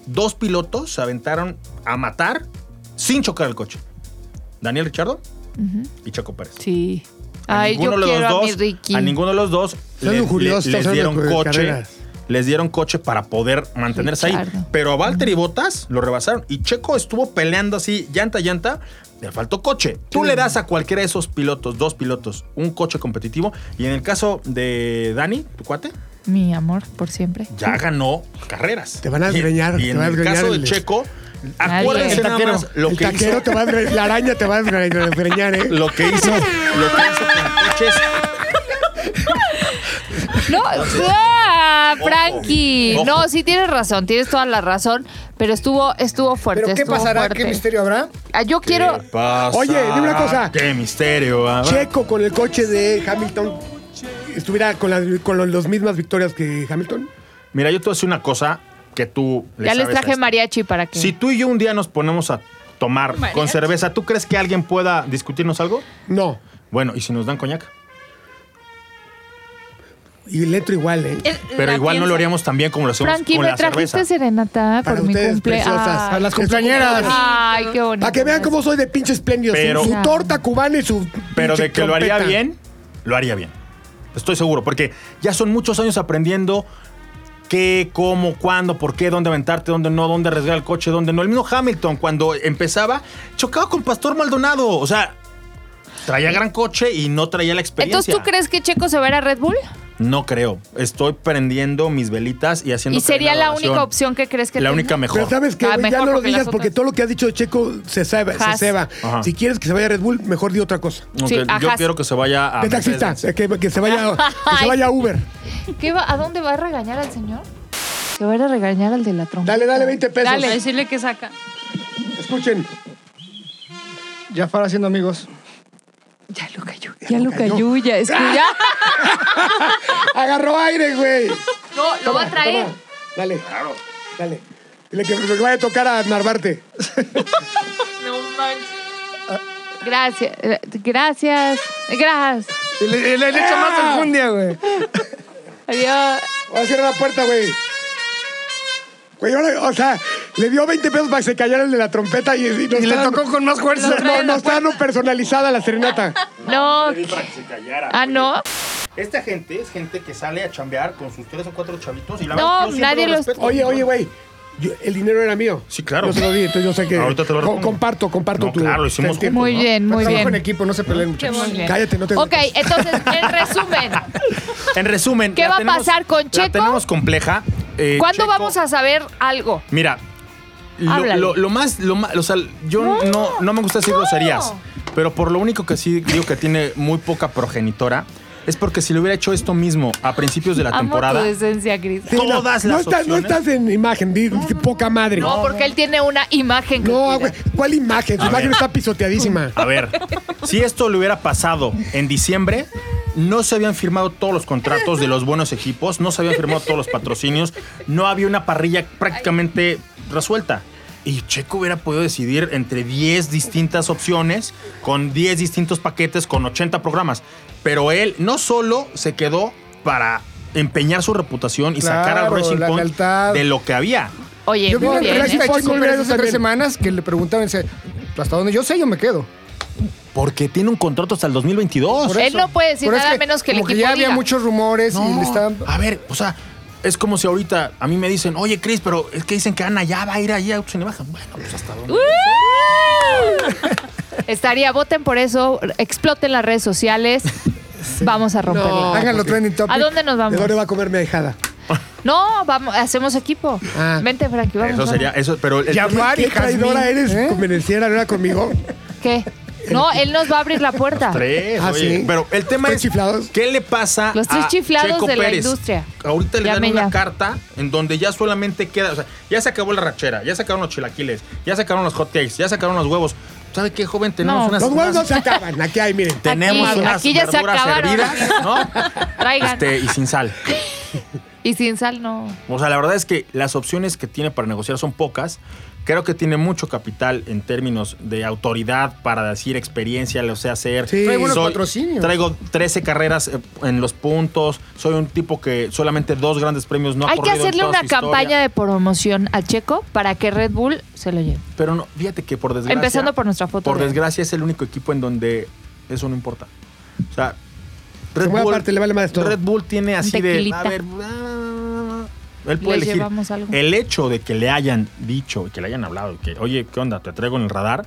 Speaker 5: dos pilotos se aventaron a matar sin chocar el coche. Daniel Richardo y Chaco Pérez.
Speaker 2: Sí.
Speaker 5: A
Speaker 2: Ay, yo
Speaker 5: ninguno de los
Speaker 2: quiero a mi
Speaker 5: dos,
Speaker 2: Ricky.
Speaker 5: a ninguno de los dos
Speaker 3: Son
Speaker 5: le-
Speaker 3: lujuriosos,
Speaker 5: le- les
Speaker 3: son
Speaker 5: dieron
Speaker 3: de
Speaker 5: coche.
Speaker 3: carreras.
Speaker 5: Les dieron coche para poder mantenerse ahí.
Speaker 2: Richardo.
Speaker 5: Pero a Walter y Botas lo rebasaron. Y Checo estuvo peleando así, llanta a llanta. Le faltó coche. Tú le das a cualquiera de esos pilotos, dos pilotos, un coche competitivo. Y en el caso de Dani, tu cuate,
Speaker 2: Mi amor, por siempre.
Speaker 5: ya ganó carreras.
Speaker 3: Te van a
Speaker 5: Y-
Speaker 3: desgreñar,
Speaker 5: Y,
Speaker 3: te
Speaker 5: en
Speaker 3: van a
Speaker 5: el
Speaker 3: desgreñar
Speaker 5: caso
Speaker 3: el-
Speaker 5: de Checo,
Speaker 2: Nadie.
Speaker 5: acuérdense
Speaker 2: El
Speaker 5: nada más lo
Speaker 3: el
Speaker 5: que hizo
Speaker 3: taquero te va a desgre- la araña te va a desgre- desgreñar, ¿eh?
Speaker 5: lo que hizo, lo que hizo con coches.
Speaker 2: No, ah, Frankie.
Speaker 5: Ojo.
Speaker 2: No, sí tienes razón, tienes toda la razón, pero estuvo estuvo fuerte.
Speaker 6: ¿Pero qué
Speaker 2: estuvo
Speaker 6: pasará?
Speaker 2: fuerte.
Speaker 6: ¿Qué misterio habrá?
Speaker 2: Ah, yo quiero.
Speaker 5: ¿Qué pasa?
Speaker 3: Oye, dime una cosa.
Speaker 5: Qué misterio, ¿verdad?
Speaker 3: Checo con el coche de Hamilton estuviera con, las con los- las mismas victorias que Hamilton.
Speaker 5: Mira, yo te voy a decir una cosa que tú le
Speaker 2: Ya les
Speaker 5: sabes a
Speaker 2: traje
Speaker 5: esto.
Speaker 2: mariachi para que.
Speaker 5: Si tú y yo un día nos ponemos a tomar con cerveza, ¿tú crees que alguien pueda discutirnos algo?
Speaker 3: No.
Speaker 5: Bueno, ¿y si nos dan coñac?
Speaker 3: Y Leto igual, ¿eh?
Speaker 2: Eh,
Speaker 5: Pero
Speaker 2: la
Speaker 5: igual no
Speaker 2: piensa.
Speaker 5: lo haríamos tan bien como lo hacemos
Speaker 2: Frankie,
Speaker 5: con
Speaker 2: me
Speaker 5: la cerveza.
Speaker 2: trajiste serenata
Speaker 3: Para
Speaker 2: por mi
Speaker 3: ustedes,
Speaker 2: cumple. Ah.
Speaker 3: preciosas.
Speaker 2: Ay,
Speaker 3: Para las
Speaker 2: qué
Speaker 3: cumpleañeras.
Speaker 2: bonito. Ay, qué bonito.
Speaker 3: Para que vean cómo soy de pinche espléndido. Su-
Speaker 5: Pero-
Speaker 3: su, torta cubana y su.
Speaker 5: Pero
Speaker 3: pinche
Speaker 5: de que lo haría
Speaker 3: trompeta.
Speaker 5: bien, lo haría bien. Estoy seguro, porque ya son muchos años aprendiendo qué, cómo, cuándo, por qué, dónde aventarte, dónde no, dónde arriesgar el coche, dónde no. El mismo Hamilton, cuando empezaba, chocaba con Pastor Maldonado. O sea, traía gran coche y no traía la experiencia.
Speaker 2: Entonces, ¿tú crees que Checo se va a ir a Red Bull?
Speaker 5: No creo. Estoy prendiendo mis velitas y haciendo.
Speaker 2: Y sería
Speaker 5: caer
Speaker 2: la
Speaker 5: adoración.
Speaker 2: única opción que crees que
Speaker 5: La
Speaker 2: tenga?
Speaker 5: única mejor.
Speaker 3: Pero sabes que
Speaker 2: Ah,
Speaker 3: güey, ya
Speaker 2: mejor
Speaker 3: no lo
Speaker 2: porque las
Speaker 3: digas porque
Speaker 2: otras.
Speaker 3: todo lo que ha dicho Checo se sabe, se
Speaker 2: Has.
Speaker 3: ceba.
Speaker 5: Ajá.
Speaker 3: Si quieres que se vaya a Red Bull, mejor di otra cosa.
Speaker 5: Ok,
Speaker 2: Sí,
Speaker 5: yo
Speaker 2: ajá.
Speaker 5: quiero que se vaya a.
Speaker 3: de taxista,
Speaker 5: Mercedes.
Speaker 3: que, que se vaya, que se
Speaker 2: Ay.
Speaker 3: vaya a Uber.
Speaker 2: ¿Qué va- ¿A dónde va a regañar al señor? Se va a ir a regañar al de la trompa.
Speaker 3: Dale, dale 20 pesos.
Speaker 4: A decirle que saca.
Speaker 3: Escuchen.
Speaker 6: Jafar haciendo amigos.
Speaker 2: Ya lo cayó. Ya lo cayó, ya. Es que ya.
Speaker 3: Agarró aire, güey.
Speaker 2: No, lo va a traer.
Speaker 3: Toma, Dale. Claro. Dale. Dile que que vaya a tocar a Narvarte.
Speaker 2: No manches. Gracias, eh, gracias, gracias.
Speaker 6: Y le, y le- le echa más enjundia, güey.
Speaker 2: Adiós.
Speaker 3: Voy a cerrar la puerta, güey. Güey, ahora, o sea, le dio 20 pesos para que se callara el de la trompeta y, y no
Speaker 6: Y le
Speaker 3: está-
Speaker 6: tocó con más fuerza.
Speaker 3: No, no, no está no personalizada la serenata.
Speaker 2: No. Ah, no.
Speaker 5: Esta gente es gente que sale a chambear con sus tres o cuatro chavitos y la
Speaker 2: No,
Speaker 5: verdad, yo siempre
Speaker 2: nadie los-
Speaker 5: respeto.
Speaker 3: Oye, oye, güey. yo- El dinero era mío.
Speaker 5: Sí, claro.
Speaker 3: Yo se lo di, entonces yo sé que.
Speaker 5: Ahorita te lo
Speaker 3: Co-
Speaker 5: repongo.
Speaker 3: Comparto, comparto
Speaker 5: No,
Speaker 3: tu.
Speaker 5: claro, lo hicimos
Speaker 3: sentir.
Speaker 5: juntos.
Speaker 2: Muy bien, muy
Speaker 6: Trabajo en
Speaker 2: bien.
Speaker 6: equipo, no se peleen
Speaker 2: Qué
Speaker 6: muchachos.
Speaker 2: muy bien.
Speaker 3: Cállate, no te
Speaker 2: Ok, entonces, en resumen,
Speaker 5: En resumen,
Speaker 2: ¿Qué
Speaker 5: la
Speaker 2: va a
Speaker 5: tenemos-
Speaker 2: pasar con
Speaker 5: la
Speaker 2: Checo?
Speaker 5: tenemos compleja. Eh,
Speaker 2: ¿cuándo
Speaker 5: Checo-
Speaker 2: vamos a saber algo?
Speaker 5: Mira, lo,
Speaker 2: Háblale.
Speaker 5: lo- lo más, lo más, o sea, yo no, no, me gusta decir groserías, pero por lo único que sí digo que tiene muy poca progenitora es porque si le hubiera hecho esto mismo a principios de la
Speaker 2: Amo tu
Speaker 5: temporada,
Speaker 2: decencia, Cris.
Speaker 3: Sí, no,
Speaker 5: todas
Speaker 3: no
Speaker 5: las
Speaker 3: estás, no
Speaker 5: opciones.
Speaker 3: estás en imagen, di- di- poca madre.
Speaker 2: No, porque él tiene una imagen. que
Speaker 3: No,
Speaker 2: cuida.
Speaker 3: güey. ¿Cuál imagen? Su
Speaker 5: A
Speaker 3: imagen
Speaker 5: ver.
Speaker 3: está pisoteadísima.
Speaker 5: A ver, si esto le hubiera pasado en diciembre, no se habían firmado todos los contratos de los buenos equipos, no se habían firmado todos los patrocinios, no había una parrilla prácticamente resuelta. Y Checo hubiera podido decidir entre 10 distintas opciones, con 10 distintos paquetes, con 80 programas. Pero él no solo se quedó para empeñar su reputación y sacar al
Speaker 6: Claro,
Speaker 5: Racing
Speaker 6: la
Speaker 5: Point
Speaker 6: lealtad.
Speaker 5: de lo que había.
Speaker 2: Oye,
Speaker 6: Yo vi
Speaker 2: muy
Speaker 6: una
Speaker 2: bien, ¿eh?
Speaker 6: entrevista de
Speaker 3: Fue
Speaker 6: Este Chico
Speaker 3: muy
Speaker 6: Pérez
Speaker 3: bien,
Speaker 6: hace
Speaker 3: también.
Speaker 6: tres semanas que le preguntaban, dice, hasta donde yo sé, yo me quedo.
Speaker 5: Porque tiene un contrato hasta el 2022.
Speaker 6: Por
Speaker 2: Él
Speaker 6: eso.
Speaker 2: no puede decir
Speaker 6: Pero es
Speaker 2: nada menos que el
Speaker 6: como
Speaker 2: equipo
Speaker 6: ya había
Speaker 2: diga.
Speaker 6: muchos rumores y
Speaker 5: No,
Speaker 6: le estaban...
Speaker 5: A ver, o sea, es como si ahorita a mí me dicen, oye, Chris, pero es que dicen que Ana ya va a ir ahí a Autos en Imagen". Bueno, pues hasta dónde.
Speaker 2: Estaría, voten por eso, exploten las redes sociales. Vamos a romperlo.
Speaker 6: Háganlo trending topic.
Speaker 2: ¿A dónde nos
Speaker 3: Ah, ¿De
Speaker 2: vamos?
Speaker 3: dónde va a comer mi ahijada?
Speaker 2: No, vamos, hacemos equipo.
Speaker 3: Ah.
Speaker 2: Vente, Frankie, vamos.
Speaker 5: Eso
Speaker 2: vamos.
Speaker 5: sería, eso, pero el-
Speaker 6: Jafar y
Speaker 3: ¿Qué traidora
Speaker 6: Jazmín,
Speaker 3: eres?
Speaker 6: ¿eh?
Speaker 3: Convenenciera, ¿no era conmigo?
Speaker 2: ¿Qué? No, él nos va a abrir la puerta.
Speaker 5: tres,
Speaker 3: Ah,
Speaker 5: oye.
Speaker 3: sí.
Speaker 5: Pero el tema
Speaker 3: ¿Tres
Speaker 5: es,
Speaker 3: chiflados?
Speaker 5: ¿qué le pasa
Speaker 2: Los tres
Speaker 5: a
Speaker 2: chiflados
Speaker 5: Checo
Speaker 2: de la
Speaker 5: Pérez?
Speaker 2: industria.
Speaker 5: Ahorita le
Speaker 2: Llame
Speaker 5: dan una
Speaker 2: ya.
Speaker 5: carta en donde ya solamente queda, o sea, ya se acabó la rachera, ya sacaron los chilaquiles, ya sacaron los hot cakes, ya sacaron los huevos. ¿Sabe qué, joven? Tenemos
Speaker 2: No.
Speaker 5: unas...
Speaker 3: Los huevos no
Speaker 5: unas-
Speaker 3: se acaban. Aquí hay, miren.
Speaker 5: tenemos
Speaker 2: Aquí-
Speaker 5: unas
Speaker 2: aquí ya se
Speaker 5: verduras
Speaker 2: acabaron.
Speaker 5: Este, hervidas, ¿no?
Speaker 2: Traigan.
Speaker 5: Este, y sin sal.
Speaker 2: Y sin sal no.
Speaker 5: O sea, la verdad es que las opciones que tiene para negociar son pocas. Creo que tiene mucho capital en términos de autoridad para decir experiencia, lo sé hacer.
Speaker 3: Sí. Trae
Speaker 6: buenos patrocinios.
Speaker 5: Traigo 13 carreras eh, en los puntos. Soy un tipo que solamente dos grandes premios no ha
Speaker 2: Hay que
Speaker 5: corrido en
Speaker 2: hacerle
Speaker 5: toda
Speaker 2: una
Speaker 5: su historia.
Speaker 2: campaña de promoción a Checo para que Red Bull se lo lleve.
Speaker 5: Pero no, fíjate que por desgracia.
Speaker 2: Empezando por nuestra foto
Speaker 5: Por
Speaker 2: de-
Speaker 5: desgracia es el único equipo en donde eso no importa. O sea, Red
Speaker 3: buena parte le vale madres todo.
Speaker 5: Red Bull tiene así de.
Speaker 2: tequilita.
Speaker 5: A ver. Él puede
Speaker 2: Le
Speaker 5: elegir.
Speaker 2: llevamos algo.
Speaker 5: El hecho de que le hayan dicho, y que le hayan hablado, y que, oye, ¿qué onda? Te traigo en el radar,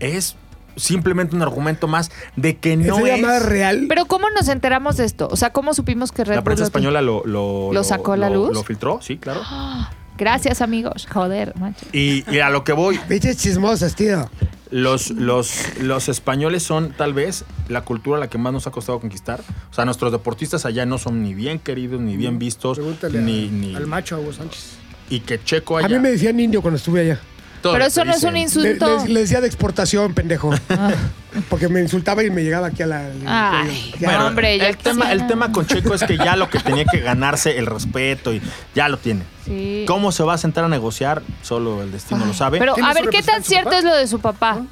Speaker 5: es simplemente un argumento más de que no
Speaker 3: ¿Sería
Speaker 5: es.
Speaker 3: más real?
Speaker 2: Pero ¿cómo nos enteramos de esto? O sea, ¿cómo supimos que Red
Speaker 5: La prensa
Speaker 2: Bull lo tiene?
Speaker 5: española lo, lo,
Speaker 2: ¿Lo sacó a la
Speaker 5: lo-
Speaker 2: luz?
Speaker 5: Lo filtró, sí, claro.
Speaker 2: Gracias, amigos. Joder, macho.
Speaker 5: Y, y a lo que voy,
Speaker 3: Pinches chismosas, tío.
Speaker 5: los, los, los españoles son tal vez la cultura la que más nos ha costado conquistar. O sea, nuestros deportistas allá no son ni bien queridos, ni bien vistos,
Speaker 6: Pregúntale a-
Speaker 5: ni, ni-
Speaker 6: al macho Hugo Sánchez.
Speaker 5: y que Checo allá.
Speaker 3: A mí me decían indio cuando estuve allá.
Speaker 2: Pero eso no es un
Speaker 3: Le,
Speaker 2: insulto.
Speaker 3: les- les decía de exportación, pendejo.
Speaker 2: Ah.
Speaker 3: Porque me insultaba y me llegaba aquí a la.
Speaker 2: Ay,
Speaker 3: Ya.
Speaker 2: no, hombre, yo
Speaker 5: el tema, el
Speaker 2: quisiera.
Speaker 5: tema con Checo es que ya lo que tenía que ganarse el respeto y ya lo tiene.
Speaker 2: Sí.
Speaker 5: ¿Cómo se va a sentar a negociar? Solo el destino lo sabe.
Speaker 2: Pero
Speaker 6: ¿Tiene
Speaker 2: a
Speaker 6: su
Speaker 2: ver, ¿qué tan
Speaker 6: representante su
Speaker 2: cierto
Speaker 6: papá?
Speaker 2: es lo de su papá?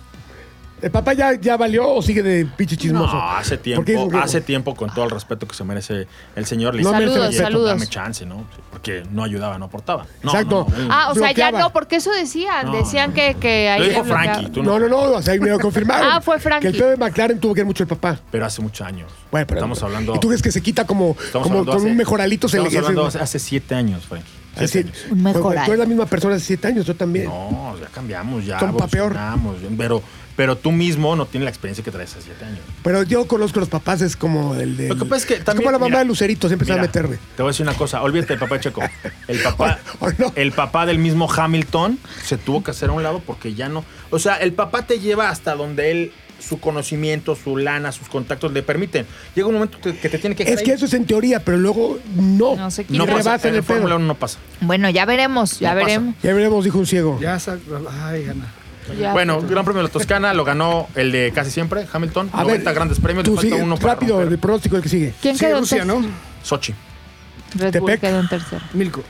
Speaker 3: ¿El papá ya, ya valió o sigue de pinche
Speaker 2: ah,
Speaker 3: chismoso?
Speaker 5: no, hace
Speaker 3: Porque
Speaker 5: tiempo,
Speaker 3: es-
Speaker 5: hace tiempo, con todo el respeto que se merece el señor, le
Speaker 3: No
Speaker 5: dice,
Speaker 3: merece
Speaker 5: "Oye,
Speaker 3: respeto".
Speaker 2: Saludos,
Speaker 5: Dame
Speaker 2: saludos.
Speaker 5: chance, ¿no? Porque no ayudaba, no aportaba. No,
Speaker 3: Exacto.
Speaker 5: no, no, él-
Speaker 2: Ah, o sea, ya
Speaker 3: Bloqueaba.
Speaker 2: no, porque eso decían.
Speaker 5: No,
Speaker 2: decían que, que ahí
Speaker 5: Lo dijo
Speaker 2: le bloqueaba.
Speaker 5: Frankie, tú no.
Speaker 3: No, no, no, o sea, ahí me lo confirmaron.
Speaker 2: Ah, fue Frankie.
Speaker 3: Que el pedo de McLaren tuvo que ver mucho el papá.
Speaker 5: Pero hace muchos años.
Speaker 3: Bueno, pero-
Speaker 5: estamos hablando.
Speaker 3: ¿Y tú crees que se quita como,
Speaker 5: estamos
Speaker 3: como
Speaker 5: hablando
Speaker 3: con
Speaker 5: hace-
Speaker 3: un mejoralito? Se le
Speaker 5: Estamos hablando
Speaker 3: hace-
Speaker 5: hace, hace siete años, Frank. Siete
Speaker 3: hace-
Speaker 5: años.
Speaker 2: Un mejoral.
Speaker 3: Tú eres la misma persona hace siete años, yo también.
Speaker 5: No, ya cambiamos, ya
Speaker 3: Son pa' peor.
Speaker 5: evolucionamos. Pero, pero tú mismo no tienes la experiencia que traes hace siete años.
Speaker 3: Pero yo conozco los papás, es como el de.
Speaker 5: Lo que pasa es que también,
Speaker 3: como la mamá
Speaker 5: mira,
Speaker 3: de Lucerito, siempre se va a
Speaker 5: Mira,
Speaker 3: meterle.
Speaker 5: Te voy a decir una cosa, olvídate del papá de Checo. El papá,
Speaker 3: O- o no.
Speaker 5: el papá del mismo Hamilton se tuvo que hacer a un lado porque ya no. O sea, el papá te lleva hasta donde él, su conocimiento, su lana, sus contactos le permiten. Llega un momento que, que te tiene que.
Speaker 3: Es que eso es en teoría, pero luego no.
Speaker 2: No se quita.
Speaker 5: no pasa,
Speaker 3: rebasan
Speaker 5: en
Speaker 3: el
Speaker 5: el Fórmula
Speaker 3: pedo.
Speaker 5: 1 no pasa.
Speaker 2: Bueno, ya veremos, ya
Speaker 5: No pasa.
Speaker 2: veremos.
Speaker 3: Ya veremos, dijo un ciego.
Speaker 6: Ya sa- Ay, gana.
Speaker 3: Ah,
Speaker 2: Ya.
Speaker 5: Bueno, Gran Premio de la Toscana lo ganó el de casi siempre, Hamilton.
Speaker 3: A
Speaker 5: 90
Speaker 3: ver,
Speaker 5: grandes premios,
Speaker 3: tú
Speaker 5: le falta
Speaker 3: sigue,
Speaker 5: uno para
Speaker 3: rápido,
Speaker 5: romper.
Speaker 3: el pronóstico el que sigue.
Speaker 2: ¿Quién
Speaker 6: Sí,
Speaker 2: quedó
Speaker 6: Rusia,
Speaker 2: en
Speaker 6: ¿no?
Speaker 2: tercero?
Speaker 5: Sochi,
Speaker 2: Red Bull
Speaker 3: Tepec.
Speaker 2: quedó en tercero.
Speaker 6: Milko.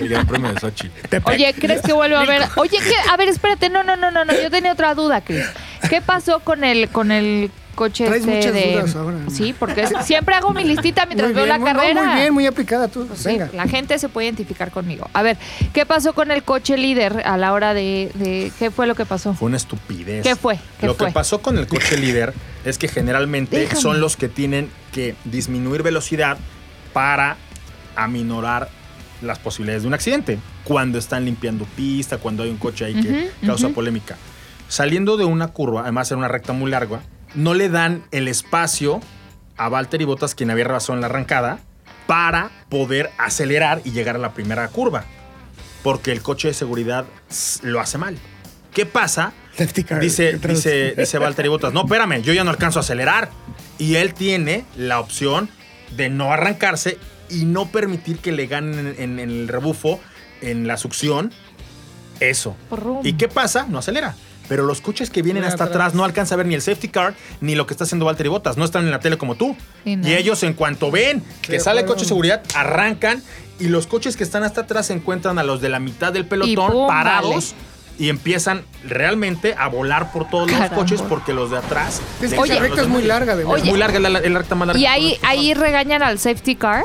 Speaker 5: el Gran Premio de Sochi.
Speaker 3: Tepec.
Speaker 2: Oye, ¿crees que vuelva a ver? Oye, ¿qué? a ver, espérate, no, no, no, no, no, yo tenía otra duda, Cris. ¿Qué pasó con el con el coche
Speaker 6: Traes
Speaker 2: este
Speaker 6: muchas
Speaker 2: de
Speaker 6: dudas ahora.
Speaker 2: Sí, porque es- siempre hago mi listita mientras
Speaker 6: Muy
Speaker 2: veo
Speaker 6: bien,
Speaker 2: la
Speaker 6: muy- no,
Speaker 2: carrera.
Speaker 6: muy bien, muy aplicada tú.
Speaker 2: Pues sí,
Speaker 6: Venga.
Speaker 2: la gente se puede identificar conmigo. A ver, ¿qué pasó con el coche líder a la hora de, de- qué fue lo que pasó?
Speaker 5: Fue una estupidez.
Speaker 2: ¿Qué fue? ¿Qué
Speaker 5: lo
Speaker 2: fue?
Speaker 5: que pasó con el coche líder es que generalmente
Speaker 2: Déjame.
Speaker 5: son los que tienen que disminuir velocidad para aminorar las posibilidades de un accidente. Cuando están limpiando pista, cuando hay un coche ahí que
Speaker 2: Ujú,
Speaker 5: causa polémica. Saliendo de una curva, además era una recta muy larga, no le dan el espacio a Valtteri Bottas, quien había rebasado en la arrancada, para poder acelerar y llegar a la primera curva. Porque el coche de seguridad s- lo hace mal. ¿Qué pasa?
Speaker 3: Safety car.
Speaker 5: Dice,
Speaker 3: Entonces-
Speaker 5: dice, dice Valtteri Bottas, no, espérame, yo ya no alcanzo a acelerar. Y él tiene la opción de no arrancarse y no permitir que le ganen en, en el rebufo, en la succión, eso.
Speaker 2: Porrum.
Speaker 5: ¿Y qué pasa? No acelera. Pero los coches que vienen
Speaker 6: Muy
Speaker 5: hasta
Speaker 6: atrás.
Speaker 5: atrás no alcanza a ver ni el safety car ni lo que está haciendo Valtteri Bottas. No están en la tele como tú.
Speaker 2: Sí, no.
Speaker 5: Y ellos, en cuanto ven que
Speaker 6: Se
Speaker 5: sale el
Speaker 6: fueron.
Speaker 5: coche de seguridad, arrancan y los coches que están hasta atrás encuentran a los de la mitad del pelotón
Speaker 2: pum,
Speaker 5: parados y empiezan realmente a volar por todos
Speaker 2: Caramba.
Speaker 5: los coches porque los de atrás.
Speaker 6: Es que
Speaker 5: le
Speaker 2: Oye,
Speaker 5: quitan
Speaker 6: esa recta
Speaker 5: los
Speaker 6: es muy
Speaker 5: demás.
Speaker 6: larga, de
Speaker 5: Es
Speaker 6: verdad.
Speaker 5: muy larga la, la recta más larga.
Speaker 2: Y
Speaker 5: que
Speaker 2: ahí
Speaker 5: conozco.
Speaker 2: ahí regañan al safety car.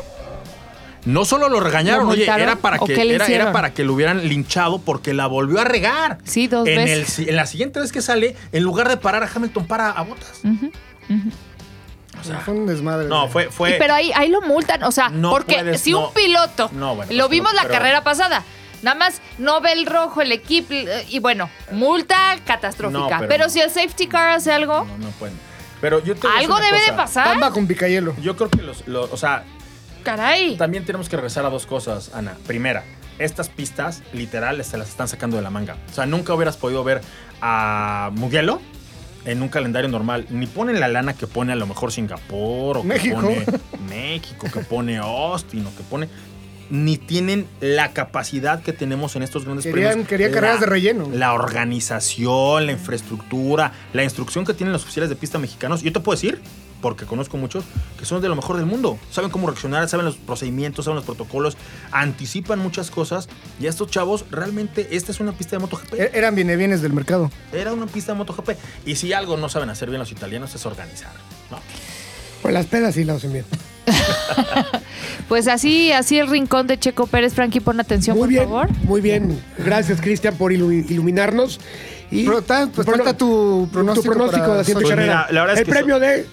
Speaker 5: No solo lo regañaron,
Speaker 2: ¿Lo
Speaker 5: oye,
Speaker 2: multaron?
Speaker 5: era para,
Speaker 2: ¿O
Speaker 5: que,
Speaker 2: qué le
Speaker 5: era, era
Speaker 2: hicieron?
Speaker 5: para que lo hubieran linchado porque la volvió a regar.
Speaker 2: Sí, dos
Speaker 5: en
Speaker 2: veces.
Speaker 5: el si- en la siguiente vez que sale, en lugar de parar a Hamilton, para a Botas.
Speaker 6: Fue un desmadre.
Speaker 5: No, fue. fue
Speaker 2: Pero ahí, ahí lo multan, o sea,
Speaker 5: Pues, No
Speaker 2: porque
Speaker 5: puedes,
Speaker 2: si
Speaker 5: no.
Speaker 2: un piloto,
Speaker 5: No, bueno,
Speaker 2: lo
Speaker 5: pues,
Speaker 2: vimos
Speaker 5: pero-
Speaker 2: la
Speaker 5: pero-
Speaker 2: carrera pasada, nada más no ve el rojo, el equipo, eh, y bueno, multa catastrófica.
Speaker 5: No,
Speaker 2: pero
Speaker 5: pero no.
Speaker 2: si el safety car hace algo,
Speaker 5: no, no pueden. Pero yo te voy a decir
Speaker 2: algo
Speaker 5: una
Speaker 2: debe de
Speaker 5: cosa.
Speaker 2: pasar.
Speaker 6: Pamba con picayelo.
Speaker 5: Yo creo que los, los- O sea,
Speaker 2: Caray.
Speaker 5: también tenemos que regresar a dos cosas, Ana. Primera, estas pistas, literal, se las están sacando de la manga. O sea, nunca hubieras podido ver a Mugello en un calendario normal. Ni ponen la lana que pone a lo mejor Singapur o
Speaker 6: México.
Speaker 5: que pone México, que pone Austin o que pone. Ni tienen la capacidad que tenemos en estos grandes
Speaker 6: Querían-
Speaker 5: premios.
Speaker 6: quería
Speaker 5: La-
Speaker 6: carreras de relleno.
Speaker 5: La organización, la infraestructura, la instrucción que tienen los oficiales de pista mexicanos. Yo te puedo decir porque conozco muchos, que son de lo mejor del mundo. Saben cómo reaccionar, saben los procedimientos, saben los protocolos, anticipan muchas cosas. Y a estos chavos, realmente, esta es una pista de MotoGP.
Speaker 6: E- Eran bienes bienes del mercado.
Speaker 5: Era una pista de MotoGP. Y si algo no saben hacer bien los italianos es organizar. ¿no?
Speaker 3: Pues las pedas sí las hacen bien.
Speaker 2: Pues así, así el rincón de Checo Pérez, Frankie, pon atención,
Speaker 3: Muy
Speaker 2: por
Speaker 3: bien,
Speaker 2: favor.
Speaker 3: muy bien. Gracias, Cristian, por ilu- iluminarnos. Y
Speaker 6: Pero tan- pues falta tu pronóstico
Speaker 3: Tu pronóstico
Speaker 6: para
Speaker 3: de la siguiente
Speaker 6: Sochi.
Speaker 9: Pues
Speaker 3: carrera.
Speaker 9: mira, la verdad es
Speaker 3: El
Speaker 9: que
Speaker 3: premio de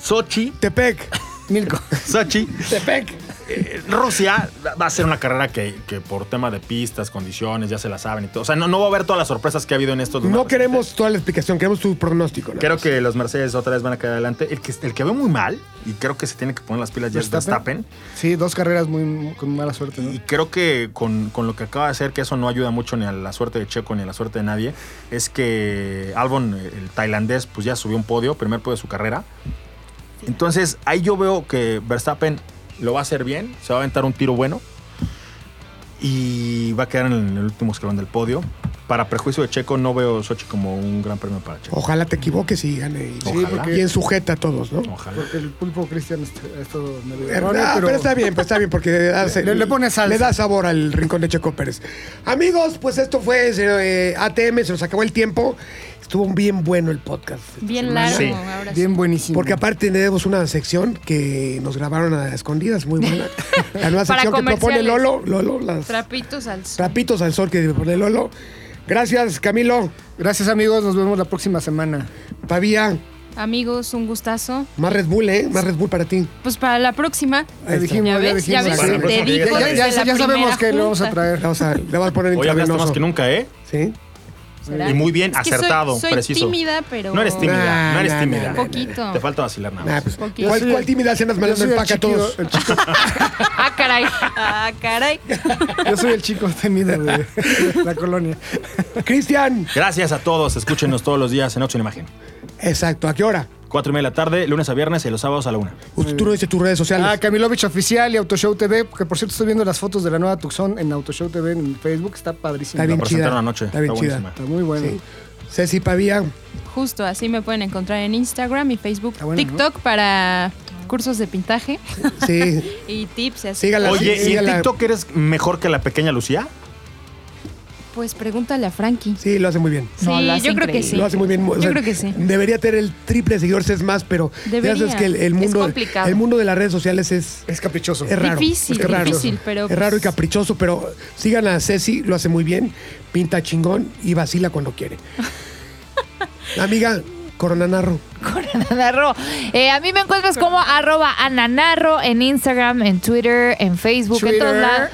Speaker 5: Sochi,
Speaker 3: Tepec.
Speaker 6: Milko.
Speaker 5: Sochi,
Speaker 3: Tepec.
Speaker 5: eh, Rusia va a ser una carrera que, que por tema de pistas, condiciones, ya se la saben y todo. O sea, no, no va a haber todas las sorpresas que ha habido en estos
Speaker 3: No
Speaker 5: lugares.
Speaker 3: queremos toda la explicación, queremos tu pronóstico. ¿no?
Speaker 5: Creo que los Mercedes otra vez van a quedar adelante. El que, el que ve muy mal, y creo que se tiene que poner las pilas ya es
Speaker 6: Verstappen.
Speaker 5: Verstappen.
Speaker 6: Sí, dos carreras muy con mala suerte, ¿no?
Speaker 5: Y creo que con, con lo que acaba de hacer, que eso no ayuda mucho ni a la suerte de Checo ni a la suerte de nadie, es que Albon, el tailandés, pues ya subió un podio, primer podio de su carrera. Entonces ahí yo veo que Verstappen lo va a hacer bien, se va a aventar un tiro bueno y va a quedar en el último escalón del podio. Para prejuicio de Checo, no veo Sochi como un gran premio para Checo.
Speaker 3: Ojalá te equivoques y gane. y-
Speaker 5: Ojalá.
Speaker 3: porque- Bien sujeta a todos, ¿no?
Speaker 5: Ojalá.
Speaker 6: Porque el pulpo Cristian este- esto me lo erróneo,
Speaker 3: Ah, pero... está bien, pues está bien, porque le, da-
Speaker 6: Le- le pone salsa.
Speaker 3: le da sabor al rincón de Checo Pérez. Amigos, pues esto fue eh, ATM, se nos acabó el tiempo. Estuvo bien bueno el podcast.
Speaker 4: Bien largo,
Speaker 5: Sí.
Speaker 4: ahora sí.
Speaker 6: bien buenísimo.
Speaker 3: Porque aparte tenemos una sección que nos grabaron a escondidas, muy buena. La nueva
Speaker 2: Para
Speaker 3: sección que propone
Speaker 2: comerciales.
Speaker 3: Lolo, Lolo, las
Speaker 4: Trapitos al sol.
Speaker 3: trapitos al sol que propone Lolo. Gracias, Camilo,
Speaker 6: Gracias amigos, nos vemos la próxima semana.
Speaker 3: Pavía,
Speaker 4: Amigos, un gustazo.
Speaker 3: más Red Bull, ¿eh? Más Red Bull para ti.
Speaker 4: Pues para la próxima.
Speaker 3: Ahí está.
Speaker 4: Ya
Speaker 6: dijimos, ya
Speaker 4: ves, ya
Speaker 6: dijimos.
Speaker 4: ves,
Speaker 9: Para la
Speaker 4: te
Speaker 9: próxima
Speaker 4: digo.
Speaker 9: que
Speaker 6: Ya,
Speaker 9: llegue.
Speaker 4: desde
Speaker 6: ya-
Speaker 4: la
Speaker 6: ya sabemos
Speaker 4: primera
Speaker 6: que lo vamos a
Speaker 4: junta.
Speaker 6: traer.
Speaker 3: Le vas a, le vas a poner
Speaker 9: Hoy hablaste
Speaker 3: intravenoso.
Speaker 9: más que nunca, ¿eh?
Speaker 3: ¿Sí?
Speaker 4: ¿Será?
Speaker 5: Y muy bien,
Speaker 4: Es que soy-
Speaker 5: acertado,
Speaker 4: soy
Speaker 5: preciso.
Speaker 4: tímida, pero-
Speaker 5: No eres tímida,
Speaker 3: Nah,
Speaker 5: no eres
Speaker 3: nah,
Speaker 5: tímida.
Speaker 3: nah, nah,
Speaker 4: Poquito.
Speaker 5: Te falta vacilar nada más.
Speaker 3: Nah, pues,
Speaker 4: Poquito.
Speaker 3: ¿Cuál,
Speaker 6: Yo soy
Speaker 3: cuál
Speaker 6: el-
Speaker 3: tímida se andas
Speaker 6: Yo
Speaker 3: mandando
Speaker 6: soy,
Speaker 3: el
Speaker 6: el
Speaker 3: pack a
Speaker 6: chico,
Speaker 3: todos?
Speaker 6: el chico,
Speaker 2: Ah, caray.
Speaker 4: Ah, caray.
Speaker 6: yo soy el chico temido de la colonia.
Speaker 3: Cristian.
Speaker 5: Gracias a todos. Escúchenos todos los días en Ocho en Imagen.
Speaker 3: Exacto, ¿a qué hora?
Speaker 5: Cuatro y media de la tarde, lunes a viernes y los sábados a la una.
Speaker 3: Usted tú no dices tus redes sociales.
Speaker 6: Ah, Camilovich Oficial y Autoshow TV, que por cierto estoy viendo las fotos de la nueva Tucson en Autoshow TV en Facebook, está padrísimo.
Speaker 3: Está bien
Speaker 5: la
Speaker 3: chida.
Speaker 5: presentaron anoche.
Speaker 3: Está bien
Speaker 5: Está
Speaker 3: chida.
Speaker 5: buenísima.
Speaker 6: Está muy bueno.
Speaker 3: Sí. Ceci Pavía,
Speaker 4: Justo así me pueden encontrar en Instagram y Facebook,
Speaker 6: Está bueno, ¿no?
Speaker 4: TikTok para cursos de pintaje
Speaker 3: sí.
Speaker 4: y tips. y así.
Speaker 3: Sígala.
Speaker 5: Oye,
Speaker 3: sí,
Speaker 5: ¿y en
Speaker 3: sígala.
Speaker 5: TikTok eres mejor que la pequeña Lucía?
Speaker 4: Pues pregúntale a Frankie.
Speaker 3: Sí, lo hace muy bien.
Speaker 4: Sí,
Speaker 2: No, lo hace
Speaker 4: yo creo que
Speaker 2: increíble.
Speaker 4: sí.
Speaker 3: Lo hace muy bien. O
Speaker 4: Yo
Speaker 3: sea,
Speaker 4: creo que sí.
Speaker 3: Debería tener el triple de seguidores es más, pero
Speaker 4: Debería.
Speaker 3: ya sabes que el, el
Speaker 2: Es
Speaker 3: mundo,
Speaker 2: complicado.
Speaker 3: el mundo de las redes sociales es,
Speaker 6: Es caprichoso.
Speaker 3: es raro.
Speaker 4: Difícil,
Speaker 3: es raro.
Speaker 4: difícil, pero
Speaker 3: Es raro y
Speaker 4: pues-
Speaker 3: caprichoso, pero sigan a Ceci, lo hace muy bien, pinta chingón y vacila cuando quiere. Amiga, Corona Narro.
Speaker 2: Ananarro. Eh, a mí me encuentras como arroba ananarro en Instagram, en Twitter, en Facebook, en todos
Speaker 6: Twitter.
Speaker 2: lados.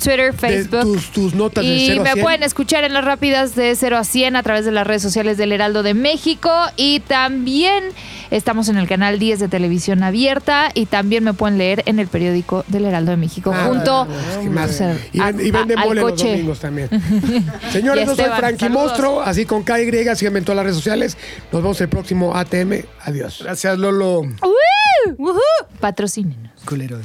Speaker 2: Twitter,
Speaker 3: de
Speaker 2: Facebook.
Speaker 3: tus, tus notas del
Speaker 2: Y
Speaker 3: 0 a
Speaker 2: me
Speaker 3: 100.
Speaker 2: pueden escuchar en las rápidas de 0 a 100 a través de las redes sociales del Heraldo de México. Y también estamos en el canal 10 de Televisión Abierta. Y también me pueden leer en el periódico del Heraldo de México.
Speaker 3: Ah,
Speaker 2: junto
Speaker 3: es que más.
Speaker 2: o sea,
Speaker 3: y, ven- y
Speaker 2: a-
Speaker 3: venden
Speaker 2: a- al
Speaker 3: mole los
Speaker 2: coche.
Speaker 3: domingos también. Señores, yo soy
Speaker 2: Esteban,
Speaker 3: Frankie
Speaker 2: saludos.
Speaker 3: Monstruo, así con KY, síganme en todas las redes sociales. Nos vemos el próximo ATM. Adiós.
Speaker 6: Gracias, Lolo.
Speaker 2: Patrocínenos.
Speaker 6: Culeros.